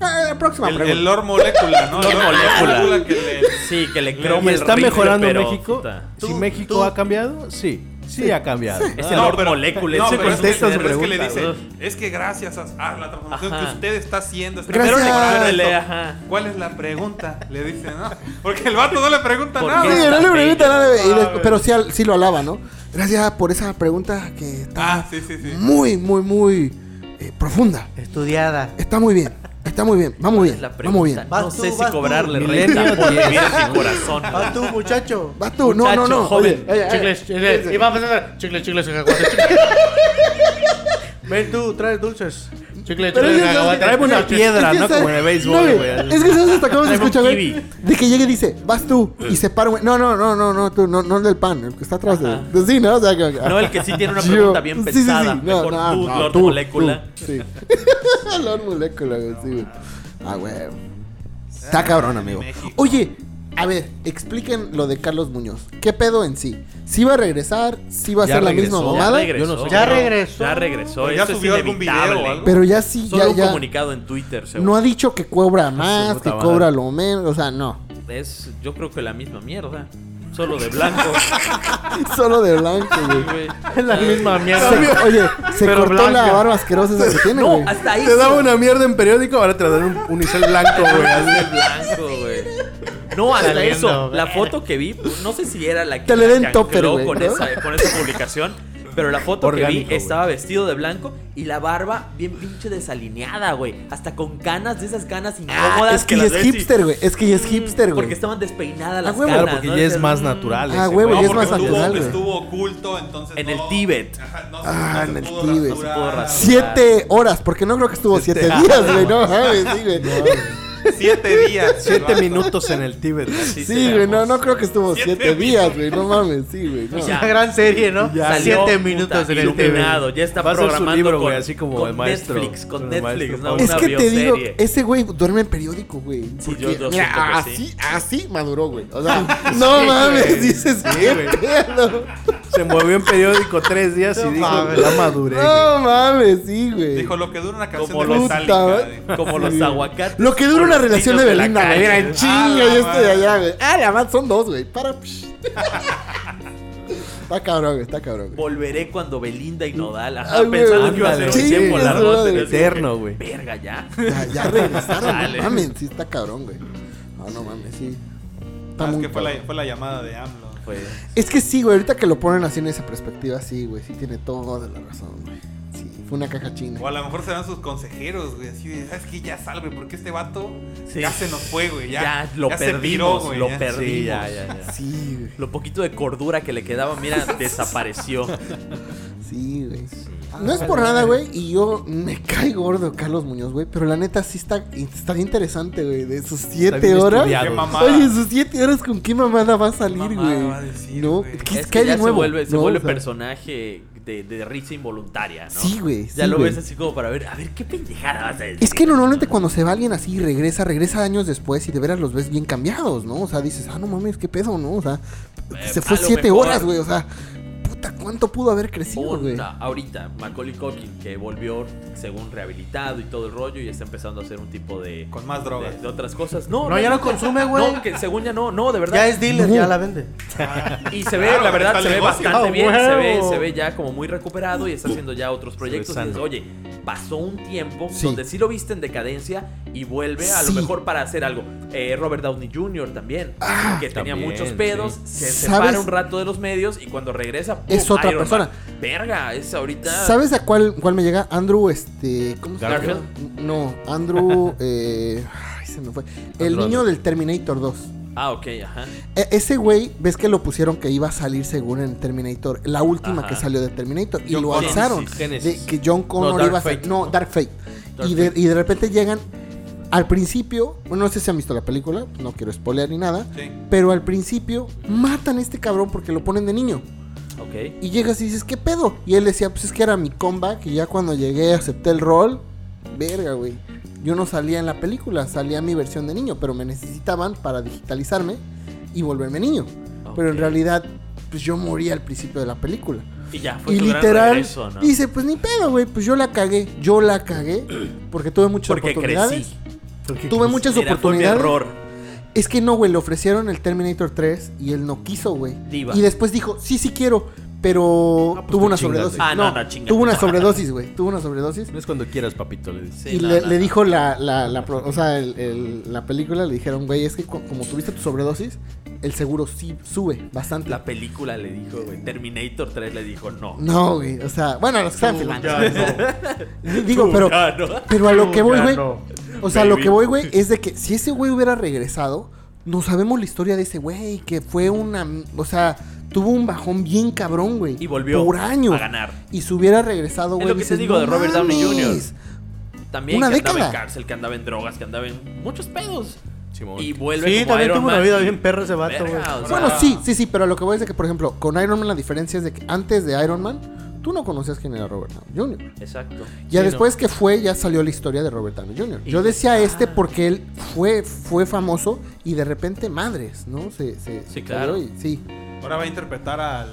[SPEAKER 2] Ah, la próxima
[SPEAKER 5] El,
[SPEAKER 2] pregunta.
[SPEAKER 5] el Lord Molécula, ¿no?
[SPEAKER 3] Lord Molécula.
[SPEAKER 5] que le-
[SPEAKER 3] Sí, que le
[SPEAKER 4] ¿Y
[SPEAKER 3] crome el
[SPEAKER 4] está
[SPEAKER 3] rifle,
[SPEAKER 4] mejorando
[SPEAKER 3] pero,
[SPEAKER 4] México?
[SPEAKER 3] puta,
[SPEAKER 4] ¿Si
[SPEAKER 5] Tú-
[SPEAKER 4] México
[SPEAKER 5] tú-
[SPEAKER 4] ha cambiado? Sí, sí, ha cambiado.
[SPEAKER 3] Es
[SPEAKER 4] Ah,
[SPEAKER 3] el
[SPEAKER 5] No,
[SPEAKER 3] Lord
[SPEAKER 5] pero-
[SPEAKER 3] Molécula.
[SPEAKER 5] No,
[SPEAKER 3] ese
[SPEAKER 5] pero es,
[SPEAKER 3] güey
[SPEAKER 5] que-
[SPEAKER 3] es un
[SPEAKER 5] pero es que le
[SPEAKER 3] pregunta,
[SPEAKER 5] dice, es que gracias a, a la transformación
[SPEAKER 3] Ajá.
[SPEAKER 5] que usted está haciendo, está
[SPEAKER 2] Gracias.
[SPEAKER 5] Pero le ponen
[SPEAKER 3] Órale,
[SPEAKER 5] esto.
[SPEAKER 3] ajá.
[SPEAKER 5] ¿Cuál es la pregunta? Le dice, ¿no? Porque el vato no le pregunta
[SPEAKER 3] ¿Por
[SPEAKER 5] nada.
[SPEAKER 2] Ah, Sí,
[SPEAKER 3] qué?
[SPEAKER 2] no le pregunta nada, güey. Y
[SPEAKER 5] Ah,
[SPEAKER 2] le-
[SPEAKER 5] güey.
[SPEAKER 2] pero sí, al- sí lo alaba, ¿no? Gracias por esa pregunta que está
[SPEAKER 5] Ah, sí, sí, sí.
[SPEAKER 2] muy, muy, muy eh, profunda.
[SPEAKER 6] Estudiada.
[SPEAKER 2] Está muy bien, está muy bien, va muy bien,
[SPEAKER 3] La
[SPEAKER 2] va muy bien.
[SPEAKER 3] pregunta.
[SPEAKER 6] Vas
[SPEAKER 3] No
[SPEAKER 6] tú,
[SPEAKER 3] sé si
[SPEAKER 6] vas tú.
[SPEAKER 3] cobrarle renta
[SPEAKER 4] Milenio
[SPEAKER 3] por
[SPEAKER 4] diez.
[SPEAKER 3] vivir en mi corazón.
[SPEAKER 6] Va tú, muchacho.
[SPEAKER 2] Va tú, no, no,
[SPEAKER 3] Muchacho,
[SPEAKER 2] no.
[SPEAKER 3] joven.
[SPEAKER 2] Oye, oye,
[SPEAKER 6] Chicles, chicles. Y va a empezar. Chicles, chicles, cacahuates, chicles. Ven tú, traes dulces. Chicles,
[SPEAKER 2] Pero
[SPEAKER 6] chicles,
[SPEAKER 2] es que-
[SPEAKER 6] cacahuates.
[SPEAKER 4] Traeme una piedra,
[SPEAKER 2] Es que
[SPEAKER 4] ¿no?
[SPEAKER 2] sabes-
[SPEAKER 4] Como en el
[SPEAKER 2] no,
[SPEAKER 4] béisbol,
[SPEAKER 2] güey,
[SPEAKER 4] güey.
[SPEAKER 2] Es que sabes hasta cómo se
[SPEAKER 3] Traeme un
[SPEAKER 2] escucha, güey.
[SPEAKER 3] kiwi.
[SPEAKER 2] De que llegue y dice, vas tú. Y se para, güey. No, no, no, no, no, tú, no, no el del pan, el que está atrás de.
[SPEAKER 3] Ajá.
[SPEAKER 2] de- Sí, ¿no? O sea, que,
[SPEAKER 3] No, el que sí tiene una
[SPEAKER 2] Yo-
[SPEAKER 3] pregunta bien
[SPEAKER 2] sí, sí, sí.
[SPEAKER 3] pensada.
[SPEAKER 2] No,
[SPEAKER 3] Mejor
[SPEAKER 2] no,
[SPEAKER 3] tú,
[SPEAKER 2] no,
[SPEAKER 3] Lord
[SPEAKER 2] tú,
[SPEAKER 3] Molécula.
[SPEAKER 2] tú, Sí. (laughs) Lord Molécula, güey, sí, güey. Ah, güey. Está
[SPEAKER 3] Ah,
[SPEAKER 2] cabrón, amigo. Oye, a ver, expliquen lo de Carlos Muñoz. ¿Qué pedo en sí? ¿Sí va a regresar? ¿Sí va a
[SPEAKER 4] Ya
[SPEAKER 2] ser la
[SPEAKER 4] regresó.
[SPEAKER 2] misma
[SPEAKER 4] Ya
[SPEAKER 2] mamada?
[SPEAKER 3] regresó.
[SPEAKER 4] Yo no sé.
[SPEAKER 6] Ya regresó.
[SPEAKER 3] Ya regresó.
[SPEAKER 5] Pero ya
[SPEAKER 3] eso es
[SPEAKER 5] subió algún video o
[SPEAKER 3] inevitable.
[SPEAKER 5] algo.
[SPEAKER 2] Pero ya sí,
[SPEAKER 3] Solo
[SPEAKER 2] ya,
[SPEAKER 3] un
[SPEAKER 2] ya.
[SPEAKER 3] comunicado en Twitter, seguro.
[SPEAKER 2] No ha dicho que cobra más, que
[SPEAKER 4] puta
[SPEAKER 2] cobra lo menos, o sea, no. (laughs)
[SPEAKER 3] Es, yo creo que la misma mierda. Solo de blanco.
[SPEAKER 2] Solo de blanco, güey.
[SPEAKER 3] güey.
[SPEAKER 6] Es la misma mierda.
[SPEAKER 2] Se- oye, se
[SPEAKER 6] Pero
[SPEAKER 2] cortó la
[SPEAKER 6] blanca.
[SPEAKER 2] barba asquerosa
[SPEAKER 3] (laughs)
[SPEAKER 2] esa que tiene,
[SPEAKER 3] No,
[SPEAKER 2] güey.
[SPEAKER 3] hasta ahí.
[SPEAKER 4] Te daba una mierda en periódico, ahora te la dan un unicel blanco, güey. así.
[SPEAKER 3] blanco, güey. No, hasta
[SPEAKER 6] Está
[SPEAKER 3] eso.
[SPEAKER 6] viendo,
[SPEAKER 3] La foto que vi, no sé si era la que
[SPEAKER 2] Te le den
[SPEAKER 3] la que
[SPEAKER 2] topper,
[SPEAKER 3] angeló
[SPEAKER 2] güey,
[SPEAKER 3] con,
[SPEAKER 2] ¿no?
[SPEAKER 3] esa, con esa publicación. Pero la foto que
[SPEAKER 4] Orgánico,
[SPEAKER 3] vi
[SPEAKER 4] güey.
[SPEAKER 3] estaba vestido de blanco y la barba bien pinche desalineada, güey. Hasta con canas, de esas canas
[SPEAKER 2] Ah,
[SPEAKER 3] incómodas.
[SPEAKER 2] es que,
[SPEAKER 3] las
[SPEAKER 2] ya es
[SPEAKER 3] ves y- Mm,
[SPEAKER 2] hipster, güey. Es que ya es hipster, güey.
[SPEAKER 3] Porque estaban despeinadas
[SPEAKER 2] Ah,
[SPEAKER 3] las
[SPEAKER 2] huevo.
[SPEAKER 3] canas.
[SPEAKER 4] Claro, porque
[SPEAKER 3] ¿no?
[SPEAKER 4] ya es
[SPEAKER 3] Dices,
[SPEAKER 4] más
[SPEAKER 3] mm,
[SPEAKER 4] natural.
[SPEAKER 2] Ah,
[SPEAKER 4] ese,
[SPEAKER 2] huevo,
[SPEAKER 4] güey.
[SPEAKER 2] ya es
[SPEAKER 5] porque
[SPEAKER 2] más natural,
[SPEAKER 5] estuvo,
[SPEAKER 2] güey.
[SPEAKER 5] estuvo oculto, entonces
[SPEAKER 3] En
[SPEAKER 5] no-
[SPEAKER 3] el Tíbet.
[SPEAKER 5] Ajá, no,
[SPEAKER 2] Ah,
[SPEAKER 5] se- no
[SPEAKER 2] en
[SPEAKER 5] se
[SPEAKER 2] el
[SPEAKER 5] pudo
[SPEAKER 2] Tíbet.
[SPEAKER 5] rasurar.
[SPEAKER 3] No se pudo rasurar.
[SPEAKER 2] Siete horas, porque no creo que estuvo siete días, güey. No mames, sí, güey.
[SPEAKER 5] Siete días.
[SPEAKER 13] Siete minutos en el Tíbet.
[SPEAKER 2] Sí, güey, no, no creo que estuvo siete días, güey. No mames, sí, güey. no.
[SPEAKER 6] Una gran serie, ¿no? Siete minutos en el
[SPEAKER 3] iluminado, ya está
[SPEAKER 13] Va a ser su
[SPEAKER 3] programando
[SPEAKER 13] libro,
[SPEAKER 3] con,
[SPEAKER 13] güey, así como
[SPEAKER 3] con
[SPEAKER 13] el maestro.
[SPEAKER 3] Netflix, con
[SPEAKER 13] El
[SPEAKER 3] Netflix,
[SPEAKER 13] maestro
[SPEAKER 3] ¿no?
[SPEAKER 13] Pablo.
[SPEAKER 3] Una
[SPEAKER 2] Es que te digo,
[SPEAKER 3] bioserie.
[SPEAKER 2] ese güey duerme en periódico, güey. Porque,
[SPEAKER 3] yo- yo
[SPEAKER 2] mira,
[SPEAKER 3] siento que
[SPEAKER 2] así,
[SPEAKER 3] sí.
[SPEAKER 2] así maduró, güey. O
[SPEAKER 3] (laughs)
[SPEAKER 2] sea, no mames, dices, qué pedo.
[SPEAKER 13] Se movió en periódico tres días y dijo,
[SPEAKER 2] mames.
[SPEAKER 13] la madurez.
[SPEAKER 2] No mames, sí, güey.
[SPEAKER 5] Dijo lo que dura una canción
[SPEAKER 3] Como
[SPEAKER 5] de
[SPEAKER 3] los- eh.
[SPEAKER 5] Metallica,
[SPEAKER 2] Puta,
[SPEAKER 5] de-
[SPEAKER 3] Como los
[SPEAKER 2] Sí.
[SPEAKER 3] aguacates.
[SPEAKER 2] Lo que dura
[SPEAKER 3] por
[SPEAKER 2] una
[SPEAKER 3] los
[SPEAKER 2] relación de
[SPEAKER 3] niños la
[SPEAKER 2] Belinda, güey.
[SPEAKER 3] calle.
[SPEAKER 2] Mira, en chinga, yo estoy allá, güey. Ah, la madre, son dos, güey. Para. psh. Está cabrón, güey, está cabrón, güey.
[SPEAKER 3] Volveré cuando Belinda y Nodal. Ajá,
[SPEAKER 2] Ay, güey,
[SPEAKER 13] Ah,
[SPEAKER 3] pensando que iba a ser un
[SPEAKER 2] ándale. Sí,
[SPEAKER 3] tiempo
[SPEAKER 2] es
[SPEAKER 3] largo.
[SPEAKER 2] verdad,
[SPEAKER 3] pero es como
[SPEAKER 13] eterno,
[SPEAKER 3] que,
[SPEAKER 13] güey.
[SPEAKER 3] Verga, ya.
[SPEAKER 2] Ya, ya regresaron,
[SPEAKER 3] Chale.
[SPEAKER 2] no mames, sí está cabrón, güey. No, no mames, sí. Está
[SPEAKER 5] Ah, es
[SPEAKER 2] muy
[SPEAKER 5] que fue la,
[SPEAKER 2] cabrón.
[SPEAKER 5] fue la llamada de AMLO.
[SPEAKER 3] Fue-
[SPEAKER 2] Es que sí, güey, ahorita que lo ponen así en esa perspectiva, sí, güey, sí tiene toda la razón, güey. Sí, fue una caja china.
[SPEAKER 5] O a lo mejor serán sus consejeros, güey. Así de, ¿sabes qué? Ya salve, porque este vato
[SPEAKER 3] Sí.
[SPEAKER 5] ya se nos fue, güey. Ya,
[SPEAKER 3] Ya, lo
[SPEAKER 5] ya se
[SPEAKER 3] perdimos,
[SPEAKER 5] piró, güey,
[SPEAKER 3] lo
[SPEAKER 5] ya.
[SPEAKER 3] perdimos.
[SPEAKER 5] Sí, ya,
[SPEAKER 3] ya, ya.
[SPEAKER 2] Sí, güey.
[SPEAKER 3] Lo poquito de cordura que le quedaba, mira, desapareció.
[SPEAKER 2] Sí, güey. No es por nada, güey, y yo me cae gordo Carlos Muñoz, güey, pero la neta sí está, está bien interesante, güey, de sus siete
[SPEAKER 13] bien
[SPEAKER 2] horas.
[SPEAKER 13] estudiado.
[SPEAKER 5] Qué mamada.
[SPEAKER 2] Oye, sus siete horas, ¿con qué mamada va a salir,
[SPEAKER 5] mamada
[SPEAKER 2] güey?
[SPEAKER 5] va a decir,
[SPEAKER 2] no,
[SPEAKER 5] güey?
[SPEAKER 2] ¿qué-
[SPEAKER 3] Es
[SPEAKER 2] qué hay
[SPEAKER 3] que ya
[SPEAKER 2] de nuevo?
[SPEAKER 3] se vuelve, se
[SPEAKER 2] No,
[SPEAKER 3] vuelve
[SPEAKER 2] o sea,
[SPEAKER 3] personaje de, de risa involuntaria, ¿no?
[SPEAKER 2] Sí, güey,
[SPEAKER 3] Ya
[SPEAKER 2] sí,
[SPEAKER 3] lo
[SPEAKER 2] güey.
[SPEAKER 3] ves así como para ver, a ver qué pendejada vas a decir.
[SPEAKER 2] Es que normalmente cuando se va alguien así y regresa, regresa años después y de veras los ves bien cambiados, ¿no? O sea, dices, ah, no mames, qué pedo, ¿no? O sea, se fue
[SPEAKER 3] Eh, a lo
[SPEAKER 2] siete
[SPEAKER 3] mejor.
[SPEAKER 2] horas, güey, o sea, puta, ¿cuánto pudo haber crecido, güey?
[SPEAKER 3] Puta, ahorita, Macaulay Culkin, que volvió según rehabilitado y todo el rollo y está empezando a hacer un tipo de...
[SPEAKER 5] Con más drogas.
[SPEAKER 3] De, de otras cosas. No,
[SPEAKER 6] No, ya no consume, güey.
[SPEAKER 3] No, que según ya no, no, de verdad.
[SPEAKER 6] Ya es dealer, ya la vende.
[SPEAKER 3] Y se ve,
[SPEAKER 5] Claro,
[SPEAKER 3] la
[SPEAKER 5] está
[SPEAKER 3] verdad,
[SPEAKER 5] el
[SPEAKER 3] se ve
[SPEAKER 5] negocio.
[SPEAKER 3] bastante
[SPEAKER 6] Ah,
[SPEAKER 3] bien. Se ve,
[SPEAKER 6] huevo.
[SPEAKER 3] se ve ya como muy recuperado y está haciendo ya otros proyectos. Y
[SPEAKER 13] sano.
[SPEAKER 3] dices, oye, pasó un tiempo
[SPEAKER 2] Sí.
[SPEAKER 3] donde sí lo viste en decadencia y vuelve a lo
[SPEAKER 2] Sí.
[SPEAKER 3] mejor para hacer algo. Eh, Robert Downey Jr. también, que tenía
[SPEAKER 13] También,
[SPEAKER 3] muchos pedos, se
[SPEAKER 2] Ah, ¿Sabes?
[SPEAKER 3] separa un rato de los medios y cuando regresa ¡pum!
[SPEAKER 2] Es otra persona.
[SPEAKER 3] Man. Verga, es ahorita.
[SPEAKER 2] ¿Sabes a cuál, cuál me llega? Andrew, este. ¿Cómo se
[SPEAKER 3] Garfield.
[SPEAKER 2] llama? No,
[SPEAKER 13] (laughs)
[SPEAKER 2] Andrew. eh, ay, se me fue. El
[SPEAKER 13] Andrew,
[SPEAKER 2] niño
[SPEAKER 13] Andrew.
[SPEAKER 2] del Terminator 2.
[SPEAKER 3] Ah, ok, ajá.
[SPEAKER 2] E- ese güey, ves que lo pusieron que iba a salir según en Terminator. La última
[SPEAKER 3] Ajá.
[SPEAKER 2] que salió de Terminator. Y
[SPEAKER 13] John
[SPEAKER 2] lo
[SPEAKER 13] Connor.
[SPEAKER 2] alzaron.
[SPEAKER 13] Genesis, Genesis.
[SPEAKER 2] De que John Connor
[SPEAKER 13] No, Dark
[SPEAKER 2] iba a salir.
[SPEAKER 13] Fate.
[SPEAKER 2] No, Dark Fate.
[SPEAKER 13] Dark
[SPEAKER 2] y, de, y de repente llegan. Al principio, bueno, no sé si han visto la película, no quiero spoilear ni nada,
[SPEAKER 5] Sí.
[SPEAKER 2] pero al principio matan a este cabrón porque lo ponen de niño.
[SPEAKER 3] Ok.
[SPEAKER 2] Y llegas y dices, ¿qué pedo? Y él decía, pues es que era mi comeback. Y ya cuando llegué, acepté el rol. Verga, güey. Yo no salía en la película, salía mi versión de niño, pero me necesitaban para digitalizarme y volverme niño. Pero en
[SPEAKER 3] Ok.
[SPEAKER 2] realidad, pues yo moría al principio de la película.
[SPEAKER 3] Y ya, fue
[SPEAKER 2] Y
[SPEAKER 3] tu gran
[SPEAKER 2] literal,
[SPEAKER 3] regreso, ¿no?
[SPEAKER 2] dice, pues ni pedo, güey, pues yo la cagué, yo la cagué, porque tuve muchas
[SPEAKER 3] Porque
[SPEAKER 2] oportunidades.
[SPEAKER 3] crecí.
[SPEAKER 2] Tuve muchas
[SPEAKER 3] Mira, fue mi
[SPEAKER 2] oportunidades.
[SPEAKER 3] error.
[SPEAKER 2] Es que no, güey, le ofrecieron el Terminator 3 y él no quiso, güey.
[SPEAKER 3] Diva. pues
[SPEAKER 2] Y después dijo, sí, sí quiero, pero tuvo
[SPEAKER 13] tú
[SPEAKER 2] una
[SPEAKER 13] chingate.
[SPEAKER 2] sobredosis.
[SPEAKER 3] Ah, no, no, chingate.
[SPEAKER 2] Tuvo una sobredosis, güey. Tuvo una sobredosis.
[SPEAKER 13] No es cuando quieras, papito, le dice.
[SPEAKER 3] Sí,
[SPEAKER 2] y
[SPEAKER 3] no,
[SPEAKER 2] le,
[SPEAKER 3] no,
[SPEAKER 2] le
[SPEAKER 3] no.
[SPEAKER 2] dijo la, la, la pro- o sea, el- el- la película, le dijeron, güey, es que cu- como tuviste tu sobredosis, el seguro sí sube bastante.
[SPEAKER 3] La película le dijo, güey. Terminator 3 le dijo no.
[SPEAKER 2] No, güey, o sea, bueno, los que están filmando.
[SPEAKER 3] Tú
[SPEAKER 2] (laughs) Digo, pero,
[SPEAKER 3] ya no.
[SPEAKER 2] pero a lo que voy, güey. O sea, a lo
[SPEAKER 3] Baby.
[SPEAKER 2] que voy, güey, es de que si ese güey hubiera regresado, no sabemos la historia de ese güey, que fue una. O sea, tuvo un bajón bien cabrón, güey.
[SPEAKER 3] Y volvió
[SPEAKER 2] por años.
[SPEAKER 3] a ganar.
[SPEAKER 2] Y si hubiera regresado,
[SPEAKER 3] Es
[SPEAKER 2] güey.
[SPEAKER 3] lo que te
[SPEAKER 2] dices,
[SPEAKER 3] digo de Robert Downey
[SPEAKER 2] mames".
[SPEAKER 3] También
[SPEAKER 2] Una
[SPEAKER 3] que andaba
[SPEAKER 2] década.
[SPEAKER 3] en cárcel, que andaba en drogas, que andaba en muchos pedos.
[SPEAKER 13] Simón.
[SPEAKER 3] Y vuelve
[SPEAKER 6] Sí,
[SPEAKER 3] como
[SPEAKER 6] también
[SPEAKER 3] Iron
[SPEAKER 6] tuvo una
[SPEAKER 3] Man
[SPEAKER 6] vida
[SPEAKER 3] y-
[SPEAKER 6] bien perra ese vato,
[SPEAKER 3] Verga,
[SPEAKER 6] güey.
[SPEAKER 3] o sea,
[SPEAKER 2] Bueno, sí, sí, sí, pero a lo que voy es de que, por ejemplo, con Iron Man la diferencia es de que antes de Iron Man, tú no conocías quién era Robert Downey Jr.
[SPEAKER 3] Exacto.
[SPEAKER 2] Ya
[SPEAKER 13] Sí,
[SPEAKER 2] después que fue, ya salió la historia de Robert Downey Jr.
[SPEAKER 3] Y-
[SPEAKER 2] Yo decía este
[SPEAKER 3] ah.
[SPEAKER 2] porque él fue, fue famoso y de repente madres, ¿no? Se, se,
[SPEAKER 3] Sí,
[SPEAKER 2] se
[SPEAKER 3] claro.
[SPEAKER 2] cayó y- sí.
[SPEAKER 5] Ahora va a interpretar al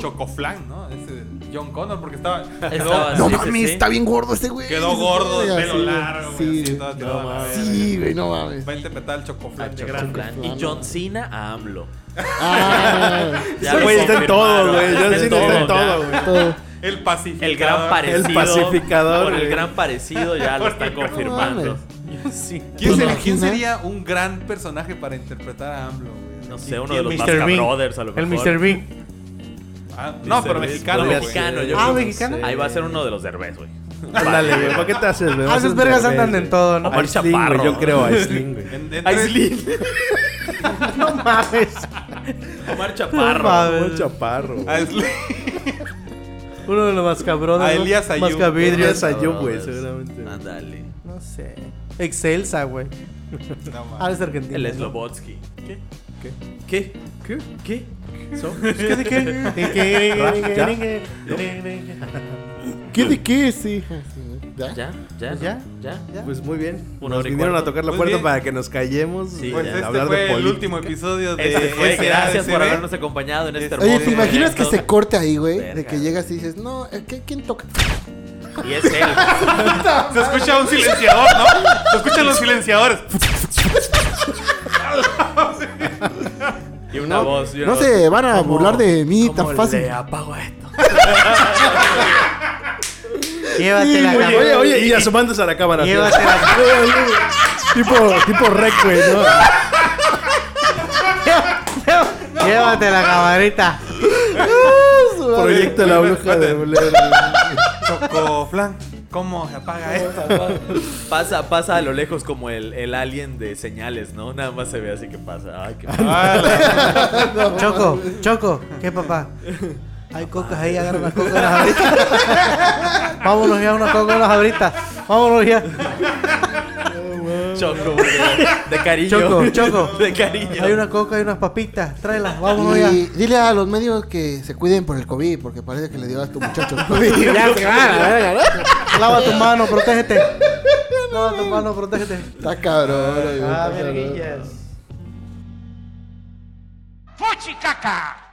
[SPEAKER 5] Chocoflan, ¿no? Ese John Connor, porque estaba.
[SPEAKER 3] Estaba-
[SPEAKER 5] quedó,
[SPEAKER 2] No
[SPEAKER 3] Ah, sí, sí,
[SPEAKER 2] mames,
[SPEAKER 3] sí.
[SPEAKER 2] está bien gordo este güey.
[SPEAKER 5] quedó gordo, de
[SPEAKER 2] Sí,
[SPEAKER 5] pelo
[SPEAKER 2] sí,
[SPEAKER 5] largo, güey.
[SPEAKER 2] Sí,
[SPEAKER 5] así, todo tirado a la verga.
[SPEAKER 2] sí, güey, no mames.
[SPEAKER 5] Va a interpretar al Chocoflan.
[SPEAKER 3] Al Chocoflan. Y John Cena a AMLO.
[SPEAKER 2] Ah,
[SPEAKER 3] Ya
[SPEAKER 13] Ese
[SPEAKER 3] lo
[SPEAKER 13] güey está en
[SPEAKER 3] confirmaron.
[SPEAKER 13] todo, güey. John Cena está en
[SPEAKER 3] ya.
[SPEAKER 13] todo, güey.
[SPEAKER 2] todo.
[SPEAKER 5] El pacificador.
[SPEAKER 3] El gran parecido.
[SPEAKER 13] El pacificador,
[SPEAKER 3] Por el
[SPEAKER 13] güey.
[SPEAKER 3] gran parecido ya lo está
[SPEAKER 2] No
[SPEAKER 3] confirmando.
[SPEAKER 2] mames.
[SPEAKER 13] Sí.
[SPEAKER 5] ¿Quién,
[SPEAKER 2] ¿Te
[SPEAKER 5] sería,
[SPEAKER 2] imaginas?
[SPEAKER 5] quién sería un gran personaje para interpretar a AMLO, güey?
[SPEAKER 3] No
[SPEAKER 5] ¿Quién-
[SPEAKER 3] sé, uno de
[SPEAKER 5] quién
[SPEAKER 3] los
[SPEAKER 5] me-
[SPEAKER 3] más
[SPEAKER 6] Mr. Bean.
[SPEAKER 3] brothers a lo
[SPEAKER 6] El
[SPEAKER 3] mejor.
[SPEAKER 6] Mr. Bean.
[SPEAKER 5] Ah, no, pero
[SPEAKER 13] Bean
[SPEAKER 5] mexicano,
[SPEAKER 13] podría
[SPEAKER 5] güey.
[SPEAKER 3] Mexicano, yo
[SPEAKER 6] Ah,
[SPEAKER 3] creo.
[SPEAKER 6] mexicano.
[SPEAKER 3] Ahí va a ser uno de los derbés, güey.
[SPEAKER 13] Ándale, güey. ¿Para qué te haces, güey?
[SPEAKER 6] Ah, esas vergas andan en todo, ¿no?
[SPEAKER 13] A
[SPEAKER 3] Omar
[SPEAKER 13] Sling, güey.
[SPEAKER 3] Chaparro.
[SPEAKER 13] Yo creo a Sling, (laughs) güey.
[SPEAKER 5] En- en-
[SPEAKER 3] (laughs)
[SPEAKER 6] No mames.
[SPEAKER 3] Omar
[SPEAKER 6] No mames.
[SPEAKER 3] Chaparro.
[SPEAKER 13] Omar Chaparro. güey.
[SPEAKER 5] a Slim.
[SPEAKER 6] Uno de los mascabrones.
[SPEAKER 5] A
[SPEAKER 6] ¿no?
[SPEAKER 5] Elías Ayub.
[SPEAKER 6] Mascavidrios.
[SPEAKER 13] Elías Ayub, güey, seguramente.
[SPEAKER 3] Ándale.
[SPEAKER 6] No sé. Excelsa, güey. Ah, es argentino.
[SPEAKER 3] El
[SPEAKER 6] ¿no?
[SPEAKER 3] Slobotsky. ¿Qué?
[SPEAKER 13] ¿Qué?
[SPEAKER 3] ¿Qué? ¿Qué? ¿Qué? ¿So?
[SPEAKER 6] ¿Qué
[SPEAKER 13] (laughs)
[SPEAKER 6] de qué? ¿De qué?
[SPEAKER 3] Ra-
[SPEAKER 6] ¿Ya?
[SPEAKER 3] ¿No?
[SPEAKER 2] ¿Qué de qué es, hija?
[SPEAKER 3] ¿Ya? ¿Ya? ¿Ya?
[SPEAKER 6] ¿Ya? ¿Ya?
[SPEAKER 13] Pues muy bien.
[SPEAKER 3] Una
[SPEAKER 13] nos
[SPEAKER 3] hora y
[SPEAKER 13] vinieron a
[SPEAKER 3] cuarto.
[SPEAKER 13] tocar la
[SPEAKER 3] Muy
[SPEAKER 13] puerta
[SPEAKER 3] bien.
[SPEAKER 13] para que nos callemos.
[SPEAKER 3] Sí,
[SPEAKER 13] para
[SPEAKER 3] ya. Este
[SPEAKER 13] hablar
[SPEAKER 5] pues, fue
[SPEAKER 13] de
[SPEAKER 5] el
[SPEAKER 13] política.
[SPEAKER 5] último episodio de
[SPEAKER 3] Este fue,
[SPEAKER 5] SASB.
[SPEAKER 3] gracias por habernos acompañado en este hermoso
[SPEAKER 2] Oye, ¿te imaginas que
[SPEAKER 3] momento.
[SPEAKER 2] se corte ahí, güey? De
[SPEAKER 3] Verga.
[SPEAKER 2] que llegas y dices, no, eh, ¿qué- ¿quién toca?
[SPEAKER 3] (laughs) Y es él.
[SPEAKER 5] Se escucha un silenciador, ¿no? Se escuchan los silenciadores.
[SPEAKER 3] Y una voz. y una
[SPEAKER 2] No
[SPEAKER 3] voz.
[SPEAKER 2] se van a
[SPEAKER 3] ¿Cómo-
[SPEAKER 2] burlar de mí tan
[SPEAKER 3] cómo
[SPEAKER 2] fácil.
[SPEAKER 3] le apago a esto?
[SPEAKER 6] Llévatela,
[SPEAKER 13] Sí, oye,
[SPEAKER 6] cabrón.
[SPEAKER 13] oye, oye, y asomándose a la cámara. así.
[SPEAKER 6] Llévatela.
[SPEAKER 13] (laughs) tipo, (laughs) tipo rec, güey, ¿no?
[SPEAKER 6] (laughs) Llévate la camarita.
[SPEAKER 13] Proyecta la hoja de bolero.
[SPEAKER 5] Chocoflan, ¿cómo se apaga esto?
[SPEAKER 3] Pasa, pasa a lo lejos como el, el alien de señales, ¿no? Nada más se ve así que pasa. Ay, (laughs) qué
[SPEAKER 6] Choco, Choco, ¿qué papá? Hay cocas ahí, agarra unas cocas unas abritas. Vámonos ya, unas cocas unas abritas.
[SPEAKER 3] (laughs)
[SPEAKER 6] Vámonos ya.
[SPEAKER 3] Choco, güey, de, de cariño. (laughs)
[SPEAKER 6] Choco, Choco.
[SPEAKER 3] De cariño.
[SPEAKER 6] Hay una coca, hay unas papitas. Tráelas, vámonos ya.
[SPEAKER 2] Y dile a los medios que se cuiden por el COVID, porque parece que le dio a tu muchacho el COVID.
[SPEAKER 6] Ya
[SPEAKER 2] se van a la verga,
[SPEAKER 6] Lava tu mano, protégete. Lava tu mano, protégete.
[SPEAKER 2] Está cabrón, güey,
[SPEAKER 6] Ah,
[SPEAKER 2] está cabrón.
[SPEAKER 6] verguillas.
[SPEAKER 7] ¡Fuchicaca!